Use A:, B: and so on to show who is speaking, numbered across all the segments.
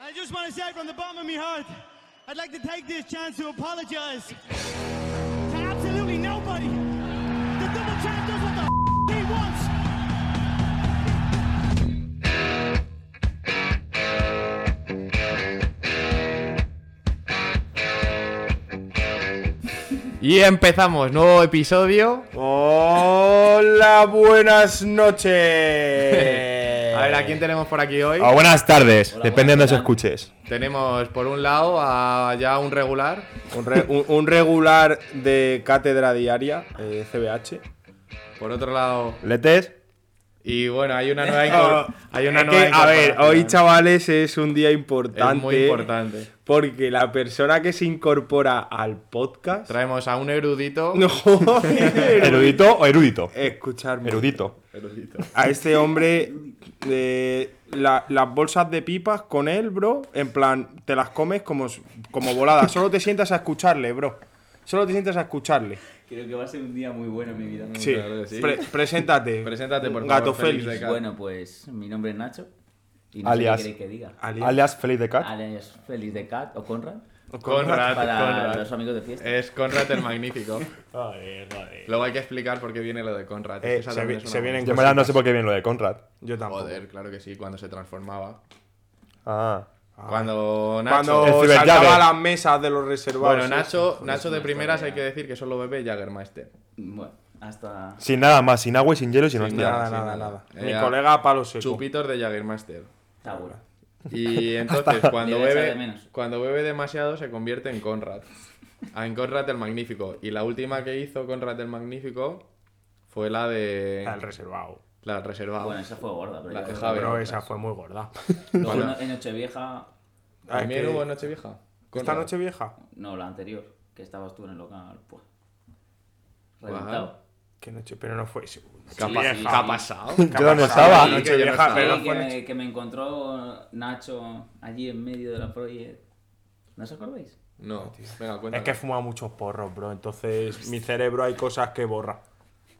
A: I just want to say from the bottom of my heart, I'd like to take this chance to apologize to absolutely nobody. The double champ does what the f- he wants.
B: Y empezamos, nuevo episodio.
C: Hola, buenas noches.
B: A ver, ¿a quién tenemos por aquí hoy?
C: O
D: Ah,
C: buenas tardes, depende de donde se escuches.
B: Tenemos por un lado a ya un regular.
C: Un, re- un- un regular de cátedra diaria, eh, CBH.
B: Por otro lado.
C: ¿Letes?
B: Y bueno, hay una nueva incor- Hay una
C: Eh, Es
B: nueva
C: que, a ver,
B: incorporación.
C: hoy, chavales, es un día importante.
B: Es muy importante.
C: Porque la persona que se incorpora al podcast.
B: Traemos a un erudito.
C: No, joder.
D: ¿Erudito o erudito?
C: Escucharme.
D: Erudito.
B: Erudito.
C: a este hombre de la- las bolsas de pipas con él, bro. En plan, te las comes como, como voladas. Solo te sientas a escucharle, bro. Solo te sientas a escucharle.
E: Creo que va a ser un día muy bueno en mi vida. ¿no?
C: Sí,
B: Mm, claro que sí.
C: Pre- preséntate.
B: Preséntate, por
C: Gato
B: favor, Félix
C: Félix.
B: de Ca-
E: Bueno, pues mi nombre es Nacho. Y no
D: Alias.
E: sé qué queréis que diga.
C: Alias.
D: Alias Feliz de Cat.
E: Alias Feliz de Cat o Conrad.
B: Conrad,
E: para
B: Conrad. Eh.
E: los amigos de fiesta.
B: Es Conrad el Magnífico. Luego hay que explicar por qué viene lo de Conrad.
C: Eh,
B: Esa
C: se
B: también es
C: vi-
B: una
C: se vienen-
D: Yo en verdad no sé por qué viene lo de Conrad.
C: Yo tampoco.
B: Joder, claro que sí, cuando se transformaba.
D: Ah.
B: Cuando Nacho.
C: Cuando
D: El ciberllave.
C: saltaba a las mesas de los reservados.
B: Bueno,
C: sí.
B: Nacho, Nacho de primeras hay que decir que solo bebe Jaggermeister.
E: Bueno, hasta.
D: Sin nada más, sin agua y sin hielo y sin
B: Sin
D: hostia.
C: Nada,
B: sí, nada.
C: nada, nada.
B: Eh,
C: Mi colega palo seco.
B: Chupitos de Jaggermeister.
E: Está bueno.
B: Y entonces cuando
E: Le voy a echar de
B: bebe,
E: menos.
B: cuando bebe demasiado se convierte en Conrad. Ah, En Conrad el Magnífico. Y la última que hizo Conrad el Magnífico fue la de
C: El reservado.
B: la reservada.
E: Bueno, esa fue gorda. Pero
B: La
E: yo
B: de
E: creo
B: Javi.
E: que-
C: Pero esa
B: pues.
C: fue muy gorda.
E: Luego
B: Bueno.
E: en- en Nochevieja.
C: Ah, es
B: También
C: que-
B: hubo Nochevieja.
C: ¿Esta
B: Conrad.
C: noche vieja?
E: No, la anterior. Que estabas tú en el local. Pues.
B: Guau.
E: Reventado.
C: ¿Qué noche? Pero no fue seguro.
B: ¿Qué ha
E: Sí,
B: pa-
E: sí,
B: qué ha
E: sí.
B: pasado?
D: Yo no
C: Ah,
D: estaba.
B: Sí,
C: noche
B: que yo no
C: vieja,
B: estaba.
C: pero
E: Sí,
C: no
E: que,
C: fue
E: me, que me encontró Nacho allí en medio de la proye. ¿No os acordáis?
B: No, venga,
C: Es
B: cuéntame.
C: que he fumado muchos porros, bro. Entonces, mi cerebro hay cosas que borra.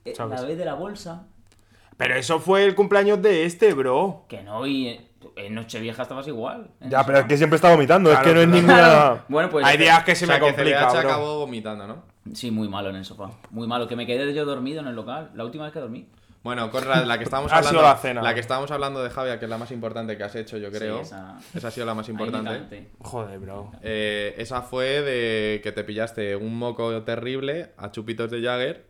E: Eh,
C: Sabes.
E: la vez de la bolsa.
C: Pero eso fue el cumpleaños de este, bro.
E: Que no, y en- en Nochevieja estabas igual. En
D: Ya,
E: esa-
D: pero es que siempre está vomitando. es
C: Claro,
D: que no es
C: claro.
D: ninguna.
E: Bueno, pues.
C: Hay días que se
B: O sea,
C: me
B: que
C: complica,
B: CBH
C: bro.
B: acabó vomitando, ¿no?
E: Sí, muy malo en el sofá. Muy malo. Que me quedé yo dormido en el local. La última vez que dormí.
B: Bueno, Conrad, la que estábamos
C: Ha sido
B: hablando,
C: la cena.
B: que estábamos hablando de Javier, que es la más importante que has hecho, yo creo.
E: esa-
B: ha sido la más importante.
C: ¿eh?
E: Ahí me calenté.
C: Joder, bro.
B: Eh, esa fue de que te pillaste un moco terrible a chupitos de Jagger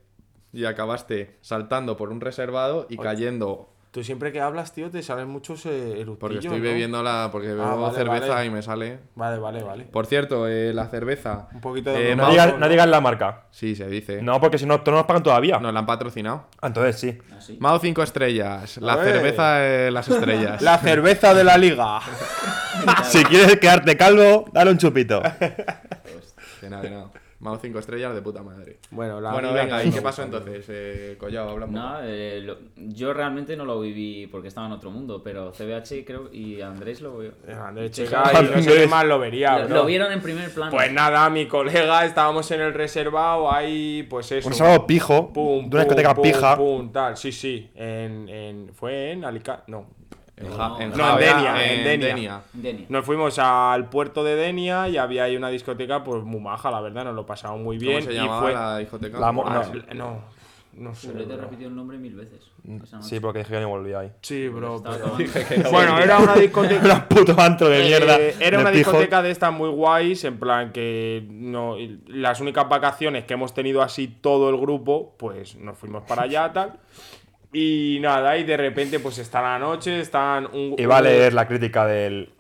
B: y acabaste saltando por un reservado y cayendo.
C: Tú siempre que hablas, tío, te salen muchos eh, eructillos,
B: Porque estoy
C: ¿no? Ah,
B: bebiendo la. Porque bebo
C: vale,
B: cerveza
C: vale.
B: y me sale.
C: Vale, vale, vale.
B: Por cierto, eh, la cerveza.
C: Un poquito de
B: eh,
D: No
C: Mau-
D: digas, no digas la marca.
B: Sí, se dice.
D: No, porque si no, no nos pagan todavía.
B: Nos la han patrocinado.
D: Ah, Entonces sí.
E: Así.
B: Mao 5 estrellas. La
C: ver.
B: cerveza de las estrellas.
C: La cerveza de la liga.
D: si quieres quedarte calvo, dale un chupito.
B: Que nada, que nada. Mao 5 estrellas de puta madre.
C: Bueno, la
B: Bueno,
C: liga
B: venga,
C: que
B: ¿y
C: me
B: qué pasó
C: gusta,
B: entonces? Eh, Collao, habla un poco.
E: No, eh, lo- yo realmente no lo viví porque estaba en otro mundo, pero CBH creo y Andrés lo vio.
C: tío. Eh, Andrés Checa, y no sé
D: Andrés.
C: qué más lo vería,
E: Lo,
C: bro.
E: lo vieron en primer plano.
C: Pues nada, mi colega, estábamos en el reservado, ahí, pues eso.
D: Un sábado pijo.
C: Pum,
D: de una discoteca
C: pum,
D: pija.
C: Pum, pum, tal, sí, sí. En, en, fue en Alicante. No.
B: En, Ja- en
E: No,
B: Javea,
C: en Denia, en Denia.
E: Denia.
C: Nos fuimos al puerto de Denia y había ahí una discoteca, pues muy maja, la verdad, nos lo pasamos muy
B: ¿Cómo
C: bien.
B: se
C: y
B: llamaba
C: fue...
B: la discoteca?
D: La mo-
C: Ah,
D: no.
C: sí, No, no sé.
E: Urrete
C: bro.
E: repitió el nombre mil veces. esa noche.
D: Sí, porque dije que no volvía ahí.
C: Sí, Mm, bro. pues,
E: Estaba
C: pero-
E: tomando.
C: Bueno, era una discoteca.
D: Era un puto antro de
C: Eh,
D: mierda.
C: era
D: de
C: una
D: pijos.
C: discoteca de estas muy guays, en plan que no, y las únicas vacaciones que hemos tenido así todo el grupo, pues nos fuimos para allá, tal. Y nada, y de repente pues está la noche, están un...
D: Y va a
C: un-
D: leer la crítica del.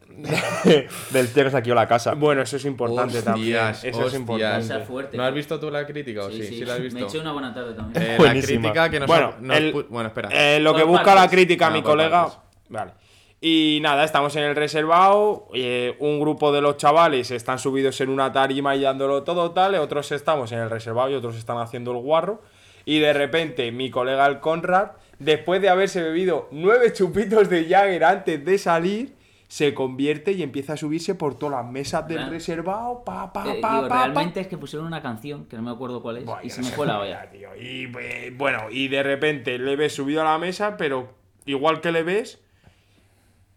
D: del tío que saqueó la casa.
C: Bueno, eso es importante
B: Hostias,
C: también. Eso
B: hostias.
C: es importante.
E: Esa fuerte.
B: ¿No has visto tú la crítica o sí?
E: Sí,
B: Sí,
E: sí.
B: la has
E: Me
B: visto.
E: eché una buena tarde también.
B: Eh, la
D: Buenísima.
B: crítica que nos
C: Bueno,
B: ha- nos
C: el-
B: pu- bueno, espera.
C: Eh, lo que
E: Por
C: busca
E: partes.
C: la crítica,
B: Ah,
C: mi
B: por
C: colega.
B: partes.
C: Vale. Y nada, estamos en el reservado. eh, un grupo de los chavales están subidos en una tarima y dándolo todo tal. Otros estamos en el reservado y otros están haciendo el guarro. Y de repente, mi colega el Conrad, después de haberse bebido nueve chupitos de Jagger antes de salir, se convierte y empieza a subirse por todas las mesas del
E: Real-
C: reservado. Pa, pa,
E: Eh,
C: pa,
E: digo,
C: pa, pa.
E: realmente es que pusieron una canción que no me acuerdo cuál es
C: Buah,
E: y
C: yo
E: se
C: no
E: me
C: sé
E: fue la
C: cómo
E: olla.
C: era, tío. Y eh, bueno, y de repente le ves subido a la mesa, pero igual que le ves,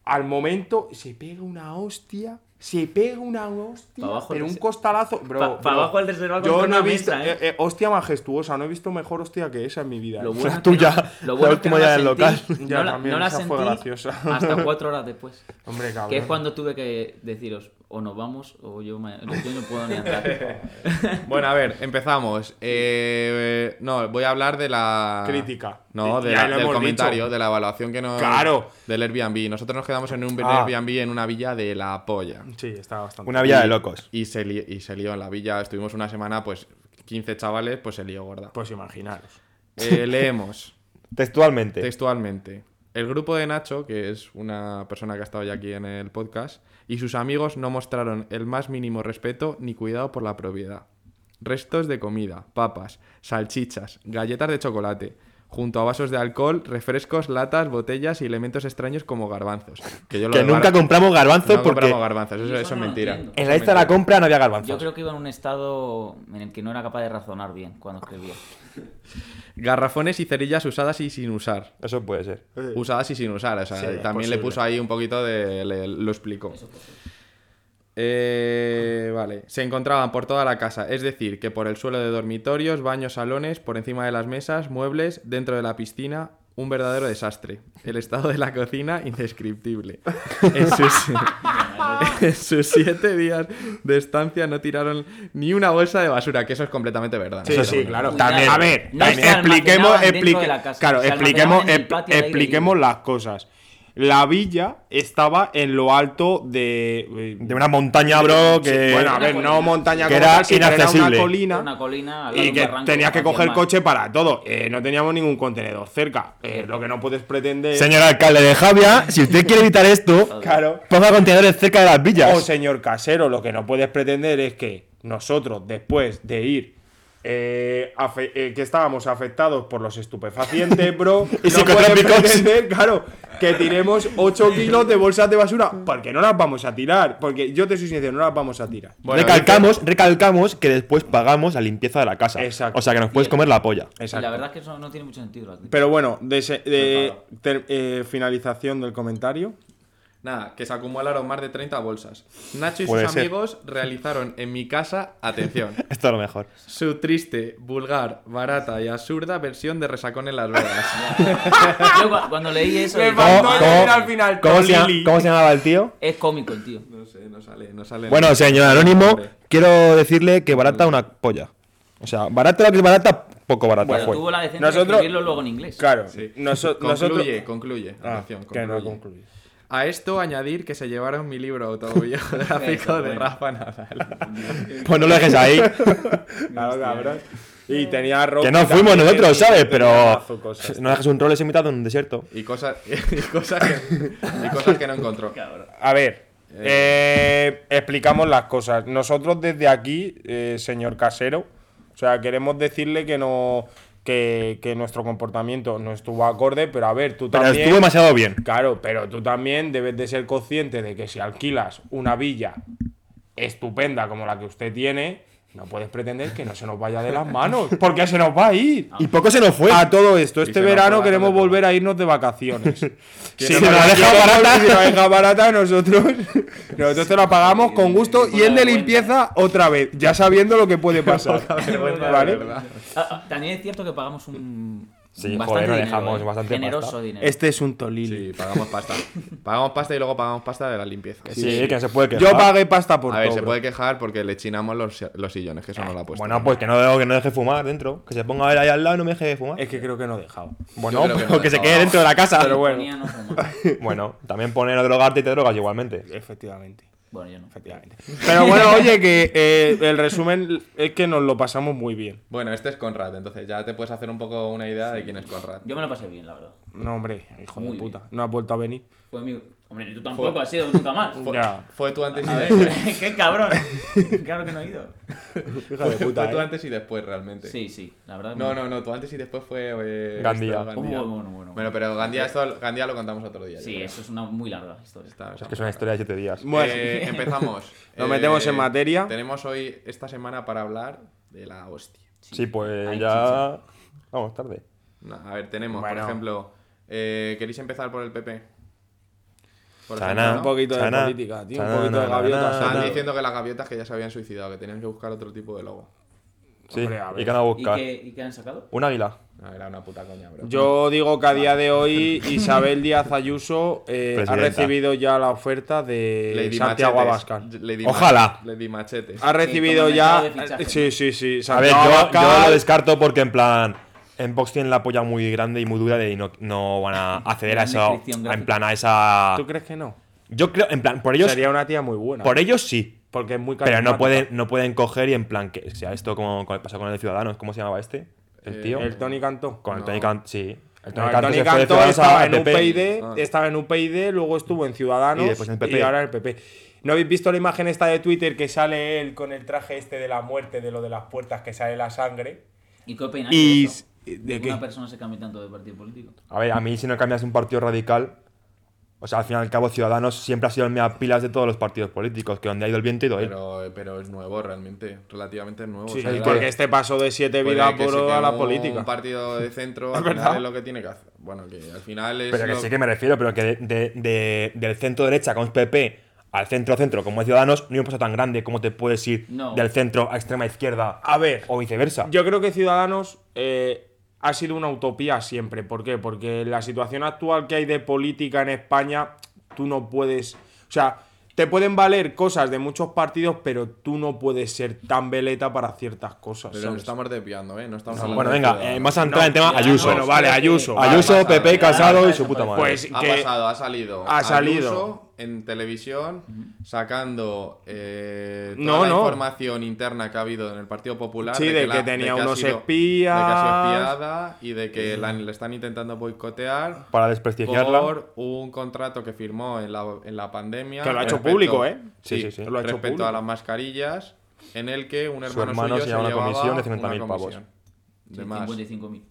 C: al momento se pega una hostia. Se pega una hostia.
E: Pa' abajo
C: pero
E: el
C: un
E: rese-
C: costalazo. Bro,
E: pa'
C: bro,
E: abajo el reservado
C: Yo
E: contra
C: no he
E: una
C: visto.
E: mesa, ¿eh?
C: eh, eh, hostia majestuosa. No he visto mejor hostia que esa en mi vida.
E: Lo
C: eh.
E: bueno
D: La
E: es que no-
D: tuya,
E: lo
D: la
E: bueno es que
D: última
E: no
D: ya
E: la
D: en el
E: sentí-
D: local.
E: no
C: Ya,
E: la-
C: también,
E: no la
C: esa fue
E: sentí
C: graciosa.
E: hasta cuatro horas después.
C: Hombre, cabrón.
E: Que es cuando tuve que deciros, o nos vamos, o yo, me- yo no puedo ni entrar.
B: Bueno, a ver, empezamos. Eh, eh, no, voy a hablar de la.
C: Crítica.
B: No, de
C: Ya
B: la-
C: lo
B: del
C: hemos
B: comentario,
C: dicho.
B: de la evaluación que nos.
C: Claro.
B: Del Airbnb. Nosotros nos quedamos en un
C: Ah.
B: Airbnb en una villa de la polla.
C: Sí, está bastante.
D: Una villa de locos.
B: Y se, li- y se lió en la villa. Estuvimos una semana, pues 15 chavales, pues se lió gorda.
C: Pues imaginaros.
B: Eh, leemos
D: Textualmente.
B: textualmente. El grupo de Nacho, que es una persona que ha estado ya aquí en el podcast, y sus amigos no mostraron el más mínimo respeto ni cuidado por la propiedad. Restos de comida, papas, salchichas, galletas de chocolate, junto a vasos de alcohol, refrescos, latas, botellas y elementos extraños como garbanzos. Que, yo lo
D: que
B: de
D: nunca
B: gar-
D: compramos garbanzos
B: no
D: porque
B: compramos garbanzos, eso,
E: Yo eso
B: eso es
E: no lo
B: mentira.
E: entiendo.
D: en la lista de la compra no había garbanzos.
E: Yo creo que iba en un estado en el que no era capaz de razonar bien cuando escribía.
B: Garrafones y cerillas usadas y sin usar.
D: Eso puede ser.
B: usadas y sin usar. O sea,
C: Sí, es
B: también le
C: posible.
B: puso ahí un poquito de. le- lo explicó. Eh, vale, se encontraban por toda la casa, es decir, que por el suelo de dormitorios, baños, salones, por encima de las mesas, muebles, dentro de la piscina, un verdadero desastre. El estado de la cocina, indescriptible. En sus, en sus siete días de estancia no tiraron ni una bolsa de basura, que eso es completamente verdad.
C: Sí,
B: Eso
C: sí,
B: bueno.
C: claro.
E: Cuidado,
C: También, a ver,
E: no
C: también
E: se
C: expliquemos,
E: almacenaban dentro
C: explique-
E: de la casa,
C: claro,
E: se
C: expliquemos,
E: almacenaban en el
C: ep-
E: patio al aire
C: expliquemos
E: libre.
C: las cosas. La villa estaba en lo alto de. eh,
D: De una montaña, bro, que.
C: Sí, Bueno, a ver, no montaña
D: Que
C: como
D: era
C: tal, sí, pero
D: inaccesible.
C: una colina.
E: Una colina al lado
C: Y
E: de un
C: que
E: barranco,
C: tenías que
E: hacia el
C: coger el
E: mar.
C: coche para todo. Eh, no teníamos ningún contenedor cerca. Eh, lo que no puedes pretender.
D: Señor alcalde de Javia, si usted quiere evitar esto,
C: Claro.
D: ponga contenedores cerca de las villas.
C: O señor casero, lo que no puedes pretender es que nosotros, después de ir, eh, afe- eh, que estábamos afectados por los estupefacientes, bro,
D: Y
C: no puedes
D: psicotrópicos.
C: pretender, claro, que tiremos 8 kilos de bolsas de basura, porque no las vamos a tirar. Porque yo te soy sincero, no las vamos a tirar.
B: Bueno,
D: recalcamos, recalcamos que después pagamos la limpieza de la casa.
C: Exacto.
D: O sea que nos puedes comer la polla.
E: Y la verdad es que eso no tiene mucho sentido. lo has dicho.
C: Pero bueno, de se- de-
E: Preparado.
C: ter- eh, finalización del comentario.
B: Nada, que se acumularon más de 30 bolsas. Nacho y
D: Puede
B: sus
D: ser.
B: amigos realizaron en mi casa, atención,
D: Esto es lo mejor.
B: su triste, vulgar, barata y absurda versión de Resacón en Las Vegas.
E: Yo cu- cuando leí eso,
C: Me
E: dije,
C: faltó
E: "Ah,
C: el decir al final,
D: cómo
C: con
D: se, llama-
C: Lili.
D: cómo se llamaba el tío?
E: es cómico el tío.
B: No sé, no sale, no sale.
D: Bueno, señor Anónimo,
B: Hombre.
D: quiero decirle que barata una polla. O sea, barata lo que es barata, poco barata
E: Pero
D: fue.
E: tuvo la decencia de
C: Nosotros-
E: escribirlo luego en inglés.
C: Claro,
B: Sí.
C: noso-
B: concluye,
C: nosotros.
B: concluye,
C: Ah,
B: atención,
C: que no
B: concluye.
C: concluye.
B: A esto añadir que se llevaron mi libro autobiográfico
E: Eso,
B: de
E: bueno.
B: Rafa Nadal.
D: Pues no lo dejes ahí.
C: Claro, cabrón. Y tenía ropa.
D: que no fuimos
C: también,
D: nosotros,
C: que-
D: ¿sabes?
C: que
D: Pero
C: tenía mazo cosas.
D: no dejes un rol ese mitad en un desierto.
B: Y cosas, y cosas que, y cosas que no encontró.
C: A ver, eh, explicamos las cosas. Nosotros desde aquí, eh, señor casero, o sea, queremos decirle que no. Que, que nuestro comportamiento no estuvo acorde, pero a ver, tú
D: Pero
C: también.
D: estuvo demasiado bien.
C: Claro, pero tú también debes de ser consciente de que si alquilas una villa estupenda como la que usted tiene, no puedes pretender que no se nos vaya de las manos, porque se nos va a ir.
D: Y poco se nos fue.
C: A todo esto,
B: se
C: este
B: nos
C: verano
B: fue
C: queremos
B: bastante
C: volver a irnos de vacaciones. si
D: nos la deja
C: quieres
D: barata.
C: volver, si nos deja barata, nosotros, nosotros te la pagamos con gusto y el de limpieza otra vez, ya sabiendo lo que puede pasar.
B: vergüenza, de
C: ¿Vale?
B: verdad.
E: Ah, ah, también es cierto que pagamos un.
D: Sí,
E: bastante
D: joder, nos
E: dinero,
D: dejamos
E: eh.
D: bastante
E: Generoso
D: pasta.
E: dinero.
C: Este es un tolili.
B: Sí, pagamos pasta. Pagamos pasta y luego pagamos pasta de la limpieza.
D: Sí, que no se puede quedar.
C: Yo pagué pasta por
B: A ver,
C: todo,
B: se
C: bro.
B: puede quejar porque le chinamos los, los sillones, que eso no lo ha puesto.
D: Bueno, pues que no, que no deje fumar dentro. Que se ponga él ahí al lado y no me deje fumar.
C: Es que creo que no dejaba.
D: Bueno,
B: creo que
D: pero
B: no
D: que se
B: dejaba.
D: quede dentro de la casa.
C: Pero bueno.
E: Ponía no fumar.
D: Bueno, también pone no drogarte y te drogas igualmente.
C: Efectivamente.
E: Bueno, yo no.
C: Efectivamente. Pero bueno, oye, que eh, el resumen es que nos lo pasamos muy bien.
B: Bueno, este es Conrad, entonces ya te puedes hacer un poco una idea de quién es Conrad.
E: Yo me lo pasé bien, la verdad.
C: No, hombre, hijo
E: Muy
C: de puta. No has vuelto a venir.
E: Fue mi. Hombre, ni tú tampoco has sido nunca más.
B: Fue,
C: Ya.
B: fue tu antes y
E: A ver,
B: después.
E: qué cabrón. Claro que no he ido.
C: Hijo de puta.
B: Fue tu
C: eh.
B: antes y después, realmente.
E: Sí, sí, la verdad.
B: No, no, no, tu antes y después fue. eh,
D: Gandía.
B: esto,
E: Uh, bueno, bueno, bueno.
B: Bueno, pero Gandía, esto- Gandía lo contamos otro día. yo
E: Sí,
B: creo.
E: eso es una muy larga historia.
B: Está-
D: Es que es una historia de siete días.
C: Bueno,
B: Eh, empezamos. Eh,
C: Nos metemos en materia.
B: Tenemos hoy, esta semana, para hablar de la hostia.
D: Sí, pues
E: Ay,
D: ya. Vamos, tarde.
B: No, a ver, tenemos,
C: Bueno.
B: por ejemplo. eh, ¿Queréis empezar por el PP? Por
D: Taná.
B: ejemplo,
C: Un poquito de
D: Chana,
C: política, tío.
D: chana,
C: un poquito de
D: na, na,
C: gaviotas.
D: na,
B: Estaban
D: Claro.
B: diciendo que las gaviotas que ya se habían suicidado, que tenían que buscar otro tipo de logo.
D: Sí,
C: Hombre, a ver.
D: y que han a
E: ¿Y
D: buscar.
E: qué, ¿Y qué han sacado?
D: Un águila.
B: Ah, era una puta coña, bro.
C: Yo digo que a día de hoy Isabel Díaz Ayuso eh, ha
D: Presidenta.
C: recibido ya la oferta de
B: Lady
C: eh, Santiago
B: Machetes.
C: Abascal. Ah, eh.
B: Lady
D: Ojalá.
B: Mach- Lady Machete.
C: Ha recibido
E: como
C: ya.
E: mercado de fichajes,
C: Sí, sí, sí.
D: A ver,
C: Santiago
D: yo, yo
C: Abascal-
D: lo descarto porque en plan. En box tienen la polla muy grande y muy dura de, y no, no van a acceder a
E: Gran
D: eso.
E: descripción
D: a- En
E: gráfica.
D: plan, a esa.
C: ¿Tú crees que no?
D: Yo creo, en plan, por ellos.
C: Sería una tía muy buena.
D: Por ellos sí.
C: Porque es muy
D: Pero no
C: carismática.
D: pueden, no pueden coger y en plan que. O sea, esto como con- pasó con el de Ciudadanos, ¿cómo se llamaba este? El
B: Eh,
D: tío.
C: El Tony Cantó.
D: con el
B: no.
D: Tony Cant, sí.
C: No,
D: El Tony
C: el
D: Cantó
C: Tony
D: se fue de
C: Cantó
D: Ciudadanos
C: estaba
D: a
C: en
D: PP.
C: UPyD,
E: Ah.
C: estaba en UPyD, luego estuvo en Ciudadanos
D: Y después en PP.
C: ahora en el PP. ¿No habéis visto la imagen esta de Twitter que sale él con el traje este de la muerte, de lo de las puertas que sale la sangre?
E: ¿Y Ah, qué opináis
C: Y-
E: de eso?
C: ¿de
E: ¿Ninguna
C: qué?
E: persona se cambia tanto de partido político?
D: A ver, a mí si no cambias un partido radical. O sea, al fin y al cabo, Ciudadanos siempre ha sido el mea pilas de todos los partidos políticos, que donde ha ido el viento y ido él.
B: Pero, pero es nuevo realmente, relativamente nuevo.
C: Sí,
B: O sea, era-
C: porque este pasó de siete
B: puede
C: vidas
B: que se
C: por a
B: queme
C: la
B: Un
C: política.
B: partido de centro al final es lo que tiene que hacer. Bueno, que al final es
D: Pero que
B: lo-
D: sí que me refiero, pero que de, de- de- del centro derecha como es PP al centro centro como es Ciudadanos no es un paso tan grande como te puedes ir
E: No.
D: del centro a extrema izquierda
C: A ver,
D: o viceversa.
C: Yo creo que Ciudadanos eh, ha sido una utopía siempre. ¿Por qué? Porque la situación actual que hay de política en España, tú no puedes. O sea, te pueden valer cosas de muchos partidos, pero tú no puedes ser tan veleta para ciertas cosas.
B: Pero nos
C: ¿sabes?
B: estamos desviando, ¿eh? No estamos hablando
D: bueno,
B: de
D: venga,
B: Ciudadanos.
D: eh, más a entrar en tema
E: ya,
D: Ayuso.
E: no,
C: Bueno, vale, Ayuso.
E: vale,
D: Ayuso,
E: ha pasado,
D: PP,
E: ya, ya,
D: Casado
E: ya,
D: y su
E: ya,
D: puta
E: ya.
D: madre.
C: Pues
B: Ha
C: que.
B: pasado, ha salido.
C: ha
B: Ayuso
C: salido.
B: en televisión sacando eh, toda
C: No,
B: la
C: no.
B: información interna que ha habido en el Partido Popular.
C: Sí, de
B: la-
C: que tenía
B: ha
C: unos
B: sido-
C: espías.
B: De que ha sido espiada y de que la, le están intentando boicotear.
D: Para desprestigiarla.
B: Por un contrato que firmó en la, en la pandemia.
C: Que lo ha hecho público, ¿eh?
B: Sí,
D: Sí,
B: sí,
D: sí,
B: sí.
D: sí.
C: Lo ha hecho
B: respecto
C: público.
B: a las mascarillas, en el que un hermano,
D: hermano
B: suyo
D: se llevaba
B: se
D: una comisión de
B: llevaba
D: 50.000
B: una
D: pavos.
B: comisión. De
E: Sí,
B: más.
E: 55.000.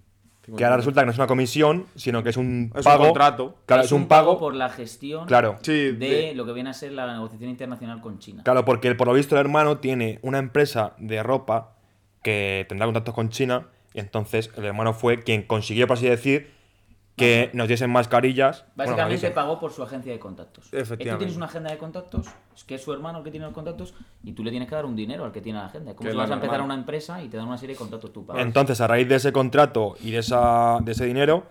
D: Que ahora resulta que no es una comisión, sino que es un
C: Es un
D: pago.
C: contrato.
D: Claro, es, un pago.
E: por la gestión
D: Claro.
C: Sí,
E: de,
C: de-
E: lo que viene a ser la negociación internacional con China.
D: Claro, porque por lo visto el hermano tiene una empresa de ropa que tendrá contactos con China y entonces el hermano fue quien consiguió, por así decir, que nos diesen mascarillas. Bueno, nos
E: Básicamente
D: diesen.
E: pagó por su agencia de contactos.
C: Efectivamente.
E: Es que tienes una agenda de contactos, es que es su hermano el que tiene los contactos, y tú le tienes que dar un dinero al que tiene la agenda. Es como
B: Que es
E: si
B: lo
E: vas a empezar
B: normal.
E: una empresa y te dan una serie de contactos tú pagas.
D: Entonces, a raíz de ese contrato y de, esa, de ese dinero,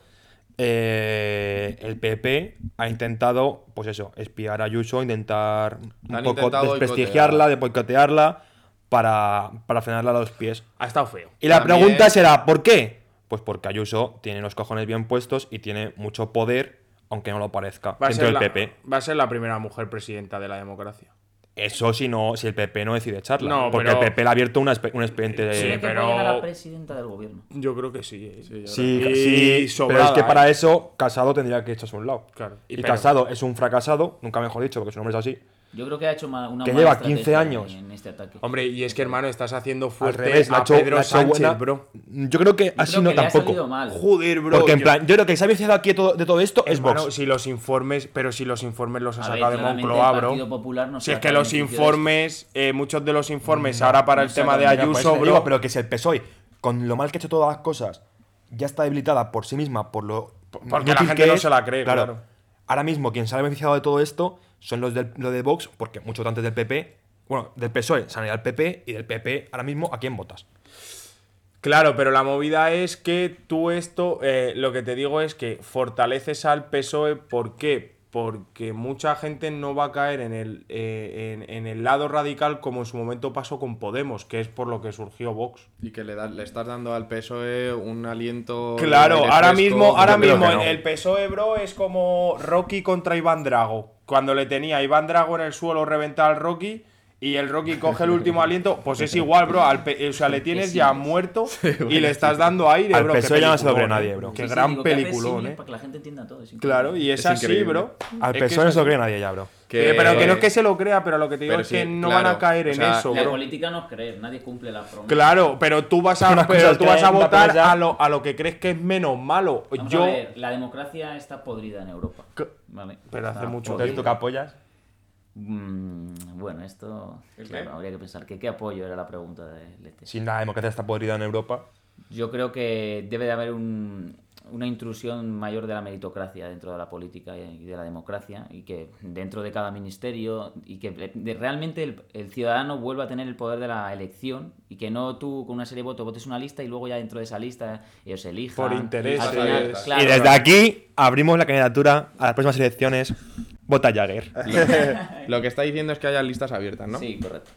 D: eh, el PP ha intentado, pues eso, espiar a Ayuso, intentar un
B: Han
D: poco
B: intentado
D: desprestigiarla, de boicotearla, para, para frenarla a los pies.
C: Ha estado feo.
D: Y la
B: También-
D: pregunta será, ¿por qué? Pues porque Ayuso tiene los cojones bien puestos y tiene mucho poder, aunque no lo parezca,
C: Va a,
D: dentro
C: ser
D: del
C: la,
D: PP.
C: va a ser la primera mujer presidenta de la democracia.
D: Eso si, no, si el PP no decide echarla.
C: No,
D: porque
C: pero-
D: el PP le ha abierto una espe- un expediente de...
E: Creo que puede
C: pero-
E: llegar a presidenta del gobierno.
C: Yo creo que sí. eh.
B: Sí, yo
D: Sí,
C: Y
D: sí,
C: sobrada,
D: pero es que
C: ¿eh?
D: para eso Casado tendría que echarse a un lado.
C: Claro, y
D: Y,
C: pero-
D: Casado es un fracasado, nunca mejor dicho, porque su nombre es así.
E: Yo creo que ha hecho ma- una
D: Que
E: mala
D: lleva
E: estrategia
D: 15 años.
E: en, en este ataque.
C: Hombre, y es que hermano, estás haciendo
D: Al
C: fuerte
D: revés, la ha
C: a
D: hecho-
C: Pedro
D: la ha hecho
C: Sánchez,
D: buena.
C: bro.
D: Yo creo que así
E: creo
D: no
E: que le ha
D: tampoco.
E: salido mal.
C: Joder, bro.
D: porque en
C: yo-
D: plan, yo creo que se ha vencido aquí todo- de todo esto es
C: Hermano,
D: Vox.
C: si los informes, pero si los informes los ha
E: A ver,
C: sacado de
E: claramente
C: Moncloa,
E: el
C: bro.
E: Partido Popular no
C: si
E: se
C: es
E: ha
C: que
E: dado
C: los
E: beneficio de
C: informes, eh, muchos de los informes ahora para
E: no
C: el
E: se ha
C: tema
E: dado
C: de
E: nada,
D: Mira, por eso
C: Ayuso,
D: te
C: bro.
D: digo, pero que si el PSOE, con lo mal que ha hecho todas las cosas, ya está debilitada por sí misma, por lo.
C: porque la
D: inútil
C: gente
D: que
C: no
D: es,
C: se la cree, claro.
D: Ahora mismo, quien se ha beneficiado de todo esto son los, del, los de Vox, porque muchos votantes del PP. Bueno, del PSOE se han ido al PP y del PP ahora mismo, ¿a quién votas?
C: Claro, pero la movida es que tú esto, eh, lo que te digo es que fortaleces al PSOE, E, ¿por qué? Porque mucha gente no va a caer en el, eh, en, en el lado radical como en su momento pasó con Podemos, que es por lo que surgió Vox.
B: Y que le, da- le estás dando al PSOE E un aliento.
C: Claro,
B: aire
C: ahora
B: fresco.
C: mismo, ahora
D: yo creo
C: mismo
D: que no.
C: el PSOE, E, bro, es como Rocky contra Iván Drago. Cuando le tenía a Iván Drago en el suelo reventar al Rocky y el Rocky coge el último aliento, pues es igual, bro. al P- o sea, le tienes ya muerto y le estás dando aire,
D: Al
C: bro. Qué
D: PSOE E ya no se lo cree
C: peliculón,
D: nadie,
C: eh.
D: bro.
C: Qué
E: Sí, sí,
C: gran
E: digo, que hace
C: peliculón,
E: símiles
C: eh.
E: Para que la gente entienda todo. es increíble.
C: Claro, y es,
B: Es
C: así,
B: increíble.
C: bro.
D: Al
C: Es que
D: PSOE E no
C: es
D: se lo
C: así.
D: cree nadie ya, bro.
B: Que-
C: Eh, pero que no es que se lo crea, pero lo que te digo
B: Pero
C: es que
B: sí,
C: no
B: claro.
C: van a caer
B: O
C: en
B: sea,
C: eso,
E: La
C: bro.
E: política no es creer, nadie cumple la promesa.
C: Claro, pero tú vas
D: Una
C: a,
D: cosa
C: pero
D: es
C: tú
D: que
C: vas a
D: Mbappé
C: votar
D: ya-
C: a lo, a lo que crees que es menos malo.
E: Vamos
C: Yo.
E: a ver, la democracia está podrida en Europa.
C: Que-
E: Vale,
C: Pero hace
E: está
C: mucho
E: podrida.
C: tiempo.
D: apoyas?
E: Mm, bueno, esto claro, habría que pensar que qué apoyo era la pregunta de Lete.
D: Si la democracia está podrida en Europa.
E: Yo creo que debe de haber un una intrusión mayor de la meritocracia dentro de la política y de la democracia y que dentro de cada ministerio y que de- realmente el, el ciudadano vuelva a tener el poder de la elección y que no tú con una serie de votos votes una lista y luego ya dentro de esa lista ellos elijan
C: Por intereses.
E: Al final,
C: Y
E: claro,
D: y desde aquí abrimos la candidatura a las próximas elecciones. Vota Jagger.
B: Lo que está diciendo es que haya listas abiertas, ¿no?
E: sí correcto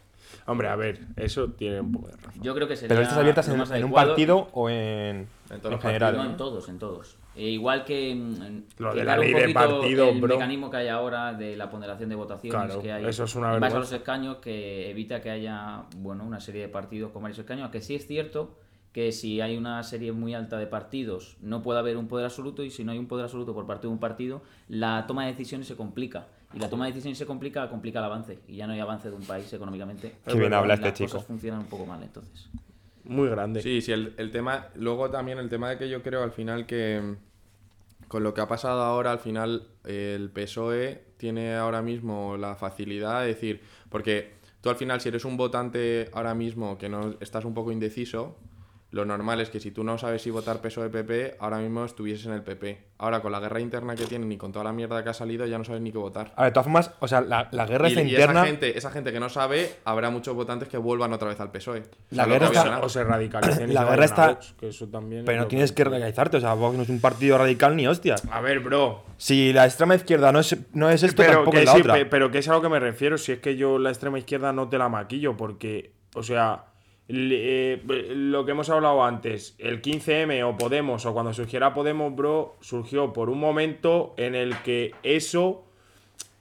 C: Hombre, a ver, eso tiene un poco de razón.
E: yo creo que sería
D: Pero estas abiertas
E: lo
D: en,
E: más
D: en un
E: adecuado.
D: partido o en,
B: En todos
D: en
B: los
D: general.
E: No, en todos, en todos. E igual que. mm,
C: Lo
E: que
C: de la
E: claro, un
C: ley de
E: poquito
C: partido,
E: el
C: bro.
E: mecanismo que hay ahora de la ponderación de votaciones
C: Claro,
E: que hay.
C: eso es una
E: en base
C: vergüenza.
E: a los escaños que evita que haya bueno una serie de partidos con varios escaños. Que sí es cierto que si hay una serie muy alta de partidos no puede haber un poder absoluto y si no hay un poder absoluto por parte de un partido la toma de decisiones se complica y la toma de decisiones se complica complica el avance y ya no hay avance de un país económicamente
D: Qué bien
E: Y
D: habla este
E: las
D: chico.
E: cosas funcionan un poco mal entonces
C: Muy grande.
B: Sí, sí, el, el tema. Luego también el tema de que yo creo al final que. mm, Con lo que ha pasado ahora, al final, eh, el PSOE tiene ahora mismo la facilidad de decir. Porque tú al final, si eres un votante ahora mismo que no estás un poco indeciso, lo normal es que si tú no sabes si votar PSOE-PP, E, ahora mismo estuvieses en el PP. Ahora, con la guerra interna que tienen y con toda la mierda que ha salido, ya no sabes ni qué votar.
D: A ver, de todas formas, o sea, la, la guerra
B: Y,
D: está
B: y
D: interna.
B: esa, gente, esa gente que no sabe, habrá muchos votantes que vuelvan otra vez al PSOE.
D: La
B: O sea, lo que
D: guerra
B: ha
D: está-
B: sonado.
C: O se radicalicen. y
D: La
C: se
D: guerra
C: vayan a
D: está-
C: Vox, que eso también es
D: Pero no
C: lo
D: tienes que radicalizarte, o sea, Vox no es un partido radical ni hostia.
C: A ver, bro.
D: Si la extrema izquierda no es, no es esto,
C: Pero
D: tampoco
C: que,
D: es la
C: sí,
D: otra.
C: pe- pero que es a lo que me refiero. Si es que yo la extrema izquierda no te la maquillo, porque, o sea, le- eh, lo que hemos hablado antes, el 15M o Podemos, o cuando surgiera Podemos, bro, surgió por un momento en el que eso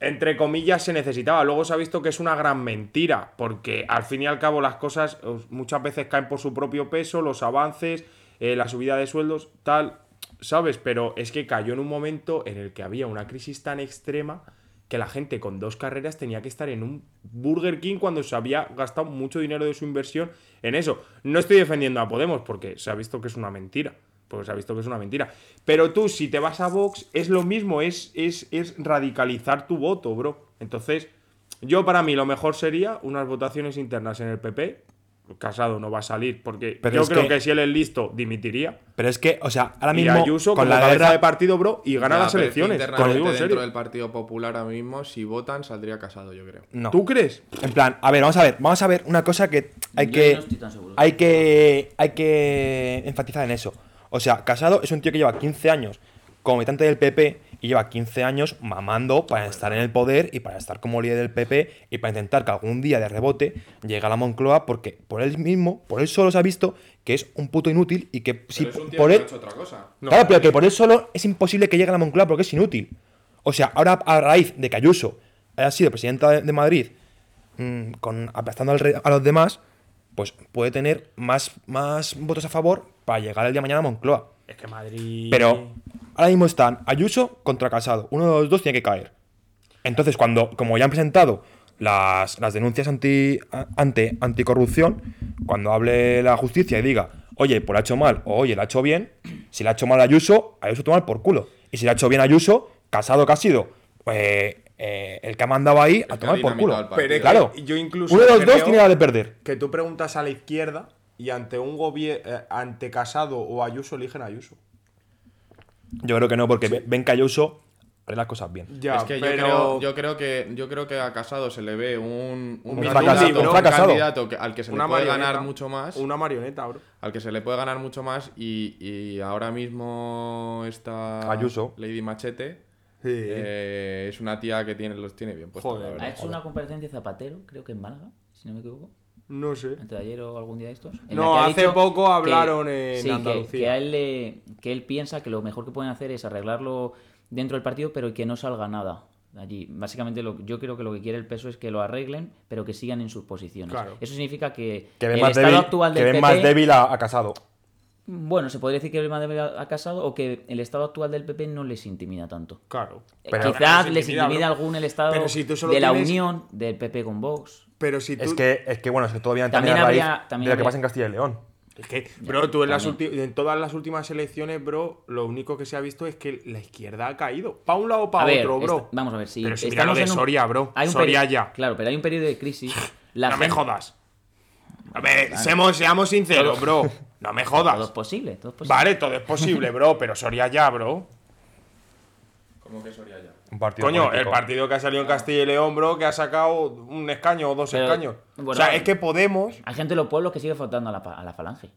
C: entre comillas, se necesitaba. Luego se ha visto que es una gran mentira, porque al fin y al cabo las cosas eh, muchas veces caen por su propio peso, los avances, eh, la subida de sueldos, tal, ¿sabes? Pero es que cayó en un momento en el que había una crisis tan extrema que la gente con dos carreras tenía que estar en un Burger King cuando se había gastado mucho dinero de su inversión en eso. No estoy defendiendo a Podemos, porque se ha visto que es una mentira porque se pues ha visto que es una mentira. Pero tú, si te vas a Vox, es lo mismo, es, es, es radicalizar tu voto, bro. Entonces, yo para mí lo mejor sería unas votaciones internas en el PP. Casado no va a salir, porque
D: Pero
C: yo
D: es
C: creo
D: que-
C: que... si él es listo, dimitiría.
D: Pero es que, o sea, ahora
C: Y
D: mismo
C: Ayuso,
D: con
C: con
D: la
C: la cabeza
D: guerra
C: de partido, bro, y gana
B: Ya,
C: las
B: pero es que
C: elecciones. Te lo
B: internamente
C: digo en
B: dentro
C: serio.
B: del Partido Popular ahora mismo, si votan, saldría casado, yo creo.
D: No.
C: ¿Tú crees?
D: En plan, a ver, vamos a ver, vamos a ver una cosa que hay
E: Yo
D: que
E: no estoy tan seguro.
D: hay que hay que enfatizar en eso. O sea, Casado es un tío que lleva 15 años como militante del PP y lleva 15 años mamando para estar en el poder y para estar como líder del PP y para intentar que algún día de rebote llegue a la Moncloa porque por él mismo, por él solo se ha visto que es un puto inútil y que si por e- él
B: otra cosa.
D: claro, pero que por él solo es imposible que llegue a la Moncloa porque es inútil. O sea, ahora a raíz de que Ayuso haya sido presidenta de, de Madrid, mm, con, aplastando al re- a los demás, pues puede tener más, más votos a favor para llegar el día de mañana a Moncloa.
C: Es que Madrid.
D: Pero ahora mismo están Ayuso contra Casado. Uno de los dos tiene que caer. Entonces, cuando, como ya han presentado las, las denuncias anti, a- ante, anticorrupción, cuando hable la justicia y diga, oye, pues la ha hecho mal, o oye, la ha hecho bien, si la ha hecho mal Ayuso, Ayuso toma por culo. Y si la ha hecho bien Ayuso, Casado que ha sido, pues eh, el que ha mandado ahí, a
B: ha
D: tomar por
B: dinamitado
D: culo.
B: el partido.
C: Pero es que
D: claro,
C: yo incluso
D: uno de los dos
C: creo-
D: tiene la de perder.
C: que tú preguntas a la izquierda y ante un gobierno, ante Casado o Ayuso, eligen a Ayuso.
D: Yo creo que no, porque ve- ven que Ayuso haré las cosas bien.
C: Ya,
B: es que
C: pero-
B: yo, creo, yo creo que yo creo que a Casado se le ve un,
C: Un fracasado, un
D: fracasado.
B: candidato que- al que se le puede
C: marioneta.
B: ganar mucho más.
C: Una marioneta, bro.
B: Al que se le puede ganar mucho más. Y, y ahora mismo está
D: Ayuso.
B: Lady Machete.
C: Sí.
B: eh, es una tía que tiene, los tiene bien puestos.
C: Joder.
B: la verdad.
E: Ha hecho una comparecencia Zapatero, creo que en Málaga, si no me equivoco.
C: No sé.
E: Antes de ayer o algún día de estos. en
C: No,
E: la que ha
C: hace
E: dicho
C: poco
E: que-
C: hablaron en
E: sí, que-
C: Andalucía.
E: Que, a él le- que él piensa que lo mejor que pueden hacer es arreglarlo dentro del partido, pero que no salga nada allí. Básicamente, lo, yo creo que lo que quiere el peso es que lo arreglen, pero que sigan en sus posiciones.
C: Claro.
E: Eso significa que,
D: Que ven
E: el
D: más
E: estado
D: débil,
E: actual
D: que
E: del
D: ven
E: PP,
D: más débil a- a Casado.
E: Bueno, se podría decir que el más débil ha ha casado o que el estado actual del PP no les intimida tanto.
C: Claro.
E: Eh,
D: Pero-
E: Quizás
C: Pero-
E: les intimida
C: bro.
E: algún el estado
C: Pero si tú solo
E: de la
C: tienes-
E: unión del PP con Vox.
C: Pero si tú.
D: Es que, es que bueno, es que todo viene
E: También
D: también, a raíz
E: habría- también
D: de lo que
E: habría-
D: pasa en Castilla y León.
C: es que, bro, tú en, las
E: También.
C: ulti- en todas las últimas elecciones, bro, lo único que se ha visto es que la izquierda ha caído. Pa' un lado o
E: A
C: pa'
E: ver,
C: otro, bro.
E: esta- vamos a ver si.
C: Pero si mira lo
E: estamos
C: de
E: en un-
C: Soria, bro.
E: Hay un
C: Soria
E: peri-
C: ya.
E: Claro, pero hay un periodo de crisis. La
C: no me
E: gente-
C: jodas. A ver, seamos, seamos sinceros, bro. No me
E: Todo es
C: jodas.
E: posible, todo es posible.
C: Vale, todo es posible, bro, pero Soria ya, bro.
B: ¿Cómo que Soria ya?
D: Un partido
C: Coño,
D: político.
C: el partido que ha salido en Castilla y León, bro, que ha sacado un escaño o dos
E: Pero,
C: escaños.
E: bueno,
C: o sea, es que Podemos.
E: Hay gente de los pueblos que sigue faltando a la, pa- a la falange.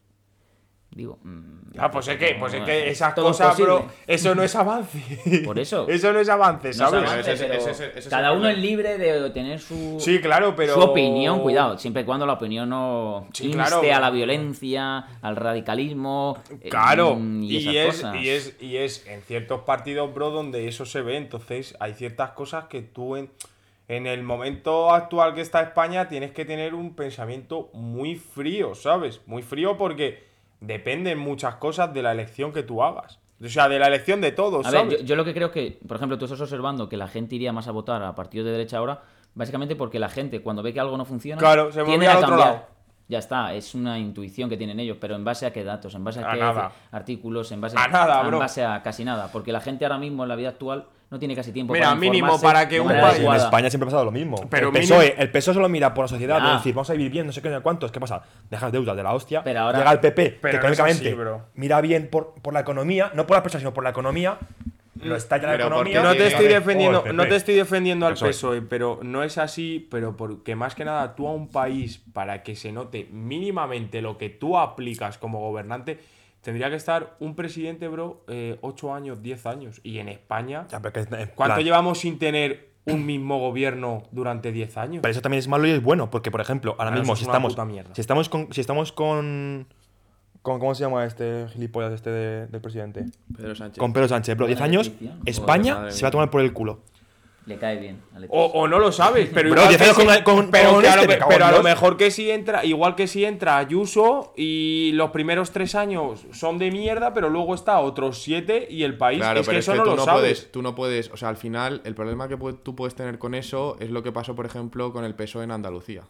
E: Digo, mm,
C: Ah, pues es que, pues es
E: no,
C: que
E: es
C: esas
E: todo
C: cosas, bro,
E: posible.
C: eso no es avance.
E: Por eso.
C: Eso no es avance,
E: no se
C: ¿sabes?
E: avance,
B: Ese es-
E: pero
B: ese es- ese es el
E: cada uno
B: problema.
E: es libre de tener su,
C: Sí, claro, pero.
E: su opinión, cuidado, siempre y cuando la opinión no
C: Sí,
E: inste
C: claro.
E: a la violencia, al radicalismo. eh,
C: Claro,
E: mm,
C: y,
E: esas
C: es,
E: cosas.
C: y, es, y es en ciertos partidos, bro, donde eso se ve. Entonces, hay ciertas cosas que tú en, en el momento actual que está España tienes que tener un pensamiento muy frío, ¿sabes? Muy frío porque dependen muchas cosas de la elección que tú hagas. O sea, de la elección de todos,
E: A
C: ¿sabes?
E: ver, yo, yo lo que creo es que, por ejemplo, tú estás observando que la gente iría más a votar a partidos de derecha ahora, básicamente porque la gente cuando ve que algo no funciona,
C: Claro, se mueve
E: tiende a
C: al otro
E: cambiar.
C: lado.
E: Ya está, es una intuición que tienen ellos, pero en base a qué datos, en base a,
C: A
E: qué
C: nada.
E: artículos, en base
C: A nada,
E: en
C: bro.
E: base a casi nada, porque la gente ahora mismo en la vida actual no tiene casi tiempo
C: Mira,
E: para
C: mínimo
E: informarse
C: para que
E: de
C: un
E: manera
C: país-
D: Sí, en
E: adecuada.
D: España siempre ha pasado lo mismo.
C: Pero
D: el, PSOE,
C: mínimo-
D: el PSOE solo mira por la sociedad,
E: Ya.
D: de decir, vamos a vivir bien, no sé qué, no sé cuántos. ¿Qué pasa? Dejas deudas de la hostia.
E: Pero ahora-
D: llega el PP, que
C: Pero no es
D: económicamente
C: así, bro.
D: mira bien por, por la economía, no por las personas, sino por la economía.
E: Mm.
D: Lo estalla la
B: Pero ¿por
D: economía.
B: qué
C: No te
B: Sí,
C: estoy
D: Joder,
C: defendiendo,
D: PP.
C: no te estoy defendiendo al
D: PSOE.
C: PSOE, E, pero no es así, pero porque más que nada tú a un país para que se note mínimamente lo que tú aplicas como gobernante, tendría que estar un presidente, bro, 8 años, 10 años. Y en España,
D: Ya, pero que es- en
C: ¿cuánto
D: plan-
C: llevamos sin tener un mismo gobierno durante 10 años?
D: Pero eso también es malo y es bueno, porque por ejemplo, ahora
C: Claro,
D: mismo
C: eso
D: si
C: es una
D: estamos,
C: puta mierda.
D: si estamos con, si estamos con, con- ¿cómo se llama este gilipollas este de- del presidente?
B: Pedro Sánchez.
D: Con Pedro Sánchez, bro, 10 años,
E: Leticia.
D: España
B: Joder,
D: se va a tomar por el culo.
E: Le cae bien. a Leticia.
C: O, o no lo sabes, pero
D: Bro,
C: igual
D: diez
C: que
D: años
C: si-
D: con- con-
C: pero
D: con
C: que a
D: este,
C: lo,
D: me
C: me-
D: cago en
C: pero a lo
D: Dios.
C: mejor que si entra, igual que si entra Ayuso y los primeros tres años son de mierda, pero luego está otros siete y el país
B: Claro,
C: es que
B: pero
C: eso
B: es que
C: no
B: tú
C: lo
B: no
C: sabes.
B: puedes, tú no puedes, o sea, al final el problema que pu- tú puedes tener con eso es lo que pasó, por ejemplo, con el PSOE en Andalucía.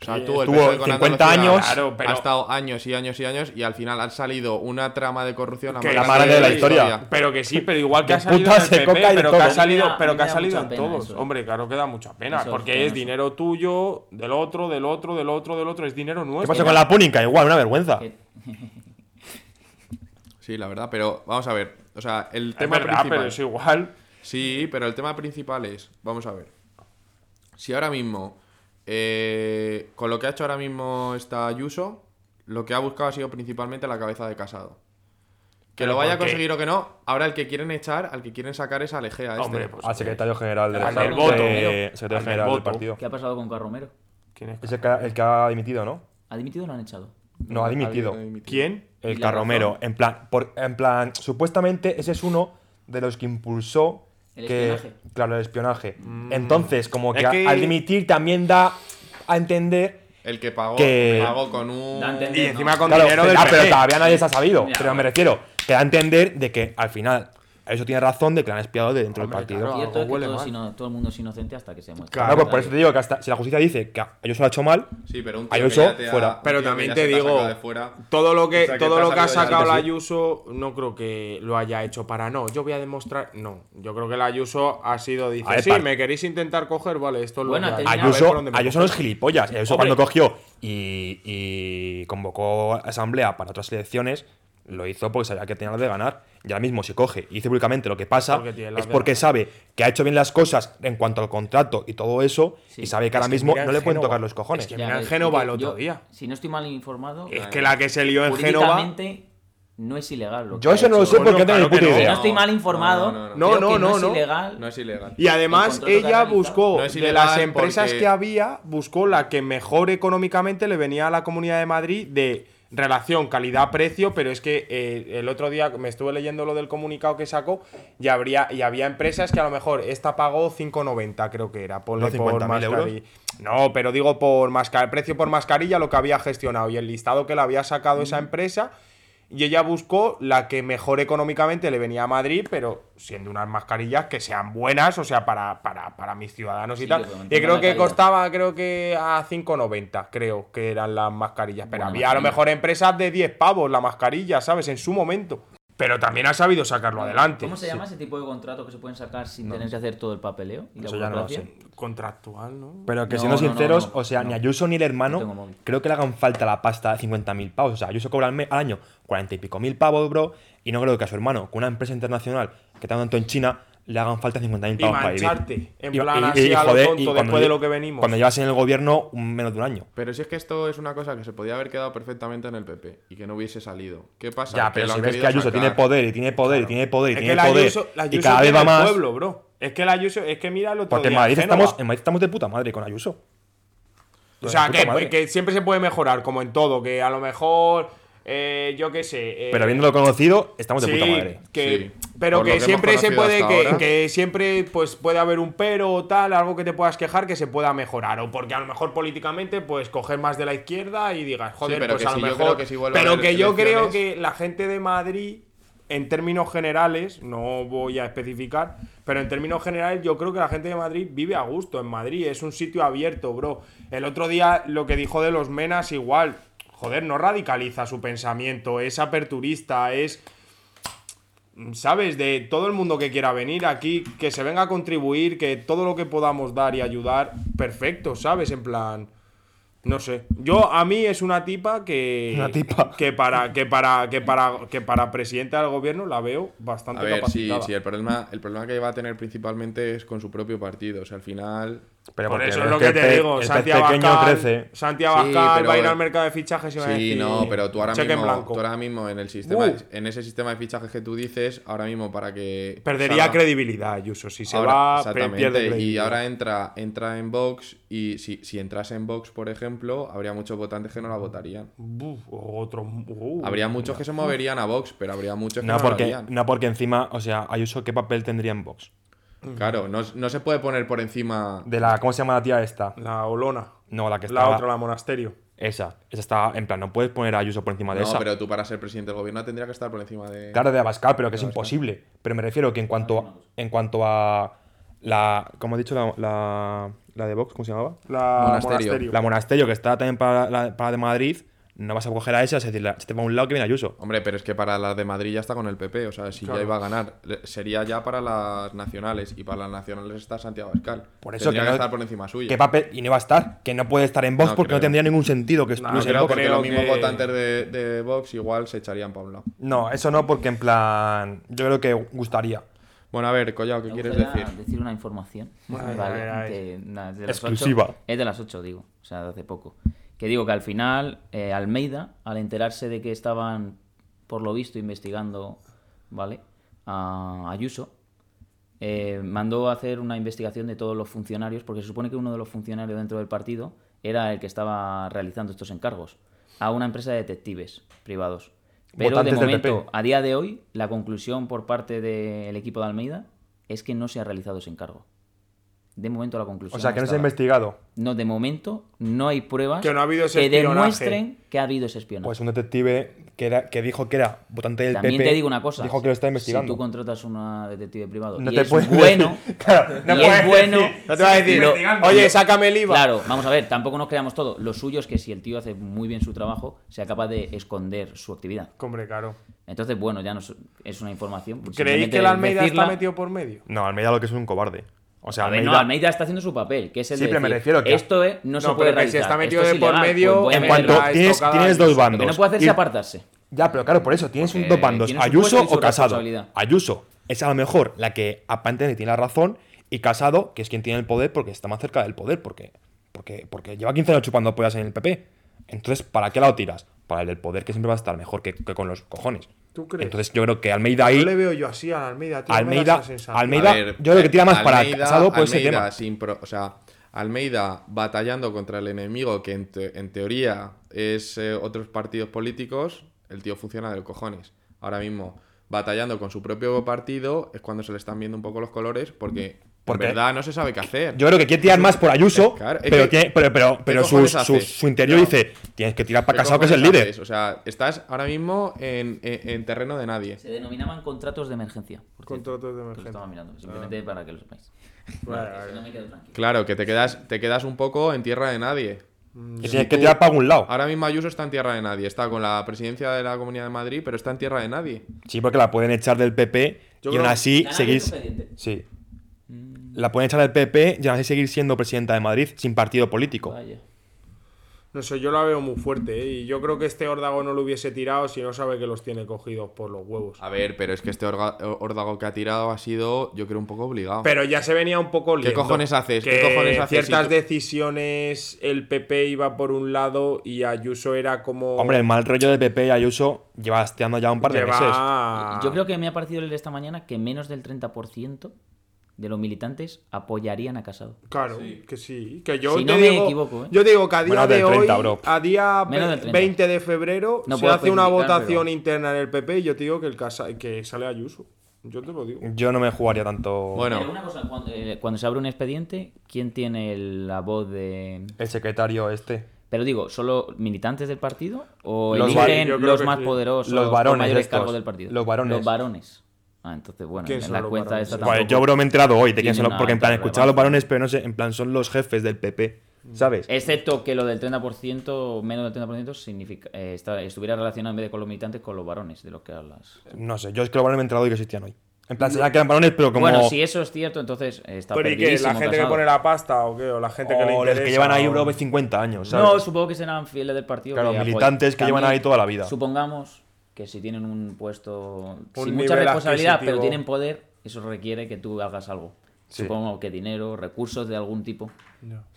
B: O sea,
D: Sí,
B: tú el
D: estuvo
B: PSOE con
D: 50
B: Andalucía
D: años.
C: Claro, pero-
B: ha estado años y años y años y al final ha salido una trama de corrupción
C: Que
D: la madre de la historia.
C: Pero que sí, pero igual que
D: De
C: ha salido
D: putas,
C: en el
D: de coca
C: PP,
D: y de
C: pero que
D: todo.
C: ha salido,
E: Me da-
C: pero
E: me
C: que ha
E: da
C: salido
E: mucha
C: en
E: pena
C: todos.
E: eso.
C: Hombre, claro que da mucha pena,
E: Eso es
C: porque es
E: penoso.
C: dinero tuyo, del otro, del otro, del otro, del otro, es dinero
D: ¿Qué
C: nuestro.
D: pasa con la púnica? Igual, una vergüenza.
E: Que-
B: Sí, la verdad, pero vamos a ver, o sea, el
C: Es
B: tema
C: verdad,
B: principal.
C: pero es igual.
B: Sí, pero el tema principal es, vamos a ver, si ahora mismo, eh, con lo que ha hecho ahora mismo esta Ayuso, lo que ha buscado ha sido principalmente la cabeza de Casado. Que
C: Pero
B: lo vaya a
C: ¿por qué?
B: conseguir o que no, ahora el que quieren echar, al que quieren sacar es a Legea. Este.
C: Hombre, pues,
D: Al Ah, secretario general del,
C: Al
E: del
D: de-
E: voto.
D: Eh, secretario
C: Al del
D: general del
C: voto.
D: partido.
E: ¿Qué ha pasado con Carromero?
C: ¿Quién es?
D: Es el que, ha- el que ha dimitido, ¿no?
E: ¿Ha dimitido o lo han echado?
D: No, ha dimitido.
C: ¿Quién?
E: Y
D: El
E: la
D: carromero.
E: razón.
D: En plan, por- en plan, supuestamente ese es uno de los que impulsó.
E: El
D: que,
E: espionaje.
D: Claro, el espionaje. Entonces, como
C: Es
D: Mm. que, a-
C: que-
D: al dimitir también da a entender.
B: El que pagó,
D: Que-
B: pagó con un...
E: Da a entender,
C: Y
E: Eh, ¿no?
C: encima con
D: Claro,
C: dinero
D: ah,
C: del PP.
D: pero todavía nadie se ha sabido.
E: Ya,
D: pero me
E: bueno.
D: refiero, que da a entender de que al final, eso tiene razón de que la han espiado de dentro del partido.
E: Lo
C: claro.
E: cierto
C: algo
E: es que
C: huele
E: todo, es
C: mal.
E: ino- todo el mundo es inocente hasta que se muestra.
D: Claro, pues por eso te digo que hasta si la justicia dice que a ellos lo ha hecho mal,
B: Sí, pero un tío
D: Ayuso,
B: que ya te ha-
D: fuera.
B: un
C: Pero
B: tío que
C: también
B: ya
C: te
B: se ha
C: digo,
B: sacado de fuera.
C: todo lo que,
B: O sea, que
C: todo
B: te ha
C: lo que ha
B: salido ya
C: sacado la
B: antes,
C: Ayuso no creo que lo haya hecho para no. Yo voy a demostrar. No, yo creo que la Ayuso ha sido. Dice,
D: A ver,
C: sí,
D: para-
C: me queréis intentar coger, vale, esto lo
E: Bueno,
C: voy a-
E: tenía-
C: a ver por
D: Ayuso,
C: dónde me
D: Ayuso
C: cogen.
D: no es gilipollas. Ayuso
C: Hombre.
D: cuando cogió y, y convocó a asamblea para otras elecciones, lo hizo porque sabía que tenía lo de ganar. Y ahora mismo si coge y dice públicamente lo que pasa,
C: Porque tiene las
D: es porque
C: ganas.
D: sabe que ha hecho bien las cosas en cuanto al contrato y todo eso,
E: Sí.
D: y sabe que ahora
C: que
D: mismo
C: mira
D: no
C: el
D: le pueden
C: Génova.
D: tocar los cojones.
C: Es que-
E: Ya,
C: mira en
E: ves,
C: Génova
E: porque
C: el otro
E: yo,
C: día. Eh,
E: Si no estoy mal informado,
C: Es que la que se lió en Génova.
E: jurídicamente no es ilegal. Lo que
D: Yo
E: ha
D: eso no lo
E: hecho.
D: sé
C: Bueno,
D: porque no tengo ni
C: claro que
D: puta
C: no.
E: Si no
C: No,
D: idea.
E: estoy mal informado.
B: no, no,
C: no.
E: creo
C: No,
E: que
C: no,
E: es
C: no.
E: ilegal.
B: No es ilegal.
C: Y además
E: contrato que ha
C: ella
E: realizado.
C: buscó,
B: No es
C: de las
B: ilegal
C: empresas
B: porque-
C: que había, buscó la que mejor económicamente le venía a la Comunidad de Madrid de relación calidad-precio, pero es que eh, el otro día me estuve leyendo lo del comunicado que sacó y, habría, y había empresas que a lo mejor esta pagó 5,90 creo que era, ponle
D: ¿No
C: por
D: 50.000 euros?
C: mascarilla. No, pero digo por masca- precio por mascarilla lo que había gestionado y el listado que le había sacado
E: Mm.
C: esa empresa y ella buscó la que mejor económicamente le venía a Madrid, pero siendo unas mascarillas que sean buenas, o sea, para, para, para mis ciudadanos y
E: Sí,
C: tal.
E: que
C: Y creo
E: mantengan la
C: que
E: calidad.
C: costaba, creo que a 5,90, creo que eran las mascarillas. Pero
E: Buena
C: había a lo
E: mascarilla.
C: mejor empresas de 10 pavos la mascarilla, ¿sabes? En su momento. Pero también ha sabido sacarlo adelante.
E: ¿Cómo se llama ese tipo de contrato que se pueden sacar sin tener que hacer todo el papeleo? y la
D: Eso ya no lo
E: burocracia?
D: sé.
C: Contractual, ¿no?
D: Pero que
E: No,
D: siendo
E: no, no,
D: sinceros,
E: no,
D: o sea,
E: no.
D: ni Ayuso ni el
E: No
D: hermano
E: tengo móvil.
D: creo que le hagan falta la pasta de 50.000 pavos. O sea, Ayuso cobra al, me- al año 40 y pico mil pavos, bro. Y no creo que a su hermano, con una empresa internacional que está tanto en China, le hagan falta 50.000
C: Y
D: pavos para vivir.
C: mancharte, en plan así a lo tonto, después
D: cuando
C: de
D: lle-
C: lo que venimos.
D: Cuando llevas en el gobierno un- menos de un año.
B: Pero si es que esto es una cosa que se podía haber quedado perfectamente en el PP y que no hubiese salido. ¿Qué pasa?
D: Ya, pero
B: lo
D: si
B: han
D: ves que
B: querido
D: Ayuso
B: sacar.
D: tiene poder y tiene poder y tiene poder y
C: Es que
D: tiene
C: la
D: poder
C: Ayuso- la
D: y
C: Ayuso
D: cada vez
C: tiene
D: va
C: el
D: más.
C: pueblo, bro. Es que la Ayuso, es que mira lo
D: Porque en Madrid, estamos, en Madrid estamos de puta madre con Ayuso.
C: O
D: de
C: sea,
D: puta
C: que,
D: madre.
C: que siempre se puede mejorar, como en todo, que a lo mejor, eh, yo qué sé. eh,
D: Pero viéndolo conocido, estamos de
C: sí,
D: puta madre.
C: que-
B: Sí.
C: Pero
B: Por lo
C: que
B: que
C: siempre
B: hemos
C: se
B: conocido
C: puede,
B: hasta
C: que,
B: ahora.
C: que siempre pues puede haber un pero o tal, algo que te puedas quejar que se pueda mejorar. O porque a lo mejor políticamente, pues coger más de la izquierda y digas, joder,
B: pero
C: pues
B: que
C: a lo
B: si yo
C: mejor.
B: creo que si vuelve a
C: pero
B: haber
C: que yo creo
B: elecciones-
C: que la gente de Madrid, en términos generales, no voy a especificar, pero en términos generales, yo creo que la gente de Madrid vive a gusto en Madrid. Es un sitio abierto, bro. El otro día lo que dijo de los menas, igual. Joder, no radicaliza su pensamiento, es aperturista, es. ¿sabes? De todo el mundo que quiera venir aquí, que se venga a contribuir, que todo lo que podamos dar y ayudar, perfecto, ¿sabes? En plan, no sé. Yo, a mí es una tipa que.
D: Una tipa.
C: Que para, que para, que para, que para presidenta del gobierno la veo bastante
B: A ver, sí,
C: capacitada.
B: sí, el problema, el problema que va a tener principalmente es con su propio partido. O sea, al final.
D: Pero
C: Por
D: porque
C: eso es
D: el
B: este
C: lo que
D: pez-
C: te digo.
D: el pez
C: Santiago
D: pequeño
C: Abascal,
D: crece.
C: Santiago
B: Sí,
C: Abascal
B: pero-
C: va a ir al mercado de fichajes y va a
B: Sí,
C: decir.
B: no, pero tú ahora,
C: cheque en
B: mismo,
C: blanco.
B: tú ahora mismo en el sistema,
C: Uh.
B: en ese sistema de fichajes que tú dices, ahora mismo para que
C: Perdería
B: salga-
C: credibilidad, Ayuso. Si se
B: Ahora-
C: va, per-
B: exactamente,
C: pierde
B: Y
C: credibilidad.
B: ahora entra, entra en Vox y si, si entrase en Vox, por ejemplo, habría muchos votantes que no la votarían.
C: Buf, otro. uh.
B: Habría muchos que se moverían a Vox, pero habría muchos que no,
D: No,
B: lo
D: porque,
B: harían.
D: no porque encima, o sea, Ayuso, ¿qué papel tendría en Vox?
E: Mm.
B: Claro, no, no se puede poner por encima.
D: De la, ¿cómo se llama la tía esta?
C: La Olona.
D: No, la que
C: La
D: está-
C: otra, la Monasterio.
D: Esa, esa está, en plan, no puedes poner a Ayuso por encima de
B: No,
D: esa.
B: pero tú para ser presidente del gobierno tendría que estar por encima de.
D: Claro, de Abascal, pero que es imposible. Pero me refiero que en cuanto, en cuanto a la, ¿cómo he dicho? La, la, la de Vox, ¿cómo se llamaba?
C: La
B: Monasterio.
C: Monasterio.
D: La Monasterio, que está también para la, para la de Madrid, no vas a coger a esa, es decir, la- se te va a un lado que viene Ayuso.
B: Hombre, pero es que para las de Madrid ya está con el PP, o sea, si
C: Claro.
B: ya iba a ganar, Le- sería ya para las nacionales y para las nacionales está Santiago Escal.
D: Por eso
B: Tendría
D: que
B: que,
D: no-
B: estar por encima suya.
D: ¿Qué papel? Y no va a estar, que no puede estar en Vox
B: No
D: porque no
B: creo.
D: tendría ningún sentido que
C: No,
B: No
D: estuviese en
B: creo,
D: Vox.
B: porque
C: creo
B: los mismos
C: que-
B: votantes de, de Vox igual se echarían para un lado.
D: No, eso no, porque en plan, yo creo que gustaría.
B: Bueno, a ver, Collado, ¿qué
E: Me
B: quieres
E: gustaría
B: decir?
E: decir una información.
C: Vale,
E: Vale,
C: a ver,
E: de- na- de las ocho-
D: Exclusiva.
E: es de las 8, digo. O sea, de hace poco. Que digo que al final, eh, Almeida, al enterarse de que estaban, por lo visto, investigando, ¿vale? A Ayuso, eh, mandó a hacer una investigación de todos los funcionarios, porque se supone que uno de los funcionarios dentro del partido era el que estaba realizando estos encargos a una empresa de detectives privados. Pero
D: Votantes
E: de
D: del
E: momento,
D: PP.
E: a día de hoy, la conclusión por parte del equipo de Almeida es que no se ha realizado ese encargo. De momento la conclusión.
D: O sea, que no se
E: hasta
D: ha
E: ahora.
D: investigado.
E: No, de momento no hay pruebas
C: Que no ha habido ese
E: que
C: espionaje.
E: demuestren que ha habido ese espionaje.
D: Pues un detective que, era, que dijo que era votante del
E: Mm. También
D: PP,
E: te digo una cosa.
D: Dijo que lo está
E: Si
D: investigando.
E: tú contratas una detective privado
D: no
E: y
D: te
E: es
D: puedes
E: bueno,
D: Claro, no
E: y
D: puedes
E: es bueno,
D: decir-
C: No te va a decir,
E: lo-
C: oye, sácame el IVA.
E: Claro, vamos a ver, tampoco nos creamos todo. Lo suyo es que si el tío hace muy bien su trabajo, sea capaz de esconder su actividad.
C: Hombre, claro.
E: Entonces, bueno, ya no es- es una información. pues
C: ¿Creéis
E: simplemente
C: que el Almeida
E: decirla.
C: está metido por medio?
D: No, Almeida lo que es un cobarde. O sea,
E: A ver,
D: Almeida,
E: no, Almeida está haciendo su papel, que es el
D: Sí,
E: de
D: pero me
E: decir,
D: refiero que-
E: esto es- no, se
C: No,
E: puede
C: pero que si
E: realizar.
C: está metido
E: esto
C: de
E: es
C: por
E: ilegal,
C: medio,
E: pues voy a
D: en
E: meter
D: cuanto
E: la-
C: meterla,
D: tienes,
C: estocada,
D: tienes dos
C: Ayuso.
E: Lo
D: bandos.
E: que no puede hacer es
D: y-
E: apartarse.
D: Ya, pero claro, por eso tienes un,
E: Porque
D: dos bandos,
E: tiene su
D: Ayuso
E: puesto y su
D: o Casado.
E: responsabilidad.
D: Ayuso es a lo mejor la que aparentemente tiene la razón y Casado, que es quien tiene el poder porque está más cerca del poder, porque, porque, porque lleva 15 años chupando pollas en el PP. Entonces, ¿para qué lado tiras? Para el del poder, que siempre va a estar mejor que, que con los cojones.
C: ¿Tú crees?
D: Entonces, yo creo que Almeida ahí...
C: Yo le veo yo así al Almeida, tío. me da
D: Almeida,
C: esa sensación.
D: Almeida,
B: A ver,
D: yo creo que tira más para
B: Almeida-
D: Casado por ese
B: Almeida
D: tema.
B: sin pro- o sea, Almeida batallando contra el enemigo que en, te- en teoría es eh, otros partidos políticos, el tío funciona de los cojones. Ahora mismo, batallando con su propio partido es cuando se le están viendo un poco los colores porque,
D: Porque-
B: en verdad no se sabe qué hacer.
D: Yo creo que quiere tirar más por Ayuso,
B: Claro, es
D: pero,
B: que-
D: tiene- pero, pero, pero su,
B: cojones
D: su,
B: haces?
D: su interior
B: No.
D: dice, tienes que tirar
B: ¿Qué
D: para Casado, que es el
B: cojones
D: líder.
B: haces? O sea, estás ahora mismo en, en- en terreno de nadie.
E: Se denominaban contratos de emergencia. por cierto,
C: Contratos de
E: que lo
C: emergencia. Ah.
E: estaba mirando, simplemente para que lo sepáis.
C: Vale,
E: Eso
C: vale.
E: no me quedo tranquilo.
B: Claro, que te quedas, te quedas un poco en tierra de nadie.
D: Que tienes que tirar para algún lado.
B: Ahora mismo Ayuso está en tierra de nadie. Está con la presidencia de la Comunidad de Madrid, pero está en tierra de nadie.
D: Sí, porque la pueden echar del PP
C: Yo
D: y aún
C: creo-
D: así
E: La han
D: seguir.
E: abierto pendiente.
D: Sí.
E: Mm.
D: La pueden echar del PP y aún así seguir siendo presidenta de Madrid sin partido político.
E: Vaya.
C: No sé, yo la veo muy fuerte, ¿eh? Y yo creo que este órdago no lo hubiese tirado si no sabe que los tiene cogidos por los huevos.
B: A ver, pero es que este orga- órdago que ha tirado ha sido, yo creo, un poco obligado.
C: Pero ya se venía un poco liando.
B: cojones haces?
C: Que
B: ¿Qué cojones haces
C: Ciertas
B: si tú-
C: decisiones, el PP iba por un lado y Ayuso era como.
D: Hombre, el mal rollo del PP y Ayuso lleva hasteando ya un par de meses.
C: lleva-
D: Ah.
E: Yo creo que me ha parecido leer esta mañana que menos del 30% de los militantes apoyarían a Casado.
C: Claro, que sí. Que yo
E: Si
C: te
E: no me
C: digo,
E: equivoco, ¿eh?
C: Yo digo que a día
D: Menos
C: de
D: del 30,
C: hoy,
D: bro.
C: a día
E: Menos del 30.
C: 20 de febrero,
E: No
C: se
E: puedo
C: hace una
E: especificar,
C: votación
E: pero-
C: interna en el PP y yo te digo que, el casa- que sale Ayuso. Yo te lo digo.
D: Yo no me jugaría tanto
B: Bueno.
E: Pero una cosa, cuando, eh, cuando se abre un expediente, ¿quién tiene el- la voz de...?
D: el secretario este.
E: Pero digo, ¿solo militantes del partido o
D: Los
E: eligen
C: va- yo creo
E: los
C: que
E: más
C: sí.
E: poderosos,
D: Los
E: los
D: varones
E: mayores
D: estos.
E: cargos del partido?
D: Los varones.
E: Los varones. Ah, entonces, bueno,
C: ¿Quién
E: en
C: son
E: la
C: los
E: cuenta
C: varones?
E: esta
D: Bueno,
E: tampoco...
D: yo bro me he enterado hoy de quién
E: Tiene
D: son los,
E: una
D: porque en plan
E: alta
D: escuchaba a los
E: relevancia.
D: varones, pero no sé, en plan son los jefes del PP,
E: Mm.
D: ¿sabes?
E: Eh. Excepto que lo del 30%, menos del 30%, significa, eh, está- estuviera relacionado en vez de con los militantes, con los varones, de los que hablas.
D: No sé, yo es que los varones me he enterado hoy que existían hoy. En plan, se que eran varones, pero como
E: Mm. Bueno, si eso es cierto, entonces eh, está
C: Pero ¿y qué? ¿La
E: perdidísimo
C: gente
E: Casado.
C: que pone la pasta o qué? ¿O la gente que le
D: o los
C: interesa?
D: que llevan ahí,
C: o-
D: bro, 50 años, ¿sabes?
E: No, supongo que serán fieles del partido.
D: Claro,
E: que apoyan.
D: militantes que llevan ahí toda la vida.
E: Supongamos que si tienen un puesto sin
C: nivel
E: mucha responsabilidad,
C: adquisitivo.
E: pero tienen poder, eso requiere que tú hagas algo.
D: Sí.
E: Supongo que dinero, recursos de algún tipo,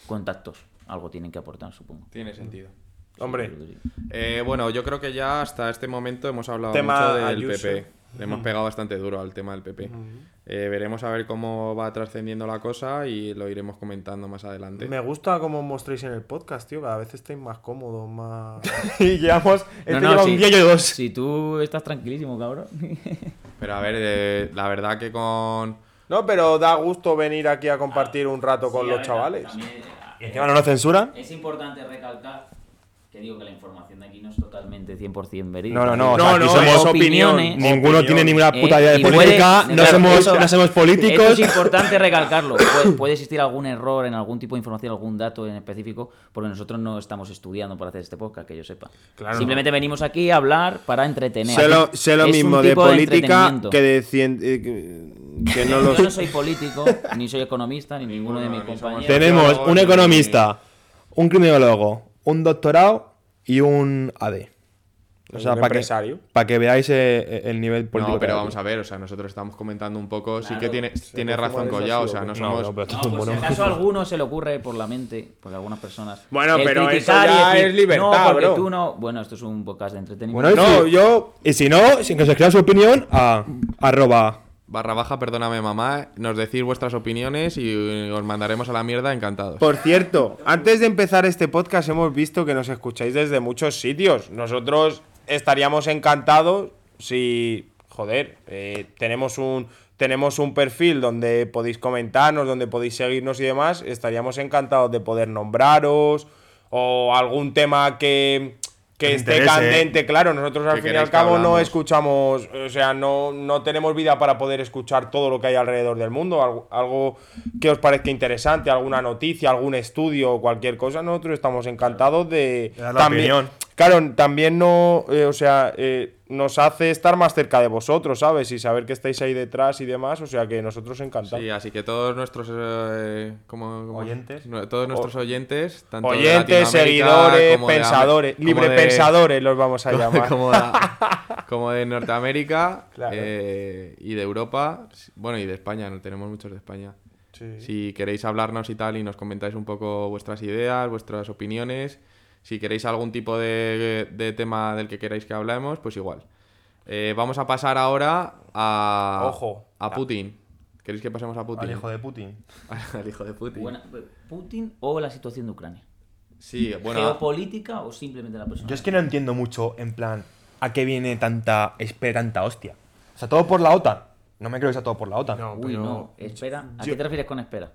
E: contactos, algo tienen que aportar, supongo.
B: Tiene sentido.
C: Hombre,
E: Yo creo que sí.
B: Eh, bueno, yo creo que ya hasta este momento hemos hablado
C: Tema
B: mucho del
C: Ayuso.
B: PP. Le hemos pegado bastante duro al tema del PP. Eh, veremos a ver cómo va trascendiendo la cosa y lo iremos comentando más adelante.
C: me gusta cómo mostréis en el podcast, tío. Cada vez estáis más cómodos, más.
D: y llevamos. Este
E: No, no,
D: lleva
E: si-
D: un día y yo dos.
E: Si tú estás tranquilísimo, cabrón.
B: Pero a ver, eh, la verdad que con...
C: No, pero da gusto venir aquí a compartir
D: Ah,
C: un rato con
E: Sí, a
C: los
E: ver,
C: chavales.
E: también,
D: Y encima no nos censuran.
E: Es importante recalcar que digo que la información de aquí no es totalmente 100% verídica.
D: No, no, no, o
C: No,
D: sea, aquí
C: no,
D: somos
C: es opinión.
E: opiniones.
D: Ninguno
C: Opinión.
D: tiene ninguna
E: Eh,
D: puta idea de
E: y
D: política,
E: puede-
D: no,
E: claro,
D: somos,
E: eso-
D: no somos políticos.
E: Esto es importante recalcarlo. Puede, puede existir algún error en algún tipo de información, algún dato en específico, porque nosotros no estamos estudiando para hacer este podcast, que yo sepa.
C: Claro.
E: Simplemente venimos aquí a hablar para entretener.
F: Sé lo, sé lo
E: Es un
F: mismo de
E: tipo de
F: política
E: entretenimiento.
F: que de cien- eh, que- que no lo
E: Yo no soy político, ni soy economista, ni ninguno de mis compañeros.
D: Tenemos
B: Biólogo,
D: un
B: ni-
D: economista, un criminólogo, un doctorado y un AD. O sea,
C: Un
D: para que,
C: empresario.
D: pa' que veáis eh, el nivel político.
B: No,
D: que
B: pero
D: hay.
B: vamos a ver, o sea, nosotros estamos comentando un poco, sí que
E: Claro.
B: tiene, tiene
C: confirma
B: razón
C: eso,
B: Collao, o
C: sí,
B: sea,
C: ok.
B: no
D: No,
B: somos...
D: no, pero esto
E: No,
D: es un
E: por si
D: mono.
E: acaso a alguno se le ocurre por la mente, porque algunas personas.
C: Bueno,
E: el
C: pero
E: criticar
C: eso ya
E: y
C: es libertad,
E: no, porque
C: bro".
E: tú no. Bueno, esto es un podcast de entretenimiento.
D: Bueno, y
C: No,
D: si-
C: yo.
D: Y si no, sin que os escriba su opinión, a arroba.
B: Barra baja, perdóname mamá, nos decís vuestras opiniones y eh, os mandaremos a la mierda encantados.
C: Por cierto, antes de empezar este podcast hemos visto que nos escucháis desde muchos sitios. Nosotros estaríamos encantados si, joder, eh, tenemos un tenemos un perfil donde podéis comentarnos, donde podéis seguirnos y demás. Estaríamos encantados de poder nombraros o algún tema que que
D: Que
C: esté
D: interese.
C: candente, claro, nosotros al
B: Que
C: fin y
B: queréis
C: al
B: que
C: cabo no
B: hablamos.
C: escuchamos, o sea, no, no tenemos vida para poder escuchar todo lo que hay alrededor del mundo, algo, algo que os parezca interesante, alguna noticia, algún estudio o cualquier cosa, nosotros estamos encantados de...
D: dar la opinión.
C: Claro, también no, eh, o sea, eh, nos hace estar más cerca de vosotros, ¿sabes? Y saber que estáis ahí detrás y demás, o sea, que nosotros encantados.
B: Sí, así que todos nuestros eh, ¿cómo- cómo?
D: Oyentes.
B: No, todos nuestros oyentes, tanto de
C: Oyentes,
B: Latinoamérica
C: seguidores,
B: como de Am-
C: pensadores,
B: como
C: librepensadores los vamos a
B: de,
C: llamar.
B: como, de, como de Norteamérica
C: Claro.
B: eh, y de Europa, bueno, y de España, no tenemos muchos de España.
C: Sí.
B: Si queréis hablarnos y tal y nos comentáis un poco vuestras ideas, vuestras opiniones, si queréis algún tipo de, de tema del que queráis que hablemos, pues igual. Eh, vamos a pasar ahora a
C: Ojo.
B: a Putin. ¿Queréis que pasemos a Putin?
D: de Putin.
B: Al hijo de Putin.
E: Buena- Putin o la situación de Ucrania.
B: Sí, bueno, ah.
E: ¿Geopolítica o simplemente la persona?
D: Yo es que no entiendo mucho, en plan, a qué viene tanta espera, tanta hostia. O sea, todo por la OTAN. No me creo que sea todo por la OTAN.
C: No,
E: Uy,
C: pero-
E: no, espera. ¿A qué te refieres con espera?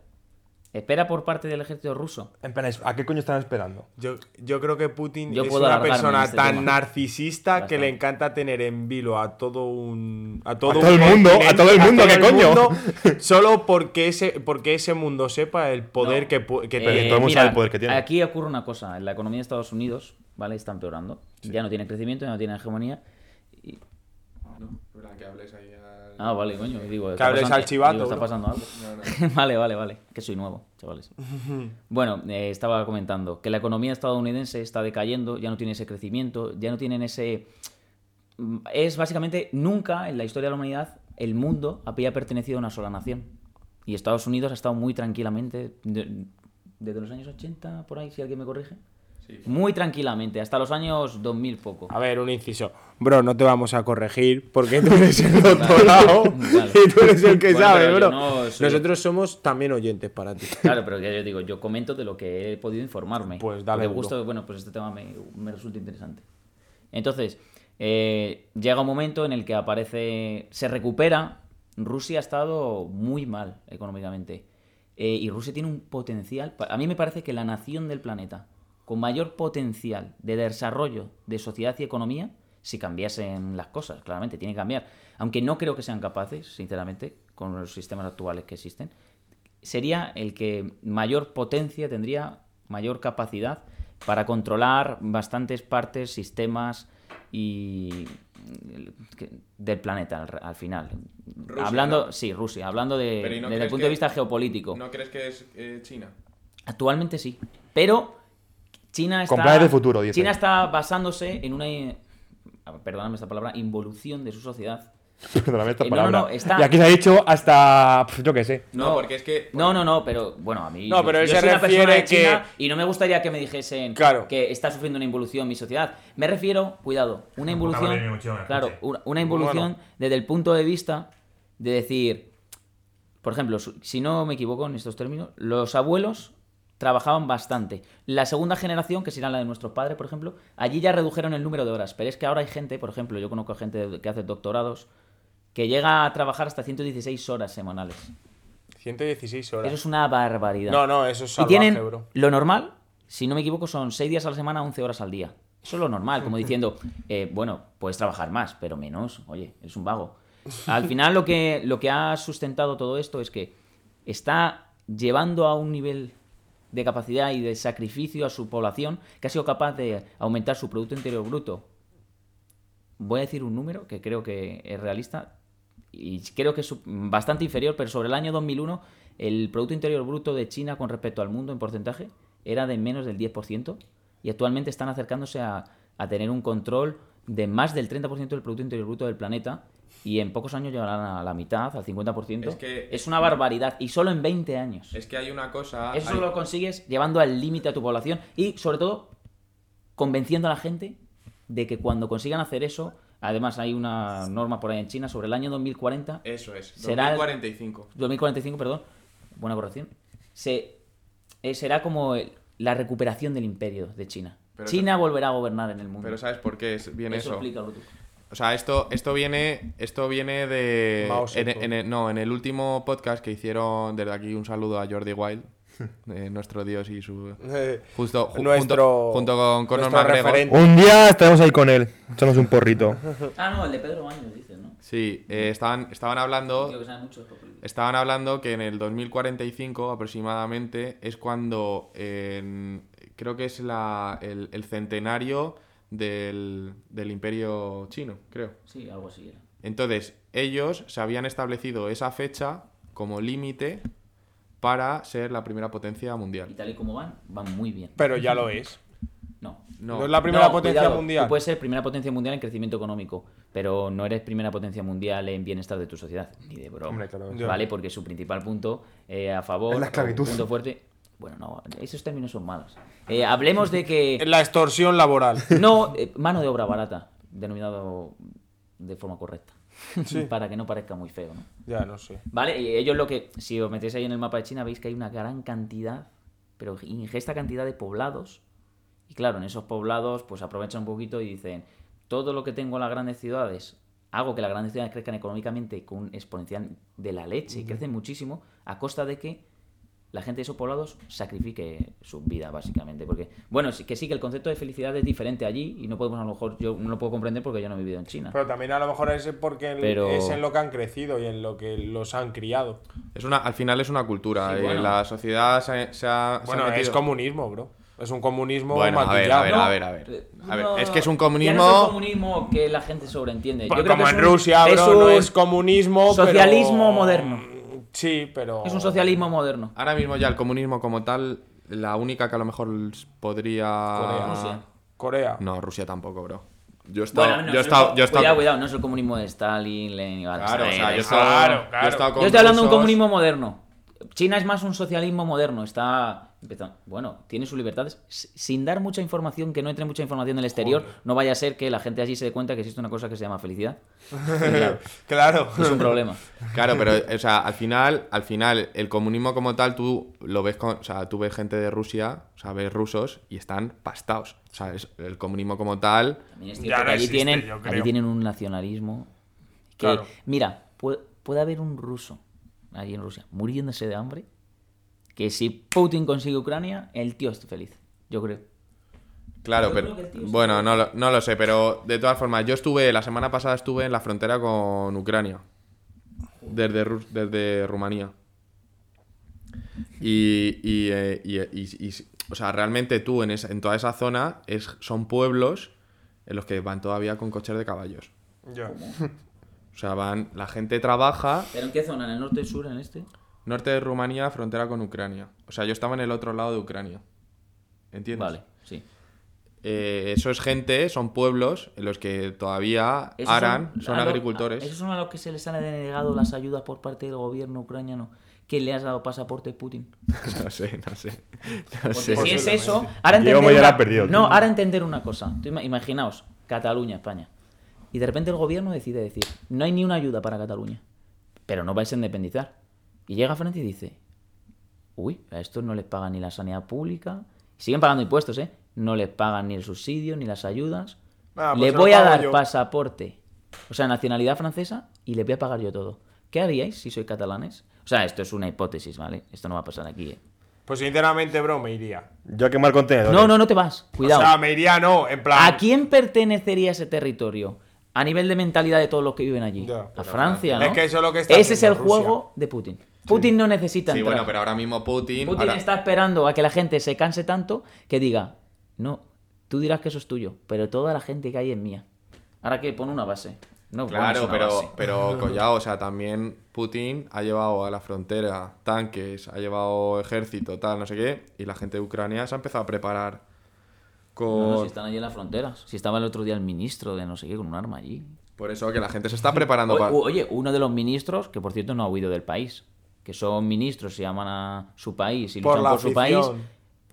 E: espera por parte del ejército ruso.
D: En plan, ¿a qué coño están esperando?
C: Yo, yo creo que Putin
E: Yo
C: es
E: puedo
C: una
E: alargarme en
C: persona
E: este
C: tan
E: tema.
C: narcisista que
E: Bastante.
C: le encanta tener en vilo a todo un a todo,
D: A
C: un
D: todo el mundo,
C: continente,
D: a todo el mundo, ¿qué coño?
C: solo porque ese porque ese mundo sepa el poder
E: No.
C: que, pu- que
E: Eh,
C: tiene.
D: todo el mundo
E: mira,
D: sabe el poder que tiene.
E: Aquí ocurre una cosa: la economía de Estados Unidos, ¿vale? Está empeorando. Ya no tiene crecimiento, ya no tiene hegemonía. y- Ah, vale, coño. Digo, está
C: hables
E: pasando-
C: al chivato,
E: digo, está
C: bro.
E: pasando algo. vale, vale, vale. Que soy nuevo, chavales. bueno, eh, estaba comentando que la economía estadounidense está decayendo, ya no tiene ese crecimiento, ya no tienen ese. Mm, Es básicamente nunca en la historia de la humanidad el mundo había pertenecido a una sola nación. Y Estados Unidos ha estado muy tranquilamente, de- desde los años 80, por ahí, si alguien me corrige. Muy tranquilamente, hasta los años 2000 poco.
C: A ver, un inciso. Bro, no te vamos a corregir porque tú eres el doctorado
E: Vale.
C: y tú eres el que
E: Bueno,
C: sabe,
E: pero
C: bro.
E: yo no soy-
C: Nosotros somos también oyentes para ti.
E: Claro, pero que yo digo, yo comento de lo que he podido informarme.
C: Pues dale
E: Porque
C: duro.
E: justo, bueno, pues este tema me, me resulta interesante. Entonces, eh, llega un momento en el que aparece, se recupera. Rusia ha estado muy mal económicamente. Eh, y Rusia tiene un potencial. pa- A mí me parece que la nación del planeta con mayor potencial de desarrollo de sociedad y economía, si cambiasen las cosas, claramente, tiene que cambiar. Aunque no creo que sean capaces, sinceramente, con los sistemas actuales que existen, sería el que mayor potencia tendría, mayor capacidad para controlar bastantes partes, sistemas y que- del planeta al, al final.
B: Rusia,
E: hablando,
B: ¿no?
E: sí, Rusia, hablando de-
B: Pero ¿y no
E: desde el
B: crees
E: punto
B: que-
E: de vista geopolítico.
B: ¿No crees que es eh, China?
E: Actualmente sí, pero China está
D: Con planes de futuro, dicen.
E: China está basándose en una eh, perdóname esta palabra, involución de su sociedad.
D: Perdóname esta
E: Eh, no, no,
D: palabra.
E: no, está-
D: Y aquí se ha dicho hasta.
C: pues,
D: pf, Yo qué sé.
B: No, porque es que-
E: No, no, no, pero bueno, a mí.
C: No, pero él se
E: soy una persona
C: refiere
E: de China
C: que-
E: Y no me gustaría que me dijesen
C: Claro.
E: que está sufriendo una involución mi sociedad. Me refiero, cuidado, una involución.
D: madre mía, mucho me
E: claro,
D: escuche.
E: una, una involución desde el punto de vista de decir. Por ejemplo, su- si no me equivoco en estos términos, los abuelos trabajaban bastante. La segunda generación, que será la de nuestros padres, por ejemplo, allí ya redujeron el número de horas. Pero es que ahora hay gente, por ejemplo, yo conozco a gente que hace doctorados, que llega a trabajar hasta 116 horas semanales.
C: 116 horas.
E: Eso es una barbaridad.
C: No, no, eso es salvaje,
E: y tienen,
C: bro.
E: Lo normal, si no me equivoco, son 6 días a la semana, 11 horas al día. Eso es lo normal, como diciendo, eh, bueno, puedes trabajar más, pero menos. Oye, eres un vago. Al final lo que, lo que ha sustentado todo esto es que está llevando a un nivel de capacidad y de sacrificio a su población que ha sido capaz de aumentar su Producto Interior Bruto. Voy a decir un número que creo que es realista, y creo que es su- bastante inferior, pero sobre el año 2001 el Producto Interior Bruto de China con respecto al mundo en porcentaje era de menos del 10% y actualmente están acercándose a, a tener un control de más del 30% del Producto Interior Bruto del planeta y en pocos años llegarán a la mitad, al 50%.
B: Es que-
E: una barbaridad y solo en 20 años.
B: Es que hay una cosa...
E: Eso
B: hay-
E: solo lo consigues llevando al límite a tu población y, sobre todo, convenciendo a la gente de que cuando consigan hacer eso, además hay una norma por ahí en China sobre el año 2040,
B: Eso es.
E: Será-
B: 2045.
E: 2045, perdón, buena corrección, se, eh, será como el- la recuperación del imperio de China.
B: Pero
E: China volverá a gobernar en el mundo.
B: Pero ¿sabes por qué es- viene
E: eso
B: eso?
E: explícalo tú.
B: O sea, esto, esto viene, esto viene de.
C: Mao Zedong.
B: en- en el- no, en el último podcast que hicieron desde aquí un saludo a Jordi Wild, eh, nuestro dios y su.
C: Eh,
B: Justo, ju- junto,
C: nuestro,
B: junto con Conor
C: nuestro
B: McGregor.
C: referente.
D: Un día estaremos ahí con él. Echamos un porrito.
E: Ah, no, el de Pedro Baños, dices, ¿no?
B: Sí, eh, estaban, estaban
E: Tío, que
B: hablando.
E: sabe mucho de geopolítica.
B: Estaban hablando que en el 2045 aproximadamente es cuando en- creo que es la, el, el centenario del, del imperio chino, creo.
E: Sí, algo así era.
B: Entonces, ellos se habían establecido esa fecha como límite para ser la primera potencia
E: Y
B: mundial.
E: tal y como van, van muy bien.
C: Pero ya lo es.
E: No,
B: No,
C: No es la primera
E: No,
C: potencia
E: cuidado,
C: mundial.
E: Tú puedes ser primera potencia mundial en crecimiento económico, pero no eres primera potencia mundial en bienestar de tu sociedad, ni de broma.
D: Hombre, claro.
E: ¿Vale? Porque su principal punto eh, a favor.
D: Es la
E: o
D: esclavitud.
E: Punto fuerte. Bueno, no, esos términos son malos. Eh, hablemos de que.
C: La extorsión laboral.
E: No, eh, mano de obra barata, denominado de forma correcta. Para que no parezca muy feo, ¿no?
C: Ya no sé.
E: ¿Vale? Y ellos lo que. Si os metéis ahí en el mapa de China, veis que hay una gran cantidad, pero ingesta cantidad de poblados. Y claro, en esos poblados, pues aprovechan un poquito y dicen: todo lo que tengo en las grandes ciudades, hago que las grandes ciudades crezcan económicamente con un exponencial de la leche y crecen muchísimo, a costa de que la gente de esos poblados sacrifique su vida, básicamente. Porque, bueno, sí- que sí, que el concepto de felicidad es diferente allí y no podemos, a lo mejor, yo no lo puedo comprender porque yo no he vivido en China.
C: Pero también a lo mejor es porque el-
E: Pero-
C: es en lo que han crecido y en lo que los han criado.
B: Es una, al final es una cultura.
E: Sí,
B: eh,
E: bueno.
B: La sociedad se, se ha. se ha
C: Bueno, es
B: metido-
C: comunismo, bro. Es un comunismo
B: Bueno, a ver, a
C: matillado.
B: ver,
C: No,
B: a ver, a ver. A ver,
E: No,
B: es que es un
E: ya no
B: comunismo.
E: es un comunismo que la gente sobreentiende. Yo
C: Pues
E: creo
C: como
E: que
C: en
E: es un-
C: Rusia, bro,
E: un-
C: no es comunismo. pero-
E: socialismo moderno.
C: Sí, pero.
E: Es un socialismo moderno.
B: Ahora mismo ya el comunismo como tal, la única que a lo mejor s- podría.
C: Corea.
E: Rusia.
C: Corea.
B: No, Rusia tampoco, bro. Yo he estado.
E: Bueno, no,
B: yo he
E: es el
B: estado.
E: co-
B: Yo he estado-
E: Cuidado, cuidado, no es el comunismo de Stalin, Lenin,
B: Claro, o
E: Alexander,
B: sea, yo he
E: eso.
B: estado.
C: Claro,
B: yo he
C: claro.
B: estado con
E: Yo estoy hablando de un
B: rusos.
E: comunismo moderno. China es más un socialismo moderno. Está. empezando- Bueno, tiene sus libertades. S- Sin dar mucha información, que no entre mucha información del exterior, no vaya a ser que la gente allí se dé cuenta que existe una cosa que se llama felicidad.
C: Claro.
E: Es un problema.
B: Claro, pero o sea, al final, al final, el comunismo como tal, tú lo ves con, o sea, tú ves gente de Rusia, o sea, ves rusos y están pastados. O sea, es- el comunismo como tal.
E: También es cierto
C: Ya no
E: que allí,
C: existe,
E: tienen,
C: yo
E: allí
C: creo.
E: tienen un nacionalismo. Que,
C: Claro.
E: Mira, pu- puede, haber un ruso allí en Rusia muriéndose de hambre. Que si Putin consigue Ucrania, el tío está feliz. Yo creo.
B: Claro,
E: Yo
B: pero
E: creo que el tío se
B: bueno, no lo, no lo sé, pero de todas formas, yo estuve, la semana pasada estuve en la frontera con Ucrania, desde, Rus- desde Rumanía. Y, y, eh, y- y- y- o sea, realmente tú en, esa- en toda esa zona es, son pueblos en los que van todavía con coches de caballos.
C: Ya.
B: O sea, van, la gente trabaja,
E: ¿Pero en qué zona? ¿En el norte, sur, en el este?
B: norte de Rumanía, frontera con Ucrania. O sea, yo estaba en el otro lado de Ucrania. ¿Entiendes?
E: Vale, sí.
B: Eh, eso es gente, son pueblos en los que todavía
E: Esos
B: aran, son,
E: a lo-
B: agricultores.
E: a- Esos son a los que se les han denegado las ayudas por parte del gobierno ucraniano. que le has dado pasaporte a Putin?
B: No sé, no sé. No
E: Porque
B: sé.
E: si es
C: Posiblemente.
E: eso, ahora
D: Diego
E: entender,
D: Moya la
E: una...
D: ha perdido, tío.
E: no, ahora entender una cosa. Tú ima- imaginaos, Cataluña, España. Y de repente el gobierno decide decir, no hay ni una ayuda para Cataluña, pero no vais a independizar. Y llega Francia y dice, uy, a estos no les pagan ni la sanidad pública, siguen pagando impuestos, ¿eh? No les pagan ni el subsidio, ni las ayudas.
C: Ah, pues
E: les
C: se lo
E: voy a
C: pago
E: dar
C: yo".
E: pasaporte, o sea, nacionalidad francesa, y les voy a pagar yo todo. ¿Qué haríais si sois catalanes? O sea, esto es una hipótesis, ¿vale? Esto no va a pasar aquí, ¿eh?
C: Pues sinceramente, bro, me iría.
D: Yo a quemar contenedores.
E: No, no, no te vas. Cuidado.
C: O sea, me iría no, en plan.
E: ¿A quién pertenecería ese territorio? A nivel de mentalidad de todos los que viven allí.
C: Ya,
E: a
C: pero
E: Francia,
C: Francia.
E: ¿no?
C: Es que eso es lo que está
E: Ese es el
C: haciendo Rusia.
E: juego de Putin. Putin no necesita
B: Sí,
E: entrar.
B: bueno, pero ahora mismo Putin.
E: Putin
B: ahora-
E: está esperando a que la gente se canse tanto que diga, no, tú dirás que eso es tuyo, pero toda la gente que hay es mía. Ahora que pone una base. No, pones
B: Claro,
E: una base.
B: pero, pero Collao, o sea, también Putin ha llevado a la frontera tanques, ha llevado ejército, tal, no sé qué, y la gente de Ucrania se ha empezado a preparar con.
E: No, no, si están allí en las fronteras. Si estaba el otro día el ministro de no sé qué con un arma allí.
B: Por eso que la gente se está preparando
E: O-
B: para.
E: o- oye, uno de los ministros, que por cierto no ha huido del país, que son ministros, se llaman a su país y
C: Por
E: luchan
C: la
E: por su país
C: afición.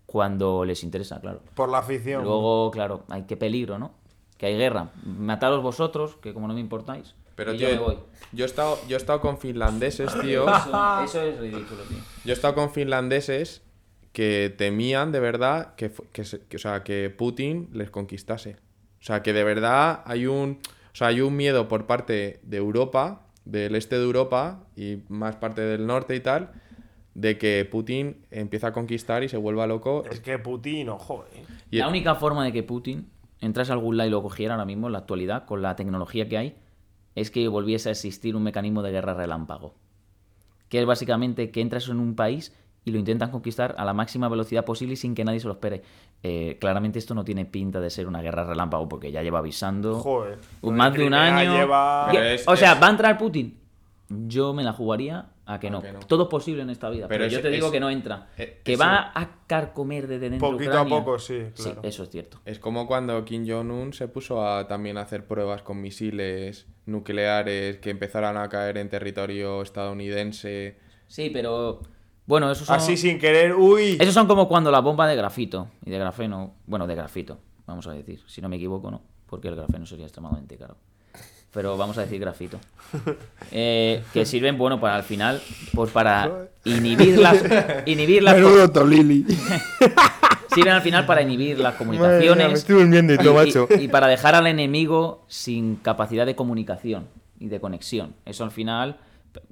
E: cuando les interesa, claro.
C: Por la afición.
E: Luego, claro, hay que peligro, ¿no? Que hay guerra. Mataros vosotros, que como no me importáis,
B: Pero
E: y
B: tío,
E: yo me voy.
B: yo he estado, yo he estado con finlandeses, tío.
E: Eso, eso es ridículo, tío.
B: Yo he estado con finlandeses que temían de verdad que, fu- que se- que, o sea, que Putin les conquistase. O sea, que de verdad hay un, o sea, hay un miedo por parte de Europa, del este de Europa y más parte del norte y tal, de que Putin empiece a conquistar y se vuelva loco.
C: Es que Putin, ojo, eh.
B: Y-
E: La única forma de que Putin entrase a algún lado y lo cogiera ahora mismo en la actualidad, con la tecnología que hay, es que volviese a existir un mecanismo de guerra relámpago. Que es básicamente que entras en un país y lo intentas conquistar a la máxima velocidad posible y sin que nadie se lo espere. Eh, claramente esto no tiene pinta de ser una guerra relámpago porque ya lleva avisando
C: Joder.
E: un- más de un
C: Crimea
E: año.
C: lleva-
E: Ya,
B: Pero es-
E: o sea,
B: es-
E: ¿va a entrar Putin? Yo me la jugaría a que no.
B: que no.
E: Todo es posible en esta vida. Pero,
B: Pero es-
E: yo te digo
B: es-
E: que no entra.
B: eh,
E: que
B: es-
E: va a carcomer desde dentro
C: Poquito a
E: Ucrania.
C: poco, sí, claro.
E: Sí, eso es cierto.
B: Es como cuando Kim Jong-un se puso a también hacer pruebas con misiles nucleares que empezaran a caer en territorio estadounidense.
E: Sí, pero bueno, esos son,
C: Así sin querer, uy.
E: esos son como cuando la bomba de grafito y de grafeno, bueno, de grafito, vamos a decir, si no me equivoco, no, porque el grafeno sería extremadamente caro. Pero vamos a decir grafito. Eh, que sirven, bueno, para al final, pues para inhibir las, inhibir las
F: Menudo Tolili.
E: sirven al final para inhibir las
D: Madre mía, me
E: comunicaciones
D: estoy durmiendo y todo,
E: y-
D: macho.
E: y para dejar al enemigo sin capacidad de comunicación y de conexión. Eso al final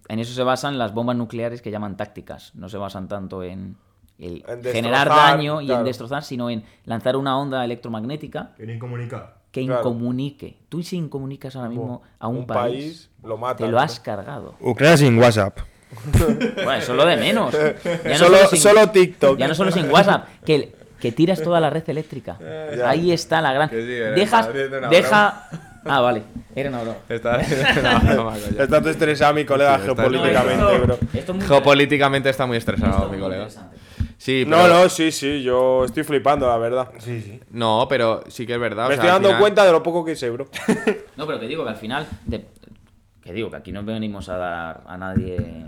E: En eso se basan las bombas nucleares que llaman tácticas. No se basan tanto en, el
C: En
E: generar
C: destrozar,
E: daño y
C: claro.
E: en destrozar, sino en lanzar una onda electromagnética
D: Querían comunicar.
E: que
C: Claro.
E: incomunique. Tú si incomunicas ahora mismo a un,
C: un país, lo matas,
E: Te lo
C: ¿no?
E: has cargado.
D: Ucrania sin WhatsApp.
E: Bueno, eso es lo de menos. Ya
C: Solo- solo TikTok.
E: Ya no solo sin WhatsApp, que, que tiras toda la red eléctrica.
B: ya.
E: Ahí está la gran.
B: Que sí, era-
E: Dejas,
B: estaba haciendo una
E: deja. Ah, vale. Era una broma.
B: Está no, no, Marco, ya.
C: Estás estresado, mi colega,
B: Sí, está-
C: geopolíticamente,
E: No,
C: bro.
E: esto- esto es muy
B: Geopolíticamente está muy estresado,
E: Esto es
B: mi
E: muy
B: colega.
E: interesante.
B: Sí, pero,
C: No, no, sí, sí, yo estoy flipando, la verdad.
D: Sí, sí.
B: no, pero sí que es verdad. o
C: Me
B: sea,
C: estoy
B: al
C: dando
B: final-
C: cuenta de lo poco que sé, bro.
E: No, pero que digo que al final. de- Que digo que aquí no venimos a dar a nadie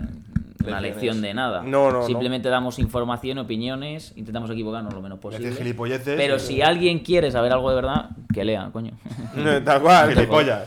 E: una
B: Lecciones.
E: lección de nada.
C: No, no, no.
E: Simplemente damos información, opiniones, intentamos equivocarnos lo menos posible.
D: Decir gilipolleces,
E: pero
D: eh.
E: si alguien quiere saber algo de verdad, que lea, coño.
C: Tal cual.
D: Gilipollas.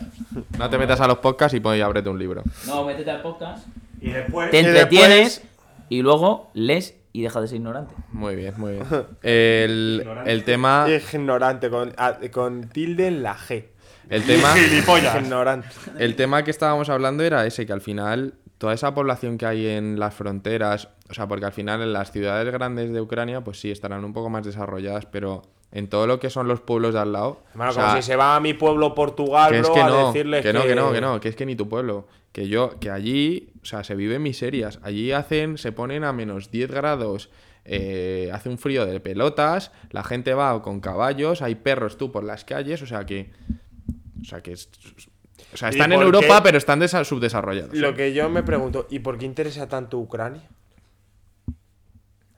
B: No te metas a los podcasts y pon y ábrete un libro.
E: No, métete al podcast.
D: Y después.
E: te
C: Y después-
E: entretienes y luego lees y dejas de ser ignorante.
B: Muy bien, muy bien. El, el tema.
C: Ignorante, con, a- con tilde en la G.
B: El tema.
C: Ignorante.
B: El tema que estábamos hablando era ese, que al final toda esa población que hay en las fronteras, o sea, porque al final en las ciudades grandes de Ucrania, pues sí, estarán un poco más desarrolladas, pero en todo lo que son los pueblos de al lado...
C: Hermano,
B: o sea,
C: como si se va a mi pueblo Portugal,
B: que es
C: bro,
B: que
C: a
B: no,
C: decirles
B: que no, que no, que no, que es que ni tu pueblo, que yo, que allí, o sea, se viven miserias, allí hacen, se ponen a menos 10 grados, eh, hace un frío de pelotas, la gente va con caballos, hay perros tú por las calles, o sea que, o sea que, es- o sea,
C: ¿Y
B: están en
C: por
B: Europa
C: qué?
B: pero están desa- subdesarrollados.
C: Lo que yo me pregunto, ¿y por qué interesa tanto Ucrania?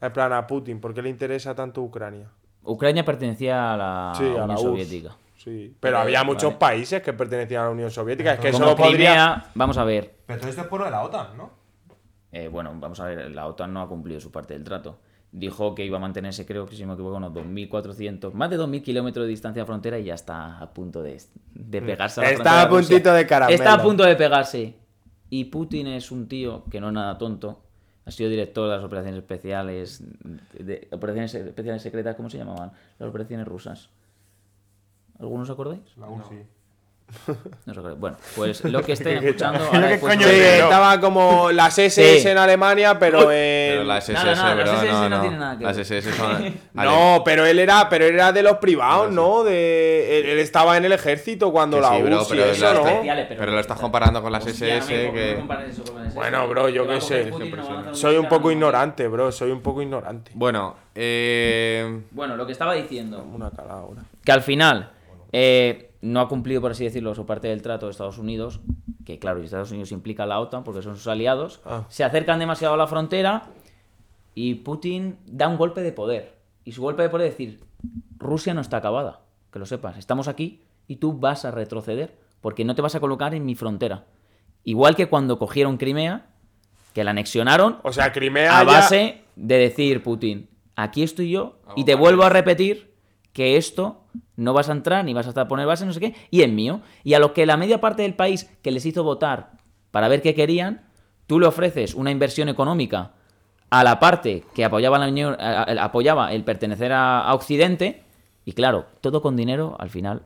C: En plan, a Putin, ¿por qué le interesa tanto Ucrania?
E: Ucrania pertenecía a la
C: Sí, a
E: Unión
C: la URSS.
E: Soviética.
C: Sí. Pero había
E: Vale.
C: muchos países que pertenecían a la Unión Soviética. Es que
E: Como
C: solo podría.
E: Crimea, vamos a ver.
D: Pero todo esto es por lo de la OTAN, ¿no?
E: eh, bueno, vamos a ver, la OTAN no ha cumplido su parte del trato. Dijo que iba a mantenerse, creo que si no me equivoco, unos 2.400, más de 2.000 kilómetros de distancia de frontera y ya está a punto de, de pegarse a la
C: Está
E: frontera
C: a
E: rusa.
C: puntito de caramelo.
E: Está a punto de pegarse. Y Putin es un tío que no es nada tonto. Ha sido director de las operaciones especiales, de, de- operaciones especiales secretas, ¿cómo se llamaban? Las operaciones rusas. ¿Algunos os acordáis?
D: La UCI.
E: No os acordáis. Bueno, pues lo que estén escuchando. ahora
D: ¿Qué
E: después-
D: coño
C: Sí,
D: Pero-
C: estaba como las SS en Alemania, pero en.
B: Pero las SS,
E: Nada, nada, las
B: bro,
E: SS
B: no, Ah,
E: no tienen nada que
B: Las
E: ver.
B: SS son... Ale-
C: No, pero él era, pero él era de los privados, ¿no? De, él, él estaba en el ejército cuando
B: que
C: la
B: sí, bro,
C: UCI,
B: pero
C: eso,
B: las-
C: ¿no?
E: especiales, pero-
B: Pero lo estás comparando con las
E: Hostia,
B: SS
E: amigo, ¿por qué
B: que...
E: comparas eso con las SS?
C: Bueno, bro, yo
E: Te va
C: qué
E: a coger
C: sé.
E: Putin y nos van a hacer
C: Soy un
E: militar,
C: poco
E: ¿no?
C: ignorante, bro. Soy un poco ignorante.
B: Bueno, eh...
E: Bueno, lo que estaba diciendo.
C: Una cara ahora.
E: que al final eh, no ha cumplido, por así decirlo, su parte del trato de Estados Unidos, que claro, y Estados Unidos implica a la OTAN porque son sus aliados,
C: Ah.
E: se acercan demasiado a la frontera y Putin da un golpe de poder. Y su golpe de poder es decir, Rusia no está acabada, que lo sepas, estamos aquí y tú vas a retroceder porque no te vas a colocar en mi frontera. Igual que cuando cogieron Crimea, que la anexionaron
C: O sea, Crimea.
E: a
C: ya-
E: base de decir Putin, aquí estoy yo y te vuelvo a repetir que esto no vas a entrar ni vas a estar poner base, no sé qué, y es mío. Y a los que la media parte del país que les hizo votar para ver qué querían, tú le ofreces una inversión económica a la parte que apoyaba, la Unión- a- a- apoyaba el pertenecer a, a Occidente, y claro, todo con dinero al final.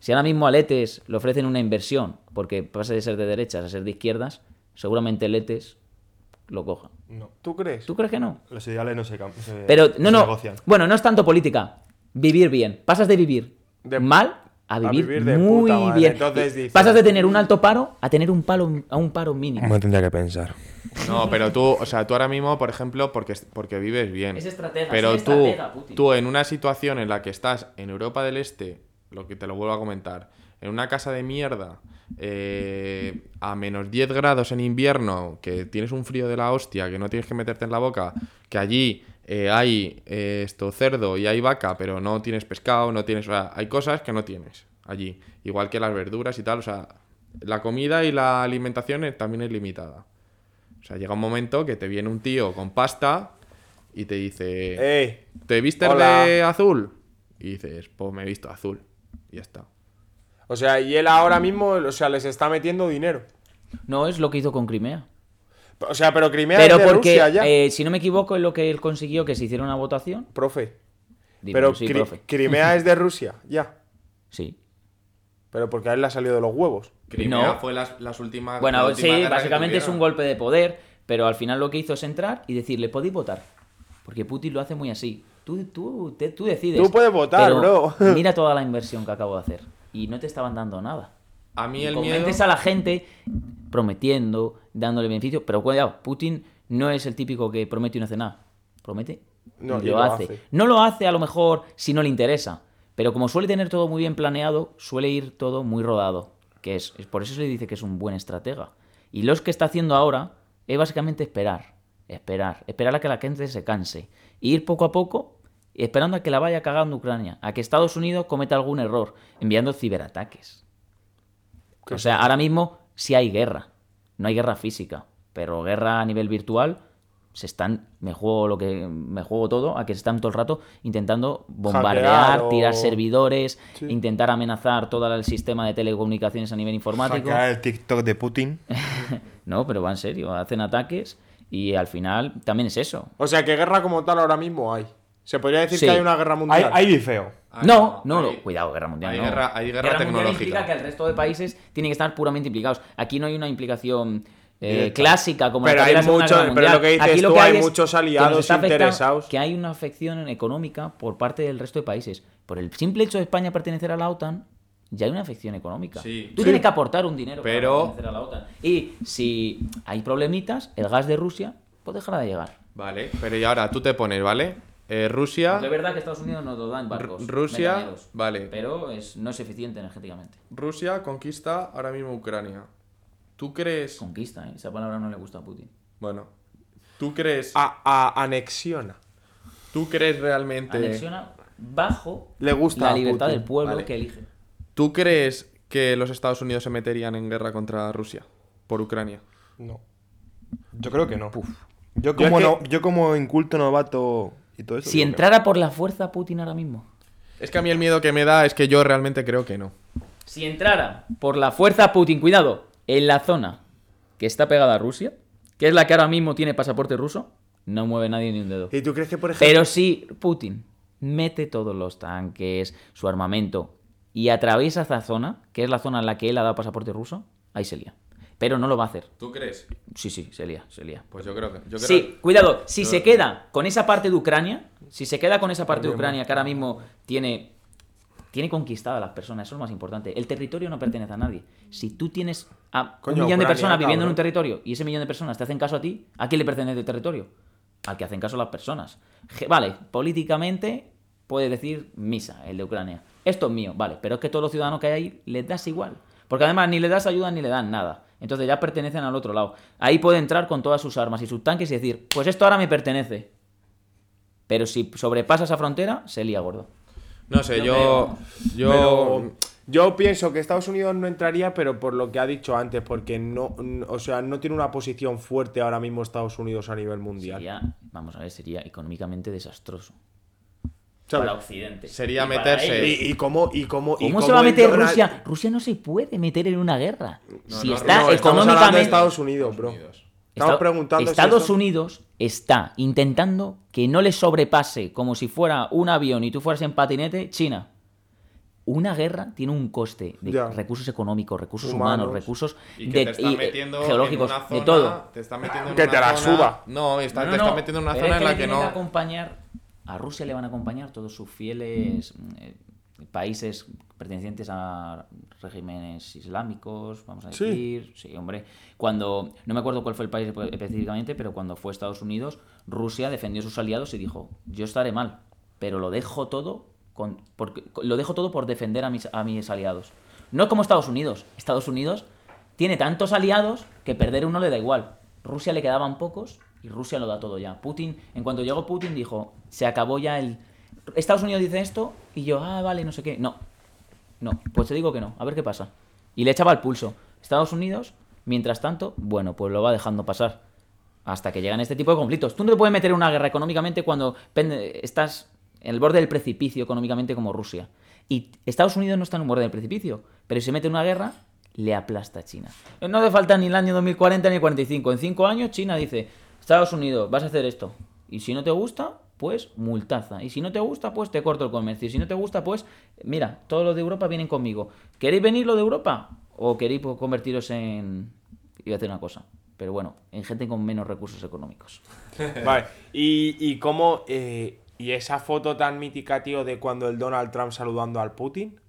E: Si ahora mismo a Letes le ofrecen una inversión, porque pase de ser de derechas a ser de izquierdas, seguramente Letes lo coja.
D: No.
C: ¿Tú crees?
E: ¿Tú crees que no?
D: Los ideales no se, cam- se-
E: Pero, no,
D: Eh, se
E: no.
D: negocian.
E: Bueno, no es tanto política. Vivir bien. Pasas de vivir
C: De-
E: mal a vivir,
C: vivir de
E: muy
C: puta madre.
E: bien.
C: Entonces dices-
E: Pasas de tener un alto paro a tener un palo a un paro mínimo.
D: Me tendría que pensar.
B: No, pero tú, o sea, tú ahora mismo, por ejemplo, porque, porque vives bien.
E: Es estratega,
B: Pero
E: es un
B: tú,
E: estratega, Putin.
B: tú en una situación en la que estás en Europa del Este, lo que te lo vuelvo a comentar, en una casa de mierda, eh, a menos 10 grados en invierno, que tienes un frío de la hostia, que no tienes que meterte en la boca, que allí eh, hay eh, esto cerdo y hay vaca, pero no tienes pescado, no tienes, o sea, hay cosas que no tienes allí, igual que las verduras y tal, o sea, la comida y la alimentación eh, también es limitada. O sea, llega un momento que te viene un tío con pasta y te dice,
C: Eh.
B: ¿te vistes
C: hola.
B: de azul? Y dices, pues me he visto azul. Y ya está.
C: O sea, y él
E: Mm.
C: ahora mismo, o sea, les está metiendo dinero.
E: No es lo que hizo con Crimea.
C: O sea, pero Crimea
E: Pero
C: es de
E: porque,
C: Rusia ya.
E: eh, si no me equivoco, es lo que él consiguió que se hiciera una votación.
C: Profe.
E: Dime,
C: pero
E: sí,
C: Cri-
E: profe.
C: Crimea es de Rusia, ya.
E: Sí.
C: Pero porque a él le ha salido de los huevos.
B: Crimea
E: No.
B: fue las, las últimas. la
E: Bueno,
B: última
E: sí,
B: guerra que
E: básicamente es un
B: tuvieron.
E: golpe de poder, pero al final lo que hizo es entrar y decirle, podéis votar. Porque Putin lo hace muy así. Tú, tú, te- tú decides.
C: Tú puedes votar,
E: pero
C: bro.
E: Mira toda la inversión que acabo de hacer. Y no te estaban dando nada.
B: A mí el miedo.
E: Comentes a la gente prometiendo, dándole beneficio. Pero cuidado, Putin no es el típico que promete y no hace nada. Promete
C: No,
E: y lo hace. No lo hace a lo mejor si no le interesa. Pero como suele tener todo muy bien planeado, suele ir todo muy rodado. Que es, es por eso se le dice que es un buen estratega. Y los que está haciendo ahora es básicamente esperar. Esperar. Esperar a que la gente se canse. E ir poco a poco y esperando a que la vaya cagando Ucrania. A que Estados Unidos cometa algún error. Enviando ciberataques. O sea, ahora mismo sí hay guerra. No hay guerra física, pero guerra a nivel virtual se están me juego lo que me juego todo a que se están todo el rato intentando bombardear,
C: Hackear o-
E: tirar servidores, intentar amenazar todo el sistema de telecomunicaciones a nivel informático.
D: Hackear el TikTok de Putin.
E: No, pero va en serio, hacen ataques y al final también es eso.
C: O sea, que guerra como tal ahora mismo hay. Se podría decir
E: Sí.
C: que hay una guerra
D: Hay,
C: mundial.
D: hay bifeo.
B: Ay,
E: no, no,
B: hay-
E: no, cuidado, guerra mundial.
B: hay
E: no.
B: guerra- hay guerra
E: mundial
B: tecnológica.
E: implica que el resto de países tienen que estar puramente implicados. Aquí no hay una implicación eh,
D: Directa.
E: clásica como la
C: Pero
E: que había la
C: hay
E: Segunda
C: mucho-
E: Guerra
C: pero lo
E: Mundial.
C: que dices
E: Aquí lo
C: tú,
E: que
C: hay
E: es
C: muchos
E: que nos
C: aliados
E: está afectando
C: interesados.
E: Que hay una afección económica por parte del resto de países. Por el simple hecho de España pertenecer a la OTAN, ya hay una afección económica.
B: Sí.
E: Tú
B: Sí.
E: tienes que aportar un dinero
B: Pero-
E: para pertenecer a la OTAN. Y si hay problemitas, el gas de Rusia, pues dejará de llegar.
B: Vale, pero y ahora tú te pones, ¿vale? Eh, Rusia.
E: Aunque Es Pues verdad que Estados Unidos nos lo dan barcos.
B: Ru- Rusia,
E: metaneros,
B: vale.
E: Pero es, no es eficiente energéticamente.
B: Rusia conquista ahora mismo Ucrania. ¿Tú crees.
E: Conquista, ¿eh? esa palabra no le gusta a Putin.
B: Bueno. ¿Tú crees.
C: A- a- anexiona.
B: ¿Tú crees realmente.
E: Anexiona bajo
C: Le gusta
E: la
C: a
E: libertad
C: Putin,
E: del pueblo
B: vale.
E: que elige.
B: ¿Tú crees que los Estados Unidos se meterían en guerra contra Rusia? Por Ucrania.
D: No. Yo creo que no.
F: Yo
D: como
F: como,
D: no-
F: yo como inculto novato y todo eso.
E: Si entrara por la fuerza Putin ahora mismo.
B: Es que a mí el miedo que me da es que yo realmente creo que no.
E: Si entrara por la fuerza Putin, cuidado, en la zona que está pegada a Rusia, que es la que ahora mismo tiene pasaporte ruso, no mueve nadie ni un dedo.
C: ¿Y tú crees que, por ejemplo,
E: Pero si Putin mete todos los tanques, su armamento y atraviesa esa zona, que es la zona en la que él ha dado pasaporte ruso, ahí se lía. Pero no lo va a hacer.
B: ¿Tú crees?
E: Sí, sí, se lía, se lía.
B: Pues yo creo que. Yo creo
E: Sí, cuidado, si se queda con esa parte de Ucrania, si se queda con esa parte de Ucrania que ahora mismo tiene tiene conquistada a las personas, eso es lo más importante. El territorio no pertenece a nadie. Si tú tienes a
C: Coño,
E: un millón de
C: Ucrania,
E: personas viviendo en
C: cabrón.
E: un territorio y ese millón de personas te hacen caso a ti, ¿a quién le pertenece el territorio? Al que hacen caso las personas. Je- Vale, políticamente puedes decir misa, el de Ucrania. Esto es mío, vale, pero es que todos los ciudadanos que hay ahí les das igual. Porque además ni le das ayuda ni le dan nada. Entonces ya pertenecen al otro lado. Ahí puede entrar con todas sus armas y sus tanques y decir, pues esto ahora me pertenece. Pero si sobrepasa esa frontera, se lía gordo.
B: No sé,
E: Yo
B: yo. Yo.
C: Pero yo pienso que Estados Unidos no entraría, pero por lo que ha dicho antes, porque no, n- o sea, no tiene una posición fuerte ahora mismo Estados Unidos a nivel mundial.
E: Sería, vamos a ver, sería económicamente desastroso.
C: ¿Sabes?
E: Para Occidente.
B: Sería
E: Y para
B: meterse-
E: ellos.
C: Y, y cómo, y cómo, y
E: ¿Cómo se va a meter
C: el Donald-
E: Rusia? Rusia no se puede meter en una guerra. si
B: no,
E: está
C: No, estamos hablando de
E: económicamente.
C: Estados Unidos, bro. Estamos
E: Estado-
C: preguntando si
E: Estados
C: esto-
E: Unidos está intentando que no le sobrepase como si fuera un avión y tú fueras en patinete China. Una guerra tiene un coste de
C: Ya.
E: recursos económicos, recursos
C: Humanos.
E: humanos, recursos
B: Y que
E: de-
B: te está
E: y, eh,
B: metiendo
E: geológicos,
B: en una zona,
E: de todo.
B: Te está metiendo en
C: Que
B: una
C: te la
B: zona-
C: suba.
B: No, está-
E: No,
B: te
E: no,
B: está
E: no.
B: metiendo en una
E: Pero
B: zona
E: es
B: en la
E: le
B: que
E: tienen
B: no.
E: acompañar, a Rusia le van a acompañar todos sus fieles eh, países pertenecientes a regímenes islámicos, vamos a
C: Sí.
E: decir. Sí. hombre. Cuando, no me acuerdo cuál fue el país específicamente, pero cuando fue Estados Unidos, Rusia defendió a sus aliados y dijo, yo estaré mal, pero lo dejo todo, con, porque- lo dejo todo por defender a mis, a mis aliados. No como Estados Unidos. Estados Unidos tiene tantos aliados que perder uno le da igual. Rusia le quedaban pocos y Rusia lo da todo ya. Putin, en cuanto llegó Putin, dijo, se acabó ya el... Estados Unidos dice esto y yo, ah, vale, no sé qué. No, no, pues te digo que no, a ver qué pasa. Y le echaba el pulso. Estados Unidos, mientras tanto, bueno, pues lo va dejando pasar. Hasta que llegan este tipo de conflictos. Tú no te puedes meter en una guerra económicamente cuando pende- estás en el borde del precipicio económicamente como Rusia. Y Estados Unidos no está en un borde del precipicio, pero si se mete en una guerra, le aplasta a China. Eh, No hace falta ni el año 2040 ni el 45. En cinco años China dice, Estados Unidos, vas a hacer esto. Y si no te gusta, pues multaza. Y si no te gusta, pues te corto el comercio. Y si no te gusta, pues mira, todos los de Europa vienen conmigo. ¿Queréis venir los de Europa? ¿O queréis pues, convertiros en... Iba a hacer una cosa. Pero bueno, en gente con menos recursos económicos.
C: Vale. Y, y cómo. eh, y esa foto tan mítica, tío, de cuando el Donald Trump saludando al Putin.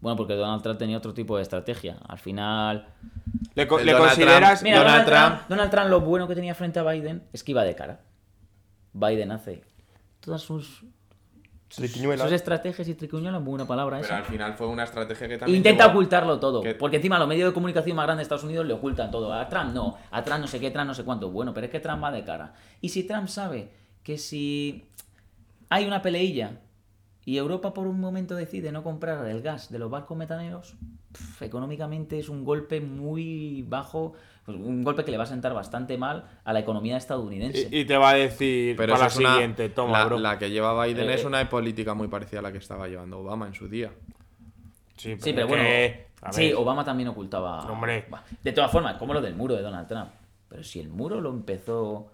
E: Bueno, porque Donald Trump tenía otro tipo de estrategia. Al final...
C: ¿Le, co-
B: El
C: le
B: Donald
C: consideras.?
E: Mira,
B: Donald
E: Donald, Trump.
B: Trump-
E: Donald Trump lo bueno que tenía frente a Biden es que iba de cara. Biden hace todas sus,
F: Triquiñuela.
E: sus estrategias y triquiñuela, buena palabra
B: Pero
E: esa.
B: al final fue una estrategia que también.
E: Intenta
B: llevó-
E: ocultarlo todo,
B: que-
E: porque encima los medios de comunicación más grandes de Estados Unidos le ocultan todo. A Trump no, a Trump no sé qué, Trump no sé cuánto. Bueno, pero es que Trump va de cara. Y si Trump sabe que si hay una peleilla y Europa por un momento decide no comprar el gas de los barcos metaneros, pf, económicamente es un golpe muy bajo, pues, un golpe que le va a sentar bastante mal a la economía estadounidense.
C: Y, y te va a decir
B: Pero
C: para la
B: eso es una-
C: siguiente, toma,
B: la,
C: bro.
B: la que lleva Biden
E: Eh,
B: es
E: eh.
B: una política muy parecida a la que estaba llevando Obama en su día.
C: Sí, pero,
E: Sí, pero
C: que-
E: bueno.
C: a
E: Sí,
C: ver.
E: Obama también ocultaba.
C: Hombre.
E: Bah, De todas formas, como lo del muro de Donald Trump. Pero si el muro lo empezó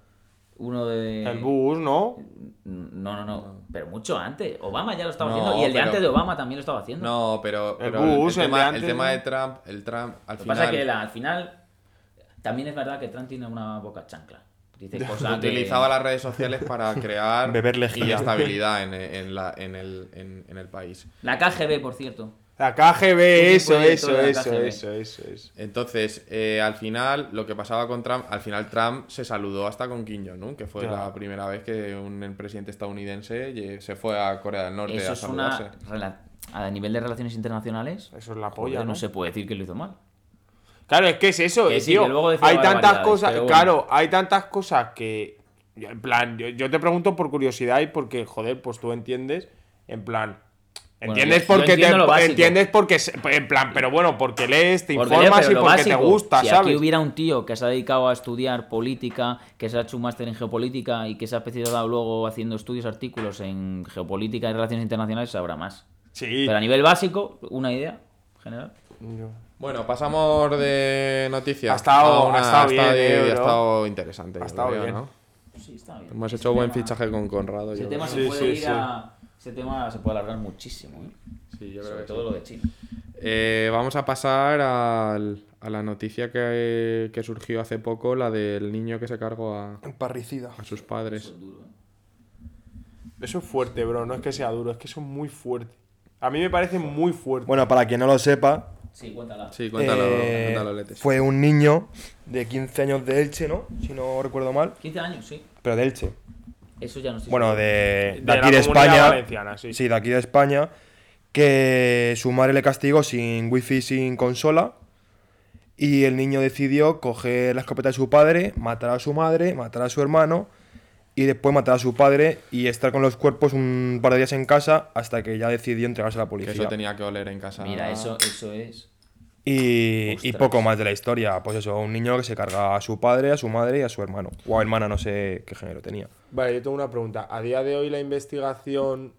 E: uno de.
C: El bus, ¿no?
E: No, no, no. Pero mucho antes. Obama ya lo estaba
B: No,
E: haciendo. Y el de
B: pero-
E: antes de Obama también lo estaba haciendo.
B: No, pero,
C: El
B: pero el- el
C: Bush, el de
B: tema, el
C: antes,
B: tema
C: ¿no?
B: de Trump, el Trump al
E: lo que
B: final
E: pasa es que la- al final. También es verdad que Trump tiene una boca chancla. Dice cosas que-
B: utilizaba las redes sociales para crear
D: Beber lejía.
B: inestabilidad en, en la- en el, en- en el país.
E: La KGB, por cierto.
C: La KGB, eso,
E: proyecto
C: eso,
E: de la
C: eso,
E: KGB.
C: eso, eso, eso.
B: Entonces, eh, al final, lo que pasaba con Trump, al final Trump se saludó hasta con Kim Jong-un, que fue
C: Claro.
B: la primera vez que un presidente estadounidense ye- se fue a Corea del Norte
E: Eso
B: a
E: es una.
B: saludarse.
E: rela- A nivel de relaciones internacionales.
C: Eso es la
E: joder,
C: polla,
E: no
C: ¿no?
E: se puede decir que lo hizo mal.
C: Claro, es que es eso,
E: Que
C: eh,
E: sí,
C: tío.
E: que luego decía
C: hay tantas
E: barbaridades,
C: cosas,
E: pero bueno.
C: claro, hay tantas cosas que. En plan, yo, yo te pregunto por curiosidad y porque, joder, pues tú entiendes, en plan.
E: Bueno,
C: Entiendes
E: yo- yo
C: porque
E: entiendo lo
C: te,
E: básico.
C: entiendes porque se- en plan, pero bueno, porque lees, te
E: Porque,
C: informas
E: pero
C: y
E: lo
C: porque te
E: básico,
C: gusta,
E: si
C: ¿sabes?
E: aquí hubiera un tío que se ha dedicado a estudiar política, que se ha hecho un máster en geopolítica y que se ha especializado luego haciendo estudios, artículos en geopolítica y relaciones internacionales, sabrá más.
C: Sí.
E: Pero a nivel básico, una idea general.
B: Bueno, pasamos de noticias.
C: Ha estado-
B: a
C: ha estado
B: ha estado
C: bien,
B: de-
C: eh,
B: ha
C: bro.
B: estado interesante.
C: Ha
B: yo
C: estado
B: creo,
C: bien.
B: ¿no?
E: Sí, está bien.
B: Hemos hecho buen fichaje con Conrado.
E: Ese
B: yo
E: tema
B: creo.
E: se
C: Sí,
E: puede
C: sí,
E: ir
C: sí.
E: a- ese tema se puede alargar muchísimo, ¿eh?
B: Sí, yo creo
E: sobre
B: que
E: todo
B: sí.
E: lo de China.
B: Eh, vamos a pasar al- a la noticia que, que surgió hace poco, la del niño que se cargó a,
F: Parricida.
B: a sus padres.
C: Eso es fuerte, bro. No es que sea duro, es que eso es muy fuerte. A mí me parece muy fuerte.
F: Bueno, para quien no lo sepa,
E: Sí, cuéntala.
B: Sí, cuéntalo,
F: eh,
B: cuéntalo, Letes.
F: fue un niño de 15 años de Elche, ¿no? Si no recuerdo mal.
E: 15 años, sí.
F: Pero de Elche.
E: Eso ya no estoy
D: Bueno,
E: seguro.
D: de,
C: De
D: de aquí
C: la
D: de
C: Comunidad
D: España.
C: Valenciana, sí.
D: de aquí de España. Que su madre le castigó sin wifi, sin consola. Y el niño decidió coger la escopeta de su padre, matar a su madre, matar a su hermano. Y después matar a su padre y estar con los cuerpos un par de días en casa hasta que ya decidió entregarse a la
B: Que
D: policía.
B: eso tenía que oler en casa.
E: Mira, eso, eso es.
D: Y, y
E: Ostras.
D: poco más de la historia. Pues eso, un niño que se carga a su padre, a su madre y a su hermano. O a hermana, no sé qué género tenía.
C: Vale, yo tengo una pregunta. ¿A día de hoy la investigación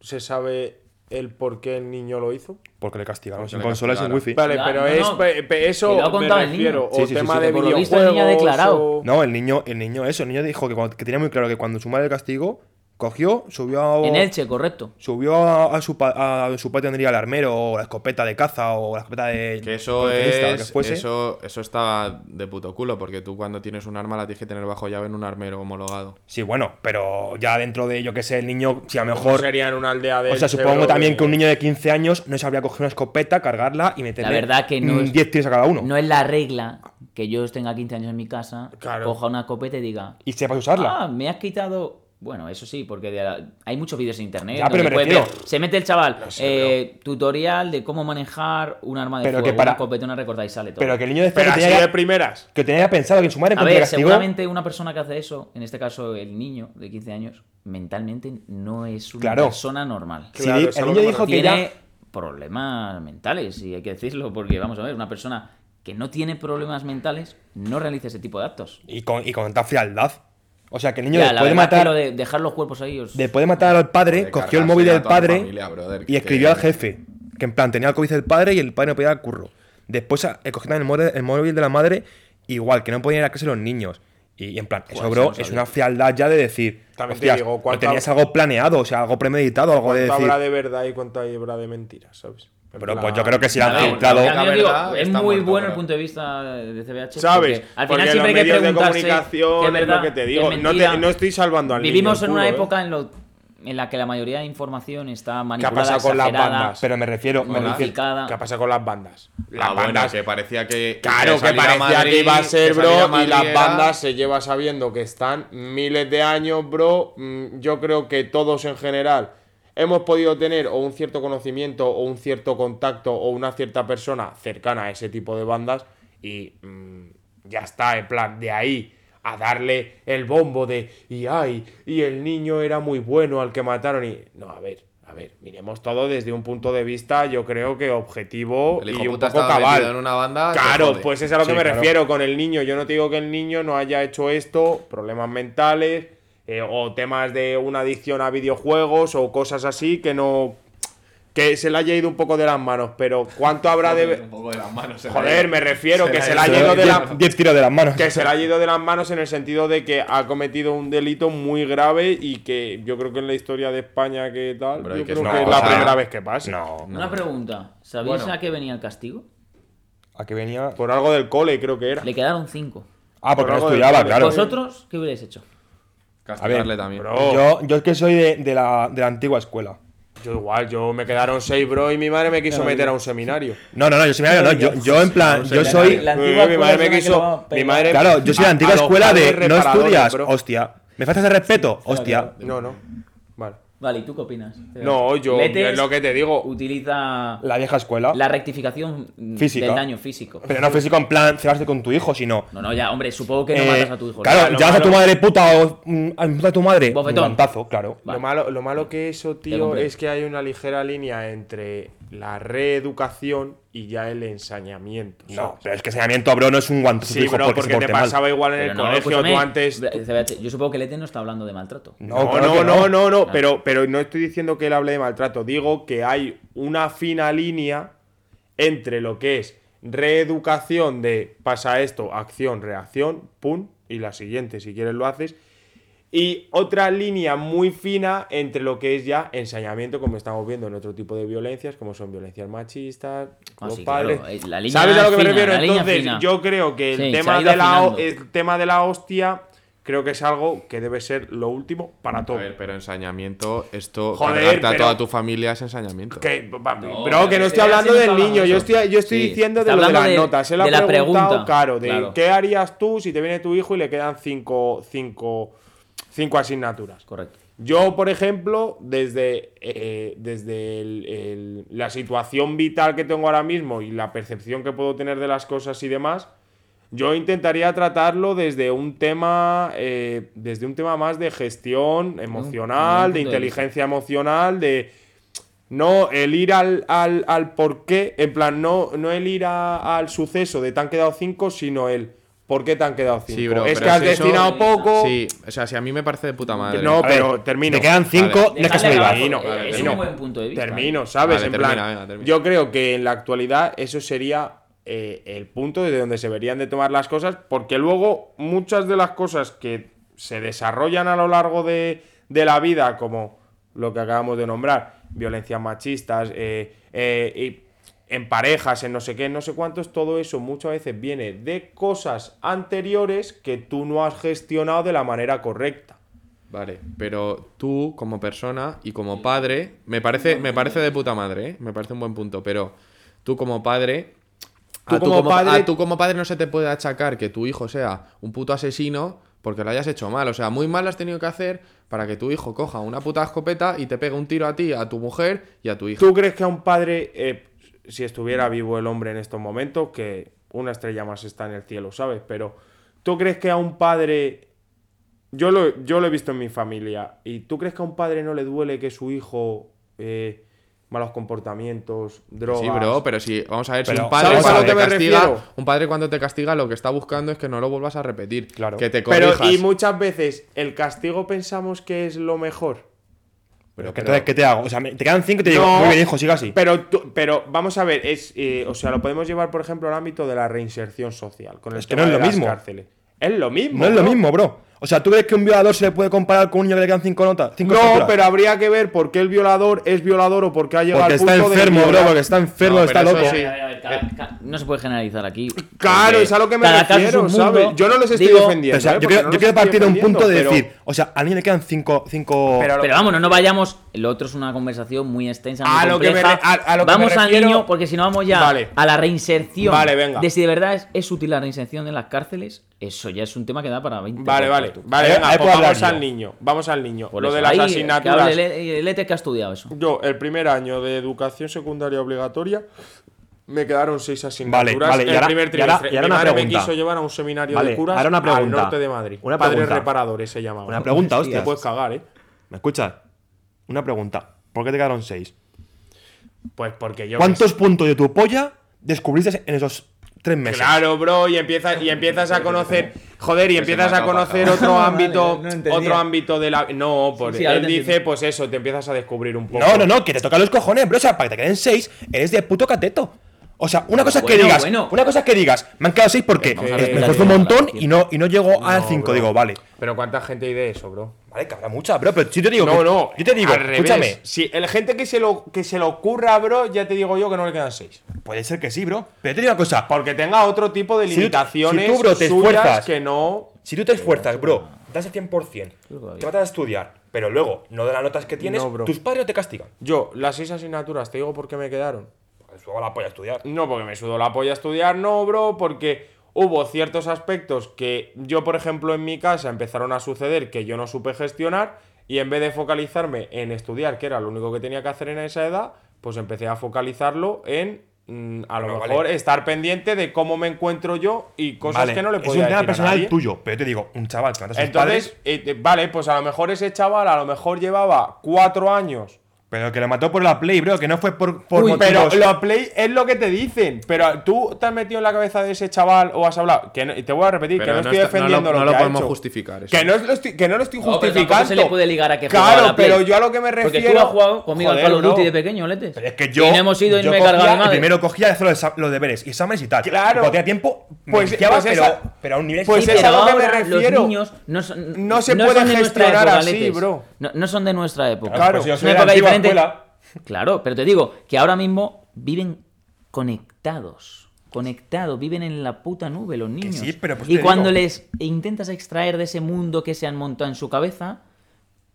C: se sabe el por qué el niño lo hizo?
D: Porque le castigaron
B: Porque
D: sin
B: le
D: consola y sin
B: castigaron.
D: wifi.
C: Vale,
E: Claro,
C: pero
E: no,
C: es
E: no.
C: pe- pe- eso
E: Que lo ha
C: me
E: contado el niño.
C: refiero. O
D: Sí, sí, sí,
C: tema
D: sí,
C: de
D: que por
E: lo visto
C: videojuegos.
E: el niño ha declarado.
C: o-
D: No, el niño, el niño, eso, el niño dijo que, cuando- que tenía muy claro que cuando su madre le castigó, cogió, subió
B: Oh.
D: a,
E: En Elche, correcto.
D: subió a, a su, pa- a su patio donde iría el armero, o la escopeta de caza, o la escopeta de.
B: Que eso
D: coleccionista, lo que
B: es.
D: fuese.
B: Eso, eso está de puto culo, porque tú cuando tienes un arma la tienes que tener bajo llave en un armero homologado.
D: Sí, bueno, pero ya dentro de, yo que sé, el niño, si a lo
C: ¿Cómo
D: mejor.
C: sería en una aldea de.
D: O sea,
C: Elche,
D: supongo
C: bro,
D: también que un niño de 15 años no sabría coger una escopeta, cargarla y meterle
E: verdad que no
D: mm,
E: es-
D: 10 tiros a cada uno.
E: No es la regla que yo tenga 15 años en mi casa,
C: Claro.
E: coja una escopeta y diga,
D: Y sepas usarla.
E: ah, me has quitado... Bueno, eso sí, porque de la- hay muchos vídeos en internet.
D: Ya, pero
E: donde
D: me
E: puedes
D: refiero-
E: ver- Se mete el chaval, eh, tutorial de cómo manejar un arma de
D: Pero
E: fuego,
D: que para-
E: una escopeta, una recortada y sale todo.
D: Pero que este el niño decía
C: Pero
D: que
C: así
D: tenía,
C: de
D: ya-
C: primeras.
D: que tenía ya pensado que su madre
E: A
D: cuando le
E: ver,
D: castigó-
E: seguramente una persona que hace eso, en este caso el niño de 15 años, mentalmente no es una
D: Claro.
E: persona normal.
D: Sí,
C: Claro,
D: di-
C: es
D: el
C: algo
D: niño
C: que
D: dijo que
E: tiene
D: ya.
E: problemas mentales, y hay que decirlo, porque vamos a ver, una persona que no tiene problemas mentales no realiza ese tipo de actos.
D: Y con, y con tanta frialdad. O sea, que el niño
E: Ya, la
D: después de
E: verdad
D: matar.
E: que lo de dejar los cuerpos ahí os-
D: Después de matar al padre,
B: De
D: cogió el
B: cargarse
D: móvil
B: a
D: del
B: toda la
D: padre
B: familia, brother,
D: y
B: que-
D: escribió al jefe. Que en plan tenía el COVID del padre y el padre no podía dar curro. Después a- eh, cogió también el, mode- el móvil de la madre, igual, que no podían ir a casa los niños. Y, y en plan, eso,
E: Joder,
D: bro,
E: eso no
D: es
E: sabía.
D: una frialdad ya de decir.
C: También te
D: "Hostias,
C: digo,
D: lo
C: ¿cuánta-
D: tenías algo planeado, o sea, algo premeditado, algo de
C: ¿Cuánto
D: decir.
C: habrá de verdad y cuánto habrá de mentira, sabes? En
D: Pero
C: plan-
D: pues yo creo que si la
E: A
D: han
E: ver,
D: filtrado.
E: también
B: La
E: digo,
B: verdad
E: es
B: está
E: muy
B: muerto,
E: bueno
B: bro.
E: el punto de vista de CBH.
C: ¿Sabes?
E: porque al
C: Porque
E: final
C: los
E: siempre hay que
C: medios de
E: preguntarse.
C: comunicación
E: qué
C: es lo
E: verdad,
C: que te
E: qué
C: digo, no te-
E: mentira.
C: no estoy salvando al niño,
E: Vivimos en
C: el
E: una
C: culo, ¿eh?
E: época en, lo, en la que la mayoría de información está
D: ¿Qué ha
E: manipulada.
D: pasado con las
E: exagerada,
D: bandas? Pero me refiero. me
B: Hola.
D: refiero-
E: modificada.
C: ¿Qué ha pasado con las bandas? Las
B: Ah, bueno,
C: bandas.
B: que parecía que.
C: Claro, que
B: salir a
C: parecía
B: Madrid-
C: que iba a ser,
B: que salir a
C: bro, y
B: Madrid
C: las
B: era-
C: bandas se lleva sabiendo que están miles de años, bro. Mm, Yo creo que todos en general hemos podido tener o un cierto conocimiento o un cierto contacto o una cierta persona cercana a ese tipo de bandas y mm, ya está, en plan, de ahí a darle el bombo de y ay, y el niño era muy bueno al que mataron y no, a ver. A ver, miremos todo desde un punto de vista, yo creo que objetivo
B: El hijo
C: y un
B: puta
C: poco
B: estaba
C: cabal.
B: metido en una banda, te
C: claro,
B: jode.
C: pues pues es a lo
D: Sí,
C: que me
D: claro.
C: refiero con el niño. Yo no te digo que el niño no haya hecho esto, problemas mentales eh, o temas de una adicción a videojuegos o cosas así que no. que se le haya ido un poco de las manos. Pero ¿cuánto habrá de.
B: Un poco de las manos. se la
C: Joder, me refiero que se le haya ido de
D: Diez
C: las.
D: diez tiros de las manos.
C: Que se le ha ido de las manos en el sentido de que ha cometido un delito muy grave y que yo creo que en la historia de España que tal,
B: Bro, y
C: yo
B: que
C: creo
B: es una
C: que es
B: cosa-
C: la primera vez que pasa.
D: No.
E: Una pregunta. ¿Sabíais
B: Bueno.
E: a qué venía el castigo?
D: ¿A qué venía?
C: Por algo del cole creo que era.
E: Le quedaron cinco.
D: Ah,
C: por
D: porque no
C: algo de-
D: estudiaba, claro.
E: ¿Vosotros qué hubierais hecho?
B: Castigarle también.
C: Bro,
D: Yo, yo es que soy de, de la, de la antigua escuela.
C: Yo igual, yo me quedaron seis, bro, y mi madre me quiso meter a un seminario.
D: No, no, no, yo soy milagro, no, yo, yo en plan, yo soy.
G: La antigua
C: mi
G: escuela
C: madre
G: es una que
C: me
G: lo
C: quiso.
G: vamos
C: Mi
G: pegando.
C: madre,
D: Claro, yo soy de
C: a-
D: la antigua
C: a los
D: escuela
C: padres
D: de no
C: reparadores,
D: estudias,
C: bro.
D: hostia. ¿Me faltas de respeto? Hostia.
C: No, no. Vale.
E: Vale, ¿y tú qué opinas?
C: No, yo-
E: Letes
C: es lo que te digo.
E: Utiliza
D: La vieja escuela.
E: la rectificación mm,
D: Física.
E: del daño físico.
D: Pero no físico en plan, cebaste con tu hijo, sino.
E: No, no, ya, hombre, supongo que no
D: eh,
E: matas a tu hijo.
D: Claro,
C: Lo
D: llamas a tu
C: malo-
D: madre puta o mm, a puta a tu madre. Un
E: Bofetón.
D: guantazo, claro.
E: Vale.
C: Lo, malo, lo malo que eso, tío,
E: comprendo.
C: es que hay una ligera línea entre la reeducación y ya el ensañamiento.
D: No,
C: ¿sabes?
D: pero es que enseñamiento, bro, no es un guantazo a tu
C: Sí,
D: hijo
C: bro,
D: porque,
C: porque
D: se
C: te
D: porte mal.
C: pasaba igual en
E: Pero
C: el
E: no,
C: colegio, tú
E: escúchame,
C: antes.
E: ve- espérate, Yo supongo que Lete E no está hablando de maltrato.
C: No,
D: claro
C: no,
D: que
C: no, no, no, pero, pero no estoy diciendo que él hable de maltrato. Digo que hay una fina línea entre lo que es reeducación de pasa esto, acción, reacción, pum, y la siguiente, si quieres lo haces. Y otra línea muy fina entre lo que es ya ensañamiento, como estamos viendo en otro tipo de violencias, como son violencias machistas, los
E: sí, claro,
C: padres.
E: eh, la línea
C: ¿Sabes a lo que me
E: fina,
C: refiero?
E: la línea
C: Entonces,
E: fina.
C: yo creo que el,
E: Sí, se ha
C: tema
E: ido
C: de la, ho-
E: afinando.
C: el tema de la hostia creo que es algo que debe ser lo último para
B: A
C: todo.
B: ver, pero ensañamiento, esto.
C: Joder,
B: cargarte a
C: pero-
B: toda tu familia es ensañamiento.
C: Que, va- bro,
E: pero
C: que no
E: de
C: estoy
E: verdad
C: hablando
E: sí no
C: del
E: hablamos
C: niño, yo
E: eso.
C: estoy, yo estoy
E: Sí,
C: diciendo
E: está
C: de lo de
E: hablando
C: las
E: de-
C: notas. Él ha
E: de la
C: preguntado,
E: pregunta,
C: claro, de
E: claro.
C: qué harías tú si te viene tu hijo y le quedan cinco, cinco, cinco asignaturas.
E: Correcto.
C: Yo, por ejemplo, desde, eh, desde el- el- la situación vital que tengo ahora mismo y la percepción que puedo tener de las cosas y demás, yo intentaría tratarlo desde un tema, eh, desde un tema más de gestión emocional,
E: punto
C: de
E: de vista.
C: inteligencia emocional, de no el ir al, al, al por qué, en plan, no, no el ir a- al suceso de te han quedado cinco, sino el por qué te han quedado cinco.
B: Sí, bro,
C: es
B: pero
C: que has
B: es eso-
C: destinado poco.
B: Sí, o sea, si a mí me parece de puta madre.
C: No,
D: A ver,
C: pero termino.
D: Te quedan
B: Vale.
D: cinco, no es
E: Dejadle
D: casualidad.
E: abajo,
C: Termino,
E: eh,
B: vale,
E: es
B: termino.
E: un buen punto de vista. ¿eh?
C: Termino, ¿sabes?
B: Vale,
C: en
B: termina,
C: plan,
B: venga, termina.
C: yo creo que en la actualidad eso sería eh, el punto desde donde se verían de tomar las cosas, porque luego muchas de las cosas que se desarrollan a lo largo de, de la vida, como lo que acabamos de nombrar, violencias machistas, eh, eh, y en parejas, en no sé qué, en no sé cuántos, todo eso muchas veces viene de cosas anteriores que tú no has gestionado de la manera correcta.
B: Vale, pero tú como persona y como padre, me parece, me parece de puta madre, ¿eh? me parece un buen punto, pero tú como padre,
C: Tú
B: a tú
C: como
B: como, pa-
C: padre-
B: a tú como padre no se te puede achacar que tu hijo sea un puto asesino porque lo hayas hecho mal, o sea, muy mal lo has tenido que hacer para que tu hijo coja una puta escopeta y te pegue un tiro a ti, a tu mujer y a tu hijo.
C: ¿Tú crees que a un padre, eh, si estuviera vivo el hombre en estos momentos, que una estrella más está en el cielo, ¿sabes? Pero ¿tú crees que a un padre... Yo lo, yo lo he visto en mi familia. ¿Y tú crees que a un padre no le duele que su hijo... eh, malos comportamientos, drogas...
B: Sí, bro, pero si vamos a ver si
D: Pero-
B: un padre
D: ¿sabes a
B: cuando
D: lo
B: te
C: que me
B: castiga,
C: refiero?
B: un padre cuando te castiga lo que está buscando es que no lo vuelvas a repetir,
D: Claro.
B: que te
C: Pero
B: corrijas.
C: y muchas veces el castigo pensamos que es lo mejor.
D: Pero que entonces, ¿qué te hago? O sea, me- te quedan cinco y te digo,
C: No,
D: muy bien, hijo, siga así.
C: Pero, tú- pero vamos a ver, es, eh, o sea, lo podemos llevar, por ejemplo, al ámbito de la reinserción social. Con el
D: Es que
C: tema
D: no es
C: de
D: lo
C: las
D: mismo.
C: cárceles. Es lo mismo.
D: No es lo
C: bro.
D: mismo, bro. O sea, ¿tú crees que un violador se le puede comparar con un niño que le quedan cinco notas? Cinco
C: No,
D: estructuras?
C: pero habría que ver por qué el violador es violador o por qué ha llegado
D: Porque
C: al
D: está
C: punto
D: enfermo,
C: de
D: bro,
C: violar.
D: porque está enfermo,
C: No,
D: está
C: pero
D: loco.
C: eso
E: A
C: sí.
E: ver, a ver, a ver, cada- cada- no se puede generalizar aquí.
C: Claro,
E: porque
C: es a lo que me
E: cada caso es
C: refiero,
E: un
C: ¿sabes?
E: mundo.
C: Yo no les estoy
E: Digo,
C: defendiendo.
D: O sea,
C: ¿eh?
D: yo
C: Porque
D: quiero,
C: no
D: yo
C: les
D: quiero
C: estoy
D: partir de un punto de
C: defendiendo,
D: decir, o sea, al niño le quedan cinco. cinco...
C: Pero
E: Pero vamos, no nos vayamos. Lo otro es una conversación muy extensa. Muy
C: A lo que me
E: compleja.
C: re- a- a lo que me
E: vamos al
C: refiero-
E: niño, porque si no vamos ya
C: Vale.
E: a la reinserción.
C: Vale, venga.
E: De si de verdad es, es útil la reinserción en las cárceles, eso ya es un tema que da para 20.
C: Vale, vale,
E: podcasts, tú.
C: vale,
D: Ahí-
C: venga,
D: ahí
C: pues
D: puedo hablar
C: vamos
D: yo.
C: al niño, vamos al niño.
E: Por
C: lo
E: eso,
C: de las
E: ahí, eh, Que
C: asignaturas.
E: hable el- el ETE que ha estudiado eso.
C: Yo, el primer año de educación secundaria obligatoria, me quedaron seis asignaturas.
D: vale, y
C: el
D: ahora-
C: primer
D: y ahora-
C: trimestre.
D: y
C: Mi
D: ahora una
C: madre
D: pregunta.
C: me quiso llevar a un seminario
D: Vale,
C: de curas
D: ahora una
C: al
D: pregunta.
C: norte de Madrid.
D: Una
C: Padres
D: pregunta.
C: reparadores se llamaba.
D: Una pregunta,
C: Te
D: hostia.
C: puedes cagar, ¿eh?
D: ¿Me escuchas? Una pregunta. ¿Por qué te quedaron seis?
C: Pues porque yo.
D: ¿Cuántos puntos de tu polla descubriste en esos tres meses?
C: Claro, bro, y empiezas, y empiezas a conocer. Joder, y empiezas a conocer otro ámbito.
E: no entendía.
C: otro ámbito de la. No, por,
E: sí, ahora
C: él
E: te
C: dice,
E: entiendo.
C: pues eso, te empiezas a descubrir un poco.
D: No, no, no, que te toca los cojones, bro. O sea, para que te queden seis, eres de puto cateto. O sea, una cosa es que
E: Bueno,
D: digas,
E: bueno.
D: una cosa es que digas, me han quedado seis porque
E: a
D: eh,
E: ver,
D: me
E: la
D: esfuerzo un
E: idea,
D: montón
E: la
D: y no, y no llego al
C: No,
D: cinco.
C: bro.
D: Digo, vale.
C: Pero ¿cuánta gente hay de eso, bro?
D: Vale, que habrá mucha, bro, pero si te digo.
C: No,
D: que-
C: no.
D: Yo te digo,
C: al revés.
D: escúchame.
C: Si el gente que se lo que se lo ocurra, bro, ya te digo yo que no le quedan seis.
D: Puede ser que sí, bro. Pero te digo una cosa.
C: Porque tenga otro tipo de
D: Si tú-
C: limitaciones
D: si tú, bro, te
C: suyas
D: esfuerzas.
C: que no.
D: Si tú te esfuerzas, bro, das el 100%,
E: todavía.
D: te matas a estudiar, pero luego no de las notas que tienes,
C: No, bro.
D: tus padres no te castigan.
C: Yo, las seis asignaturas, te digo por qué me quedaron.
D: Pues luego la polla a estudiar.
C: No, porque me sudó la polla estudiar, no, bro, porque hubo ciertos aspectos que yo, por ejemplo, en mi casa empezaron a suceder que yo no supe gestionar y en vez de focalizarme en estudiar, que era lo único que tenía que hacer en esa edad, pues empecé a focalizarlo en mm, a lo
D: Bueno,
C: mejor
D: vale.
C: estar pendiente de cómo me encuentro yo y cosas que no le podía
D: es un tema
C: decir a
D: personal
C: nadie.
D: tuyo, pero yo te digo, un chaval que matas a sus
C: Entonces,
D: padres,
C: eh, eh, vale, pues a lo mejor ese chaval a lo mejor llevaba cuatro años
D: pero que lo mató por la play, bro, que no fue por, por
C: Uy, pero
D: motivos-
C: los play es lo que te dicen. Pero tú te has metido en la cabeza de ese chaval o has hablado. Que no- y te voy a repetir,
B: Pero
C: que no,
B: no
C: estoy
B: está- no lo-
C: defendiendo lo,
B: no lo
C: que ha
B: podemos
C: hecho.
B: justificar, eso.
C: Que no, lo estoy, que no lo estoy
E: No, pero
C: justificando.
E: tampoco se le puede ligar a que jugaba a
C: Claro,
E: la Play.
C: pero yo a lo que me refiero.
E: Porque tú has jugado conmigo
C: Joder,
E: al Call of
C: bro.
E: Duty de pequeño, Letes.
D: Pero es que yo.
E: Y no hemos ido y
D: yo
E: me he
D: cogía
E: cargado a mi
D: y
E: madre.
D: Primero cogía y hacía los, exam- los deberes, y exámenes y tal.
C: Claro.
D: Y Cuando tenía tiempo, me
C: Pues-
D: viciaba,
C: pues
D: pero,
C: esa-
D: pero a un nivel
C: pues
E: Sí,
C: esa- es
D: extremo.
C: a lo que
E: pero
C: me
E: ahora
C: refiero.
E: Los niños no, son,
C: No se puede
E: son de nuestra
C: gestionar
E: época,
C: así,
E: Letes.
C: bro.
E: No, no son de nuestra época.
D: Claro, pues si yo
E: Es
D: soy
E: una
D: de la
E: época
D: antigua
E: diferente.
D: escuela.
E: Claro, pero te digo que ahora mismo viven conectados. Conectados, viven en la puta nube los niños.
D: sí, pero pues
E: y
D: te
E: cuando
D: digo.
E: les intentas extraer de ese mundo que se han montado en su cabeza,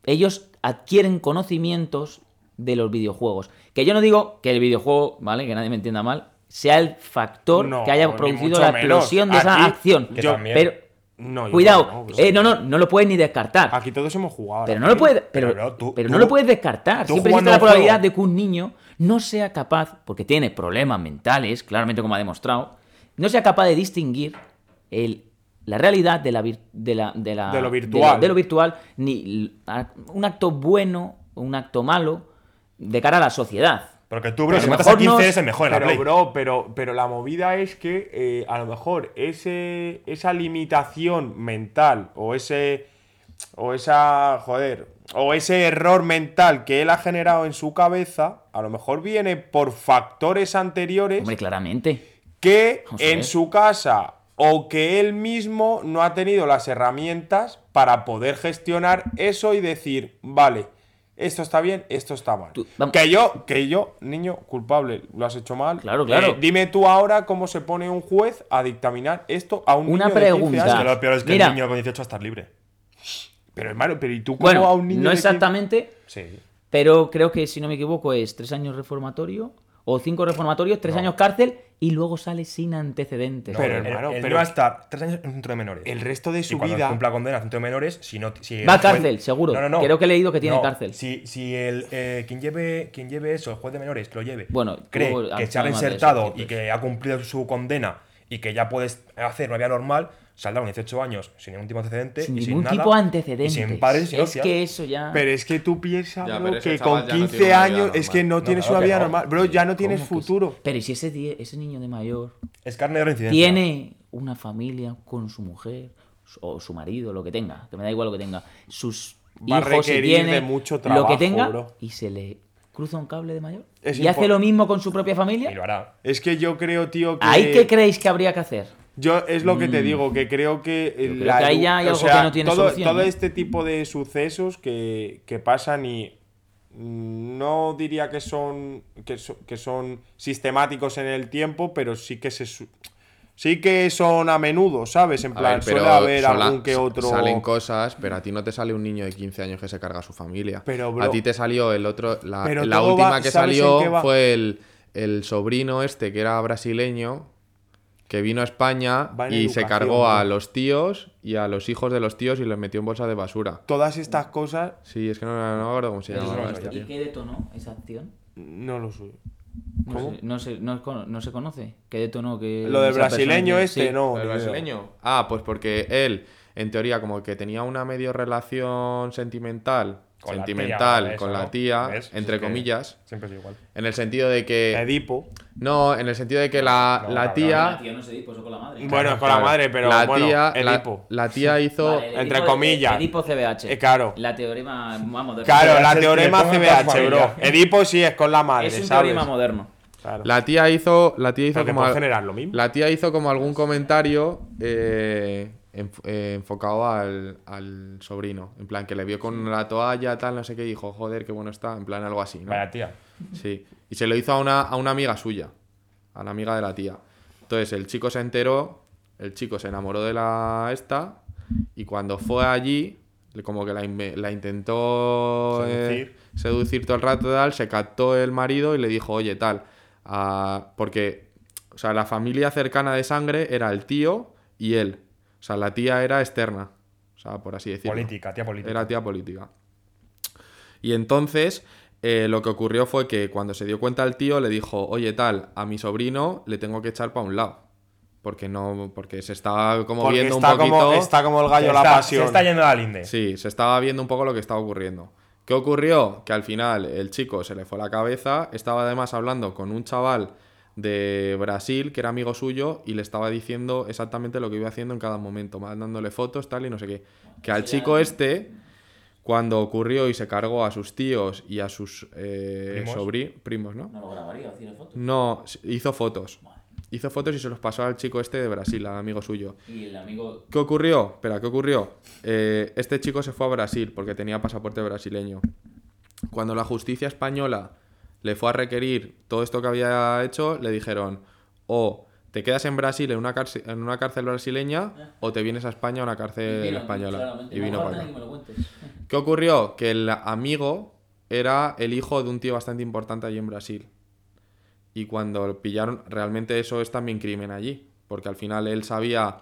E: ellos adquieren conocimientos de los videojuegos. Que yo no digo que el videojuego, ¿vale? Que nadie me entienda mal, sea el factor
C: No,
E: que haya
C: ni
E: producido
C: mucho
E: la
C: menos.
E: explosión de
C: Aquí,
E: esa acción.
D: que también.
E: pero
C: No, yo
E: cuidado,
C: no,
E: eh,
C: no,
E: no,
C: bro.
D: pues,
E: no, no, lo puedes ni descartar.
C: Aquí todos hemos jugado. a la
E: pero no lo
C: Play.
E: puedes,
D: Ah, Pero,
E: pero,
D: bro, tú-
E: pero
D: tú-
E: no lo puedes descartar.
D: tú
E: Siempre
D: jugando
E: existe
D: a
E: la
D: un juego-
E: probabilidad de que un niño no sea capaz, porque tiene problemas mentales, claramente como ha demostrado, no sea capaz de distinguir el- la realidad de la, vir- de la- de la-
C: De lo
E: de
C: virtual.
E: lo, virtual, ni l- a- un acto bueno o un acto malo de cara a la sociedad.
D: Porque tú, bro,
E: A
D: si
E: lo
D: matas a
E: mejor
D: 15
E: no-
D: eres el mejor en la
C: Pero,
D: play.
C: bro, pero, pero la movida es que eh, a lo mejor ese, esa limitación mental o ese. O esa. Joder. O ese error mental que él ha generado en su cabeza, a lo mejor viene por factores anteriores
E: Hombre, claramente.
C: que
E: Vamos a
C: en
E: ver.
C: su casa o que él mismo no ha tenido las herramientas para poder gestionar eso y decir, vale, esto está bien, esto está mal.
E: Tú, vamos.
C: que yo, que yo, niño, culpable, lo has hecho mal. Eh,
E: Claro, claro.
C: dime tú ahora cómo se pone un juez a dictaminar esto a un niño
E: Una
C: de 15
E: pregunta.
C: años.
D: Que lo peor es que
E: Mira.
D: el niño con 18 va a estar libre.
C: Pero hermano, pero ¿y tú cómo a
E: Bueno,
C: un niño
E: no
C: de 15?
E: exactamente,
C: Sí.
E: pero creo que, si no me equivoco, es tres años reformatorio o cinco reformatorios, tres años cárcel y luego sale sin antecedentes.
C: Pero,
D: El-
C: hermano,
D: el
C: pero-
D: niño va a estar tres años en un centro de menores.
C: El resto de su
D: y cuando
C: vida-
D: cumpla condena en centro de menores, si no. Si
E: Va a
D: el juez-
E: cárcel, seguro. Creo que he leído que tiene cárcel.
D: Si, si el, eh, quien, lleve, quien lleve eso, el juez de menores, lo lleve,
E: Bueno,
D: cree
E: luego
D: que
E: hablamos
D: se ha
E: más de eso, pues.
D: reinsertado
E: entonces.
D: y que ha cumplido su condena y que ya puedes hacer una vida normal, saldrá con 18 años sin ningún tipo de antecedente.
E: sin
D: y
E: ningún
D: sin nada,
E: tipo de
D: Y
E: antecedentes.
D: sin padres y sin
E: es
D: hostias.
E: que eso ya.
C: Pero es que tú piensas,
B: Ya,
C: bro,
B: pero ese
C: que
B: chaval
C: con
B: ya no tiene
C: 15
B: una vida
C: años es que no
D: No,
C: tienes
D: claro
C: una
D: que
C: vida
D: no.
C: normal. Bro, ya no
E: ¿cómo
C: tienes
E: que sí?
C: futuro.
E: Pero ¿y si ese, die- ese niño de mayor
D: Es carne de reincidencia.
E: tiene una familia con su mujer su- o su marido, lo que tenga, que me da igual lo que tenga, sus
C: Va a
E: hijos si
C: requerir
E: tiene,
C: de mucho
E: lo
C: trabajo,
E: que tenga,
C: bro.
E: y se le cruza un cable de mayor
C: Es
E: y hace
C: impo-
E: lo mismo con su propia
D: Y lo
E: familia.
D: hará.
C: Es que yo creo, tío, que.
E: ¿Ahí qué creéis que habría que hacer?
C: Yo es lo que te digo, que creo que... el-
E: Mm. creo que ahí ya hay
C: o
E: algo que no tiene
C: todo,
E: solución,
C: todo
E: ¿eh?
C: este tipo de sucesos que, que pasan y mm, no diría que son, que, so- que son sistemáticos en el tiempo, pero sí que se... su- Sí que son a menudo, ¿sabes? En
B: A
C: plan,
B: ver,
C: suele haber
B: sola-
C: algún que
B: sa-
C: otro...
B: Salen cosas, pero a ti no te sale un niño de 15 años que se carga a su familia.
C: Pero, bro-
B: a ti te salió el otro. La,
C: Pero
B: la
C: todo
B: última
C: va-
B: que
C: ¿sabes en
B: salió
C: qué va?
B: fue el, el sobrino este que era brasileño, que vino a España
C: Va en
B: y se
C: educación,
B: cargó a
C: ¿no?
B: los tíos y a los hijos de los tíos y los metió en bolsa de basura.
C: Todas estas cosas
B: Sí, es que no, no me acuerdo cómo se llamaba este
E: ¿Y
B: tío.
E: qué detonó esa acción?
C: no lo suyo.
E: No
C: ¿Cómo?
E: sé, No, se, no, cono- no se conoce. ¿Qué detonó? Que
C: Lo del
E: esa persona
C: brasileño
E: que-
C: este,
E: sí.
C: no.
B: ¿El
C: ni idea.
B: brasileño? Ah, pues porque él, en teoría, como que tenía una medio relación sentimental,
D: Con la tía,
B: sentimental
D: ¿ves,
B: con
D: no?
B: la tía,
D: ¿Ves? Si
B: entre
D: es que
B: comillas,
D: Siempre es igual.
B: en el sentido de que...
C: Edipo.
B: No, en el sentido de que la,
D: No,
B: la
D: cabrón.
E: La
B: tía...
E: tía Ah, no se dispuso con la madre.
C: Bueno, es con la
B: Claro,
C: madre, pero
B: la
C: bueno,
B: tía, la,
C: Edipo.
B: la tía hizo...
E: Vale, el
C: entre
E: Edipo-
C: comillas.
E: el Edipo CBH.
C: Eh, claro.
E: La teorema, vamos, de-
C: Claro,
D: Pero es
C: la
D: el-
C: teorema
D: le pongo en todas
C: CBH, bro.
D: familias.
C: Edipo sí es con la madre,
E: es un
C: ¿sabes?
E: teorema moderno.
C: Claro.
B: La tía hizo, la tía hizo
C: Pero que
B: como
C: puede
B: al-
C: generar lo mismo.
B: La tía hizo como algún comentario eh, enf- eh, enfocado al, al sobrino. En plan, que le vio con la toalla, tal, no sé qué, y dijo, joder, qué bueno está. En plan, algo así, ¿no?
D: Vaya tía.
B: Sí. Y se lo hizo a una, a una amiga suya, a la amiga de la tía. Entonces el chico se enteró, el chico se enamoró de la esta, y cuando fue allí, le- como que la, inve- la intentó eh, seducir. todo el rato, tal, se captó el marido y le dijo, oye, tal. ah, porque, o sea, la familia cercana de sangre era el tío y él. O sea, la tía era externa. O sea, por así decirlo.
D: Política, tía política.
B: Era tía política. Y entonces eh, lo que ocurrió fue que cuando se dio cuenta el tío le dijo, oye tal, a mi sobrino le tengo que echar para un lado. Porque no, porque se estaba como
C: Porque
B: viendo
C: está
B: un poquito.
C: como, está como el gallo
D: Se
C: la
D: está-
C: pasión.
D: Se está yendo a la linde.
B: Sí, se estaba viendo un poco lo que estaba ocurriendo. ¿Qué ocurrió? Que al final el chico se le fue la cabeza, estaba además hablando con un chaval de Brasil que era amigo suyo y le estaba diciendo exactamente lo que iba haciendo en cada momento, mandándole fotos, tal y no sé qué. Que al chico este, cuando ocurrió y se cargó a sus tíos y a sus eh,
D: Primos.
B: sobri- primos, ¿no?
E: No lo grabaría, hacía fotos.
B: No, s- hizo fotos. Hizo fotos y se los pasó al chico este de Brasil, al amigo suyo.
E: Y el amigo.
B: ¿Qué ocurrió? Espera, ¿qué ocurrió? Eh, este chico se fue a Brasil porque tenía pasaporte brasileño. Cuando la justicia española le fue a requerir todo esto que había hecho, le dijeron o te quedas en Brasil en una, cárcel, en una cárcel brasileña o te vienes a España a una
C: Eh,
B: cárcel
E: Vino,
B: española.
E: claramente.
B: Y
E: No
B: vino
E: falta
B: para acá.
E: ni que me lo cuentes.
B: ¿Qué ocurrió? Que el amigo era el hijo de un tío bastante importante allí en Brasil. Y cuando lo pillaron, realmente eso es también crimen allí. Porque al final él sabía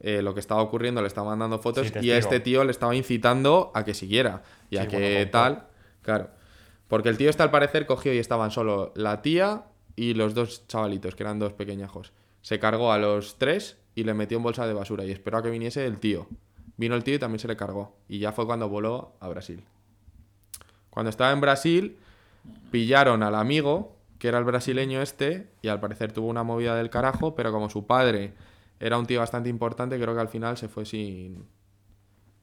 B: eh, lo que estaba ocurriendo, le estaba mandando fotos
D: Sí,
B: y
D: testigo.
B: a este tío le estaba incitando a que siguiera. Y a
D: Sí,
B: que
D: bueno, como
B: tal. Claro. Porque el tío este al parecer cogió y estaban solo la tía y los dos chavalitos, que eran dos pequeñajos. Se cargó a los tres y le metió en bolsa de basura y esperó a que viniese el tío. Vino el tío y también se le cargó. Y ya fue cuando voló a Brasil. Cuando estaba en Brasil, pillaron al amigo, que era el brasileño este, y al parecer tuvo una movida del carajo, pero como su padre era un tío bastante importante, creo que al final se fue sin...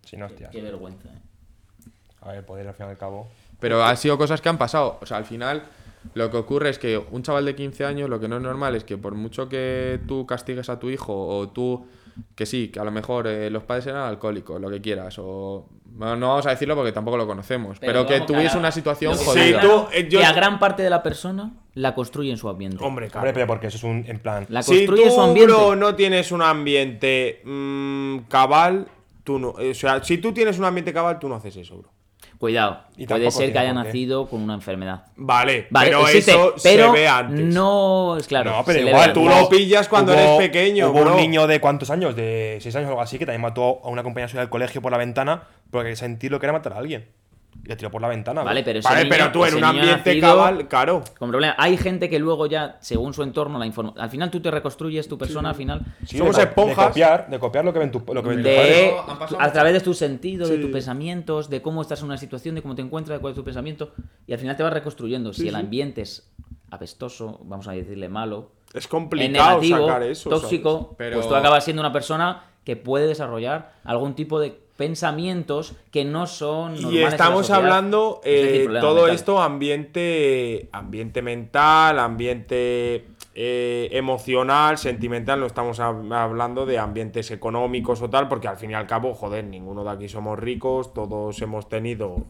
D: Sí, no, hostia.
E: Qué vergüenza, eh.
D: A ver, poder al fin y al cabo.
B: Pero han sido cosas que han pasado. O sea, al final lo que ocurre es que un chaval de 15 años, lo que no es normal es que por mucho que tú castigues a tu hijo o tú, que sí, que a lo mejor eh, los padres eran alcohólicos, lo que quieras, o... bueno, no vamos a decirlo porque tampoco lo conocemos, pero, que
E: vamos,
B: tuviese
E: cada-
B: una situación
E: lo que
C: Sí,
B: jodida.
E: está claro
C: tú, eh, yo-
E: Que a gran parte de la persona la construye en su ambiente.
C: Hombre, claro.
D: Hombre, pero porque eso es un. En plan.
E: La
C: si
E: construye
C: tú,
E: su ambiente.
C: bro, no tienes un ambiente mm, cabal, tú no. eh, O sea, si tú tienes un ambiente cabal, tú no haces eso, bro.
E: Cuidado.
D: Y
E: Puede
D: tampoco
E: ser que haya
D: tiene por qué.
E: nacido con una enfermedad.
C: Vale,
E: Vale,
C: pero
E: existe,
C: eso
E: pero
C: se ve antes.
E: No, es claro.
D: No, pero
E: se le
D: igual,
E: ve
C: tú
E: antes.
C: lo pillas cuando eres pequeño,
D: Hubo
C: bro.
D: un niño de cuántos años, de 6 años o algo así, que también mató a una compañera suya del colegio por la ventana porque sentí lo que era matar a alguien. Y le tiró por la ventana.
E: Vale,
D: bro.
E: pero ese
C: Vale,
E: niño-
C: pero tú en
E: ese
C: un
E: niño
C: ambiente
E: nacido
C: cabal, claro.
E: Con problema. Hay gente que luego ya, según su entorno, la informa. Al final tú te reconstruyes tu persona, al final.
D: Sí,
C: somos
D: de, co-
C: esponjas.
D: De copiar, de copiar lo que ven, tu, lo que ven tus padres.
E: de,
B: Pero han pasado
E: a
B: muchas
E: través de tus sentidos, de tus pensamientos, de cómo estás en una situación, de cómo te encuentras, de cuál es tu pensamiento. Y al final te vas reconstruyendo. si el ambiente es apestoso, vamos a decirle malo,
C: Es
E: es
C: complicado
E: negativo,
C: sacar eso. ¿sabes?
E: tóxico,
B: Pero-
E: pues tú acabas siendo una persona que puede desarrollar algún tipo de pensamientos que no son normales
C: Y
E: en la
C: estamos
E: sociedad.
C: hablando
E: Es decir,
C: eh,
E: problema
C: todo
E: mental.
C: esto ambiente ambiente mental, ambiente eh, emocional, sentimental, no estamos hab- hablando de ambientes económicos o tal, porque al fin y al cabo, joder, ninguno de aquí somos ricos, todos hemos tenido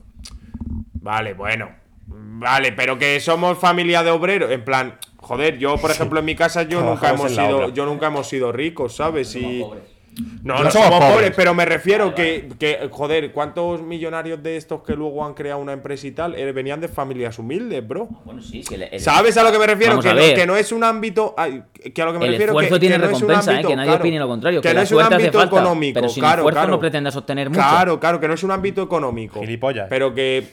C: Vale, bueno. Vale, pero que somos familia de obreros. En plan, joder, yo, por ejemplo, en mi casa yo nunca
D: Trabajamos
C: hemos
D: en la
C: sido.
D: obra.
C: Yo nunca hemos sido ricos, ¿sabes?
E: Somos
C: Y.
E: pobres.
C: No,
D: No
C: no
D: somos
C: somos pobres,
D: pobres.
C: pero me refiero
E: Vale,
C: que, que, joder, ¿cuántos millonarios de estos que luego han creado una empresa y tal eh, venían de familias humildes, bro?
E: Bueno, sí, que el- el-
C: ¿Sabes a lo que me refiero?
E: Eh, Vamos
C: Que
E: a
C: no,
E: ver.
C: que no es un ámbito. ay, que a lo que me
E: El
C: refiero
E: esfuerzo
C: que,
E: tiene
C: que no es un
E: recompensa, eh,
C: ámbito,
E: que nadie
C: claro.
E: opine lo contrario.
C: Que,
E: Que,
C: no
E: la
C: es un
E: suerte
C: ámbito
E: hace falta,
C: económico.
E: pero sin
C: claro,
E: esfuerzo
C: claro.
E: no pretendas obtener mucho.
C: Claro, claro, que no es un ámbito económico.
D: Gilipollas.
C: Pero que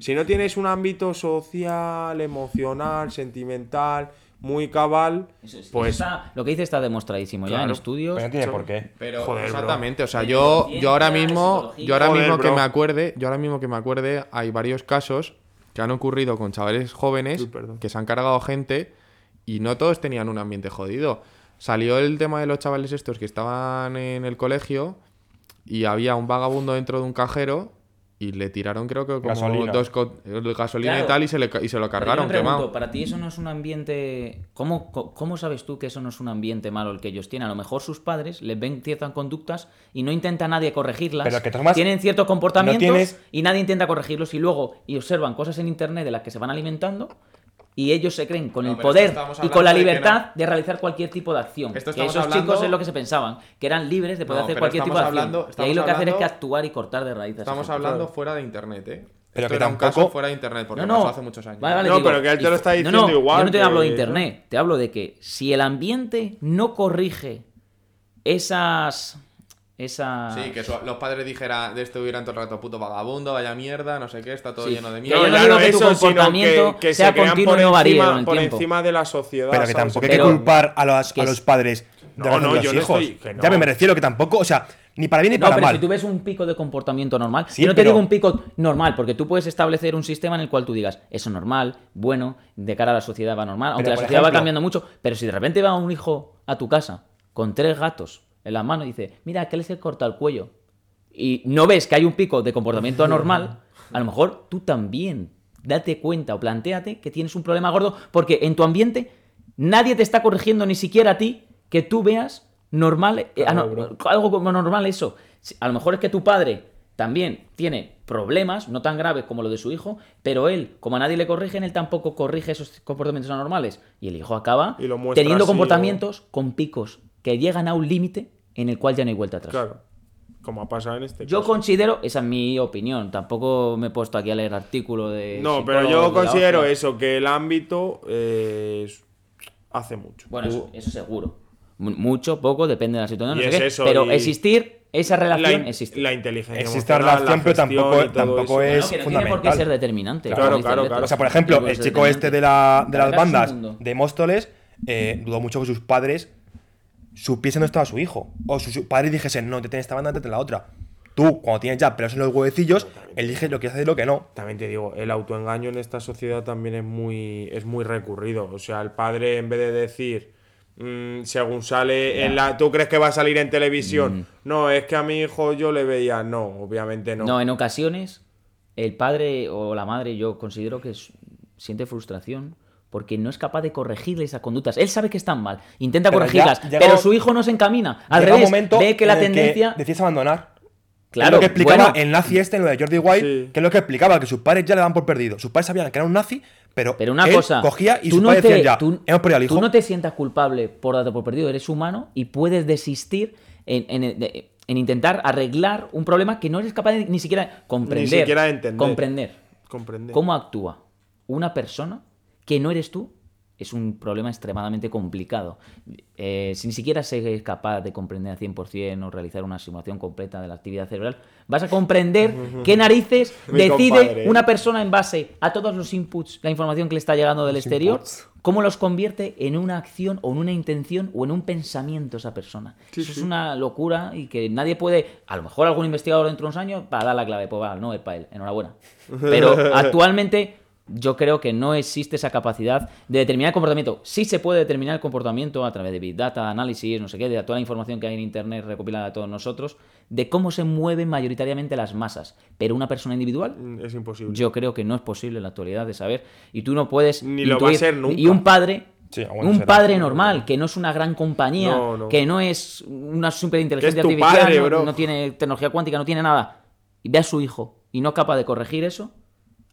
C: si no tienes un ámbito social, emocional, sentimental, muy cabal,
E: Eso es-
C: pues.
E: eso está- lo que dice está demostradísimo ya en
C: Claro.
E: estudios.
D: Pero no tiene por qué.
B: Pero
C: Joder, bro.
B: exactamente, o sea,
E: Pero
B: yo, yo ahora
E: ciencia,
B: mismo,
E: psicología.
B: yo ahora
C: Joder,
B: mismo que
C: bro.
B: me acuerde, yo ahora mismo que me acuerde, hay varios casos que han ocurrido con chavales jóvenes
C: Uy, perdón.
B: que se han cargado gente y no todos tenían un ambiente jodido. Salió el tema de los chavales estos que estaban en el colegio y había un vagabundo dentro de un cajero y le tiraron creo que como
D: Gasolina.
B: dos co- el gasolina
E: Claro.
B: y tal y se, le ca- y se lo
E: Pero yo
B: cargaron
E: me pregunto,
B: quemado.
E: Para ti eso no es un ambiente... ¿Cómo, co- ¿Cómo sabes tú que eso no es un ambiente malo el que ellos tienen? A lo mejor sus padres les ven ciertas conductas y no intenta nadie corregirlas.
D: Pero que, Tomás,
E: tienen ciertos comportamientos
D: no tienes-
E: y nadie intenta corregirlos y luego y observan cosas en Internet de las que se van alimentando y ellos se creen con
B: No,
E: el
B: pero esto
E: poder
B: estamos
E: y con
B: hablando
E: la
B: de que
E: libertad de,
B: no.
E: realizar cualquier tipo de acción.
B: Esto
E: que
B: estamos
E: esos
B: hablando-
E: chicos es lo que se pensaban, que eran libres de poder
B: No,
E: hacer
B: pero
E: cualquier tipo de
B: estamos
E: acción.
B: hablando-
E: y ahí lo que hacen es que
B: estamos
E: actuar y cortar de raíz. a esa
B: Estamos
E: gente.
B: hablando fuera de internet, ¿eh?
D: Pero
B: Esto
D: que
B: era un caso
D: tampoco-
B: fuera de internet porque
E: no, no.
B: pasó hace muchos años.
E: Vale, vale,
C: No,
E: digo,
C: pero que él te lo
E: y-
C: está
E: no,
C: diciendo
E: no,
C: igual,
E: Yo no te
C: que-
E: hablo de internet, te hablo de que si el ambiente no corrige esas. esas
B: Sí, que su- los padres dijeran de este hubieran todo el rato puto vagabundo, vaya mierda, no sé qué, está todo
E: Sí.
B: lleno de
E: yo
B: mierda.
E: no
C: ya
E: digo que tu
C: eso, sino
E: comportamiento sea
C: crean
E: continuo
C: por
E: y no varíe
C: encima-
E: con el
C: por
E: tiempo.
C: encima de la sociedad.
D: Pero que
C: ¿sabes?
D: tampoco hay
E: Pero-
D: que culpar a los,
E: que
D: a
E: es-
D: los padres
C: No,
D: de la
C: no,
D: educación de
C: yo
D: los
C: no
D: hijos.
C: estoy- que no.
D: Ya me me refiero que tampoco, o sea, ni para bien ni
E: No,
D: para
E: pero
D: mal.
E: si tú ves un pico de comportamiento normal,
D: Sí,
E: yo no te
D: pero-
E: digo un pico normal, porque tú puedes establecer un sistema en el cual tú digas, eso normal, bueno, de cara a la sociedad va normal, aunque la
D: por
E: sociedad va
D: ejemplo-
E: cambiando mucho, pero si de repente va un hijo a tu casa con tres gatos en las manos y dice, mira, que les he cortado el cuello, y no ves que hay un pico de comportamiento anormal, a lo mejor tú también date cuenta o planteate que tienes un problema gordo, porque en tu ambiente nadie te está corrigiendo, ni siquiera a ti, que tú veas normal, eh, ah, no, algo como normal eso. Si- A lo mejor es que tu padre también tiene problemas, no tan graves como los de su hijo, pero él, como a nadie le corrigen, él tampoco corrige esos comportamientos anormales. Y el hijo acaba
C: Y lo muestra
E: teniendo
C: así,
E: comportamientos con picos que llegan a un límite en el cual ya no hay vuelta atrás.
C: Claro. Como ha pasado en este
E: Yo
C: caso.
E: considero, esa es mi opinión, tampoco me he puesto aquí a leer artículo de...
C: No, pero yo
E: psicólogos de la
C: considero
E: hostia.
C: eso, que el ámbito eh, es- hace mucho.
E: Bueno, eso, eso seguro. Mu- Mucho, poco, depende de la situación, no
C: Y
E: sé
C: es
E: qué,
C: eso,
E: pero
C: y-
E: existir, esa
C: la,
E: relación
C: in-
E: existe.
C: la inteligencia.
D: Existe la
C: emocional,
D: relación, pero
C: gestión y
D: tampoco-
C: todo
D: tampoco
C: eso.
D: es-
E: Bueno, que no tiene por qué
D: fundamental.
E: ser determinante.
C: Claro,
E: como dice
C: claro,
E: Alberto.
C: claro.
D: O sea, por ejemplo,
E: Tampoco
D: el
E: es
D: chico este de,
E: determinante.
D: la, de las
E: Cargarse un
D: bandas
E: mundo.
D: de Móstoles eh, dudó mucho que sus padres supiesen dónde estaba su hijo. O sus padres dijesen, no, te tienes esta banda, te la otra. Tú, cuando tienes ya pelos en los huevecillos, eliges lo que haces y lo que no.
C: También te digo, el autoengaño en esta sociedad también es muy, es muy recurrido. O sea, el padre, en vez de decir, mm, según sale en la. ¿Tú crees que va a salir en
E: Mm.
C: televisión? No, es que a mi hijo yo le veía. No, obviamente no.
E: No, en ocasiones el padre o la madre yo considero que s- siente frustración porque no es capaz de corregirle esas conductas. Él sabe que están mal, intenta
D: Pero ya
E: corregirlas,
D: llega-
E: pero su hijo no se encamina. Al
D: Llega un
E: revés,
D: momento
E: ve que la
D: en el
E: tendencia...
D: decides abandonar.
E: Claro,
D: es lo que explicaba
E: bueno,
D: el nazi este en lo de Jordi White,
C: Sí.
D: que es lo que explicaba, que sus padres ya le dan por perdido. Sus padres sabían que era un nazi, pero,
E: Pero una
D: él
E: cosa,
D: cogía y
E: tú
D: sus
E: no
D: padres
E: te,
D: decían ya,
E: tú-
D: hemos perdido al hijo.
E: tú no te sientas culpable por darte por perdido, eres humano y puedes desistir en, en- de- en intentar arreglar un problema que no eres capaz de ni siquiera comprender.
C: siquiera de entender.
E: Comprender
C: Comprende.
E: cómo actúa una persona que no eres tú es un problema extremadamente complicado. Eh, si ni siquiera se es capaz de comprender al 100% o realizar una simulación completa de la actividad cerebral, vas a comprender qué narices
C: Mi
E: decide
C: compadre, ¿eh?
E: una persona en base a todos los inputs, la información que le está llegando del exterior, cómo los convierte en una acción o en una intención o en un pensamiento esa persona. Eso es una locura y que nadie puede, a lo mejor algún investigador dentro de unos años va a dar la clave, pues va, no es para él, enhorabuena. Pero actualmente yo creo que no existe esa capacidad de determinar el comportamiento. Sí se puede determinar el comportamiento a través de Big Data, análisis, no sé qué, de toda la información que hay en Internet recopilada a todos nosotros, de cómo se mueven mayoritariamente las masas. Pero una persona individual
C: Mm, Es imposible.
E: yo creo que no es posible en la actualidad de saber. Y tú no puedes.
C: Ni lo va a
E: intuir-
C: ser nunca.
E: Y un padre
D: Sí, bueno,
E: un
D: será.
E: padre normal, que no es una gran compañía,
C: No, no.
E: que no es una superinteligencia
C: Que es tu
E: artificial,
C: padre,
E: no-
C: bro.
E: no, tiene tecnología cuántica, no tiene nada, y ve a su hijo y no es capaz de corregir eso,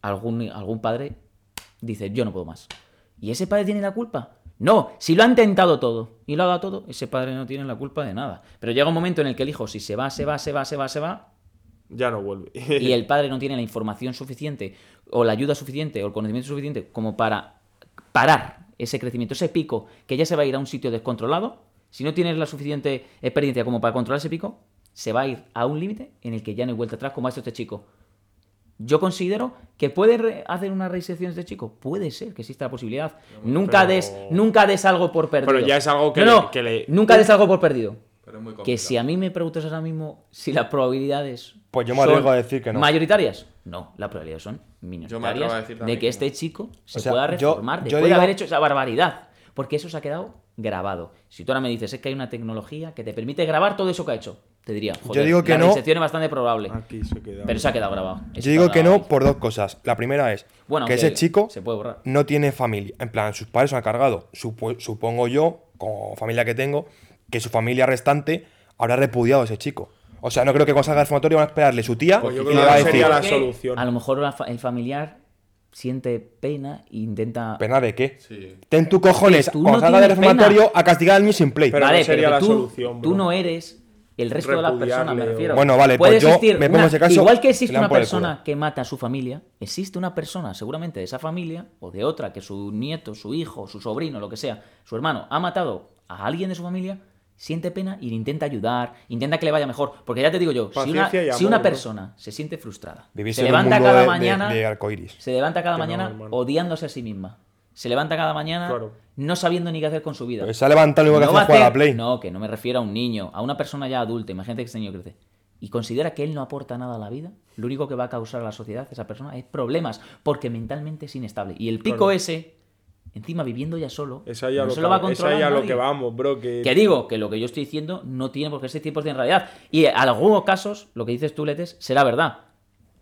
E: algún, algún padre dice, yo no puedo más. ¿Y ese padre tiene la culpa? No, si lo ha intentado todo y lo ha dado todo, ese padre no tiene la culpa de nada. Pero llega un momento en el que el hijo, si se va, se va, se va, se va, se va,
C: Ya no vuelve.
E: y el padre no tiene la información suficiente o la ayuda suficiente o el conocimiento suficiente como para parar ese crecimiento, ese pico que ya se va a ir a un sitio descontrolado, si no tienes la suficiente experiencia como para controlar ese pico, se va a ir a un límite en el que ya no hay vuelta atrás como ha hecho este chico. Yo considero que puede re- hacer una reinserción este chico. Puede ser que exista la posibilidad. nunca,
C: pero-
E: des, nunca des algo por perdido.
C: Pero ya es algo que le- que le-
E: Nunca des algo por perdido.
B: Pero es muy
E: Que
B: complicado.
E: si a mí me preguntas ahora mismo si las probabilidades.
D: Pues yo me
E: son
D: arriesgo a decir que no.
E: ¿Mayoritarias? No, las probabilidades son
B: Yo me atrevo
E: minoritarias
B: a decir también
E: de que
B: que
E: este
B: no.
E: chico se
D: O sea,
E: pueda
D: yo-
E: reformar
D: yo
E: después de
D: digo-
E: haber hecho esa barbaridad. Porque eso se ha quedado grabado. Si tú ahora me dices es que hay una tecnología que te permite grabar todo eso que ha hecho, te diría, joder,
D: digo que
E: la
D: no.
E: reinserción es bastante probable.
C: Aquí se queda.
E: Pero se ha quedado grabado. Eso
D: Yo digo
E: está
D: que
E: grabado.
D: no por dos cosas. La primera es
E: Bueno,
D: que
E: aunque
D: ese chico
E: se puede borrar.
D: no tiene familia. En plan, sus padres son cargado. Supo- supongo yo, como familia que tengo, que su familia restante habrá repudiado a ese chico. O sea, no creo que cuando salga del reformatorio van a esperarle su tía
C: Pues yo
D: y
C: creo
D: le
C: que
D: va a
C: no
D: decir,
C: sería la
E: Porque
C: solución.
E: A lo mejor la fa- el familiar siente pena e intenta.
D: ¿pena de qué?
B: Sí.
D: Ten tu cojones,
E: Pues tú
D: cuando
E: no
D: salga del
E: tienes pena.
D: reformatorio, a castigar al niño sin play.
C: Pero- no sería
E: que
C: la
E: tú,
C: solución,
E: Tú
C: bro.
E: no eres el resto de las personas, me
C: Repudiarle o-
E: refiero.
D: Bueno, vale, pues
E: Puede
D: yo
E: existir
D: me pongo
E: una-
D: ese caso,
E: Igual que
D: se
E: existe
D: le dan
E: una
D: por el
E: persona
D: culo.
E: que mata a su familia, existe una persona, seguramente de esa familia, o de otra, que su nieto, su hijo, su sobrino, lo que sea, su hermano, ha matado a alguien de su familia, siente pena y le intenta ayudar, intenta que le vaya mejor. Porque ya te digo yo, si una,
C: Paciencia y
E: si
C: amor,
E: una
C: bro.
E: persona se siente frustrada,
D: Vivís
E: se
D: en un
E: levanta
D: mundo
E: cada
D: de- de-
E: mañana
D: de arcoiris.
E: se levanta cada
C: Que no,
E: mañana
C: hermano.
E: odiándose a sí misma. Se levanta cada mañana
C: Claro.
E: no sabiendo ni qué hacer con su vida.
D: Pues Se ha levantado y lo único
E: No
D: que
E: va
D: hace
E: a
D: es jugar a la play.
E: hacer- No, que no me refiero a un niño, a una persona ya adulta, imagínate que ese niño crece. Y considera que él no aporta nada a la vida, lo único que va a causar a la sociedad, esa persona, es problemas, porque mentalmente es inestable. Y el pico
C: Claro.
E: ese, encima viviendo ya solo,
C: Es ahí a
E: no
C: lo
E: se
C: que-
E: lo va a
C: es
E: controlar.
C: ahí a lo
E: nadie.
C: que vamos, bro. Que,
E: Que digo que lo que yo estoy diciendo no tiene por qué ser 100% realidad. Y en algunos casos, lo que dices tú, Letes, será verdad.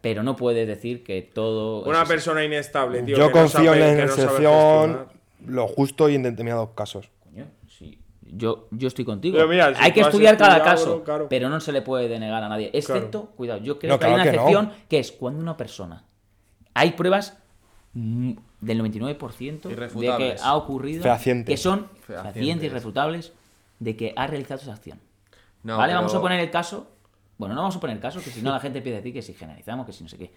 E: Pero no puedes decir que todo. es
C: una
E: así.
C: persona inestable, tío.
D: yo
C: que no
D: confío
C: sabe-
D: en la
C: que no sabe
D: excepción,
C: gestionar.
D: lo justo y en determinados casos.
E: Coño, sí. Yo, yo estoy contigo.
C: Pero mira, si
E: hay que
C: tú has
E: estudiar cada
C: estudiado,
E: caso,
C: claro.
E: pero no se le puede denegar a nadie. Excepto, cuidado, yo creo
D: No,
E: que hay
D: claro
E: una
D: que no.
E: excepción que es cuando una persona. Hay pruebas mm, del 99% de que
B: Irrefutables.
E: ha ocurrido
D: Fehacientes.
E: que son
B: Fehacientes.
E: fehacientes irrefutables de que ha realizado esa acción.
B: No,
E: ¿Vale?
B: pero-
E: Vamos a poner el caso. Bueno, no vamos a poner el caso, que si no la gente empieza a decir que si generalizamos, que si no sé qué.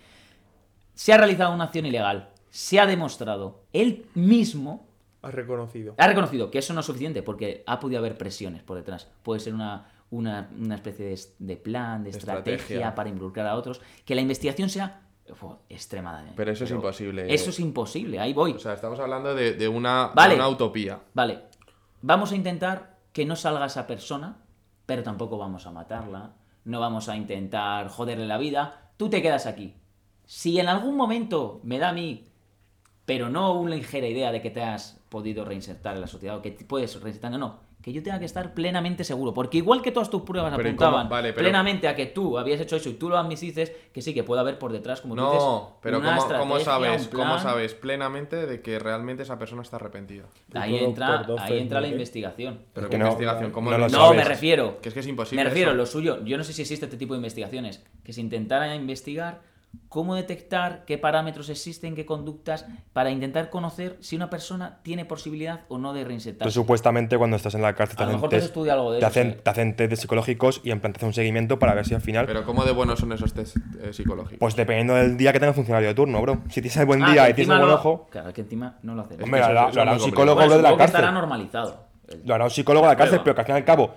E: Se ha realizado una acción ilegal. Se ha demostrado él mismo
C: Has reconocido.
E: ha reconocido que eso no es suficiente porque ha podido haber presiones por detrás. Puede ser una, una, una especie de, es- de plan, de estrategia,
B: Estrategia.
E: para involucrar a otros. Que la investigación sea uf, extremadamente.
B: Pero eso es imposible.
E: Eso es imposible, ahí voy.
B: O sea, estamos hablando de, de una, de
E: Vale.
B: una utopía.
E: Vale, vamos a intentar que no salga esa persona, pero tampoco vamos a matarla, no vamos a intentar joderle la vida, tú te quedas aquí. Si en algún momento me da a mí, pero no una ligera idea de que te has podido reinsertar en la sociedad o que te puedes reinsertar, no, no, que yo tenga que estar plenamente seguro, porque igual que todas tus pruebas
B: Pero ¿y
E: apuntaban
B: cómo? Vale, pero-
E: plenamente a que tú habías hecho eso y tú lo admitiste, que sí, que puede haber por detrás, como tú dices,
B: No, pero
E: una
B: ¿cómo, cómo
E: estrategia,
B: sabes,
E: un
B: cómo
E: plan?
B: sabes plenamente de que realmente esa persona está arrepentida?
E: Ahí
C: Puto
E: entra,
C: doctor Doffel,
E: ahí entra la
C: ¿eh?
E: investigación.
B: Pero
D: que
B: qué
D: no,
B: investigación, ¿cómo
D: no
B: lo
D: lo
E: No,
D: sabes.
E: me refiero.
B: Que es que es imposible
E: Me refiero,
B: eso.
E: lo suyo. Yo no sé si existe este tipo de investigaciones. Que se intentara investigar cómo detectar qué parámetros existen, qué conductas, para intentar conocer si una persona tiene posibilidad o no de
D: Entonces,
E: reinsertarse.
D: supuestamente, cuando estás en la cárcel, te
E: A lo
D: hacen,
E: mejor te has
D: test,
E: estudiado algo de
D: te
E: eso,
D: hacen,
E: sí.
D: te hacen test psicológicos y en plan te hacen un seguimiento para ver si al final.
B: Pero ¿cómo de buenos son esos test eh, psicológicos?
D: Pues dependiendo del día que tenga el funcionario de turno, bro. Si tienes el buen
E: Ah,
D: día
E: que
D: y tienes
E: encima
D: el buen
E: no-
D: ojo,
E: Claro, que encima no lo hace.
D: hombre,
B: eso-
D: lo, hará-
B: eso es
D: lo hará
B: muy
D: un
B: complicado.
D: psicólogo bro, de la
E: supongo que estará
D: cárcel.
E: normalizado.
D: Lo hará un psicólogo de la cárcel,
E: Prueba.
D: pero que al fin y al cabo,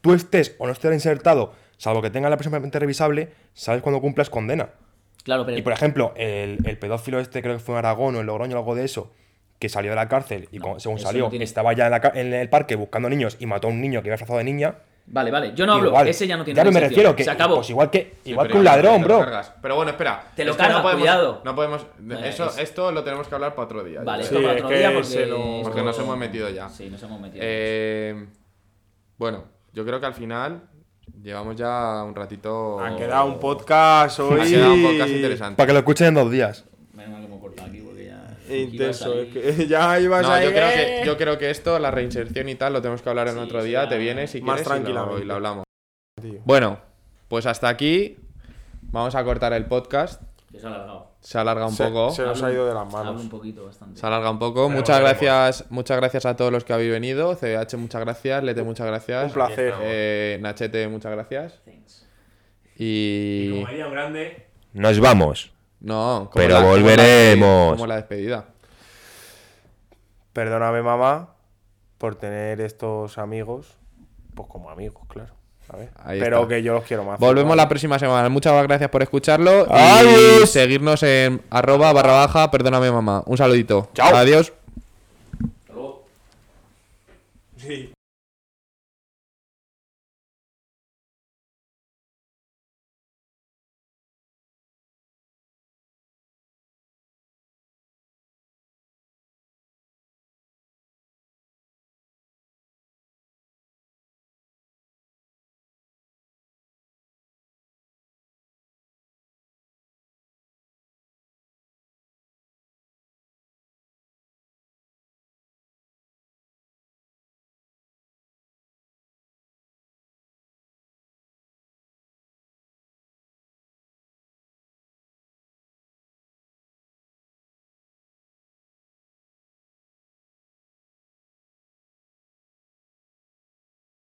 D: tú estés o no estés insertado, salvo que tenga la presión permanente revisable, sabes cuando cumplas condena.
E: Claro, pero
D: Y por ejemplo, el, el pedófilo este, creo que fue en Aragón o en Logroño o algo de eso, que salió de la cárcel y con- según
E: eso
D: salió,
E: no tiene-
D: estaba ya en, la ca- en el parque buscando niños y mató a un niño que iba disfrazado de niña.
E: Vale, vale. Yo no hablo.
D: igual.
E: Ese ya no tiene
D: Claro, me
E: reinserción.
D: refiero que.
E: Se acabó.
D: Pues igual que,
B: Sí,
D: igual
B: pero
D: que un
B: igual
D: ladrón,
B: te lo
D: bro.
B: cargas. Pero bueno, espera.
E: Te lo
B: es que
E: cargas,
B: no podemos,
E: cuidado.
B: No podemos.
E: Vale,
B: eso,
E: es-
B: Esto lo tenemos que hablar para otro día.
E: Vale,
B: yo
E: esto
B: creo.
C: Sí,
E: para
C: es
E: otro
C: que
E: día
C: se
E: porque,
C: lo-
B: porque nos hemos metido ya.
E: Sí, nos hemos metido.
B: Eh, bueno, yo creo que al final llevamos ya un ratito.
C: Ha quedado un Pues podcast hoy.
B: Ha quedado un podcast interesante.
D: Para que lo escuchen en dos días.
E: Menos mal que hemos cortado aquí porque ya.
B: eh,
C: intenso.
E: ibas ahí.
C: es que ya ibas
B: No,
C: ahí,
B: yo creo,
C: ¡eh!
B: que, yo creo que esto, la reinserción y tal, lo tenemos que hablar en
E: Sí,
B: otro
E: sí,
B: día.
E: ya,
B: Te vienes si
C: más
B: quieres y lo- y
C: tranquilamente.
B: lo, hablamos. Bueno, pues hasta aquí. Vamos a cortar el podcast.
E: Que se ha alargado.
B: Se alarga un
C: Se-
B: poco.
C: se- nos ha ido de las manos.
E: Hablo un poquito bastante.
B: Se alarga un poco. muchas gracias, muchas gracias a todos los que habéis venido. CBH, muchas gracias. Lete, muchas gracias.
C: un placer.
B: Eh, Nachete, muchas gracias.
E: Thanks.
B: Y.
G: Como diría un grande,
F: Nos vamos.
B: No, como
F: Pero
B: como
F: volveremos.
B: como la despedida.
C: Perdóname, mamá, por tener estos amigos, pues como amigos, claro. ¿sabes?
B: Ahí
C: Pero
B: está.
C: que yo los quiero más.
B: Volvemos la próxima semana. Muchas gracias por escucharlo. Y
F: Adiós.
B: seguirnos en arroba barra baja, perdóname mamá. Un saludito.
F: Chao.
B: Adiós.
E: Hasta luego.
C: Sí.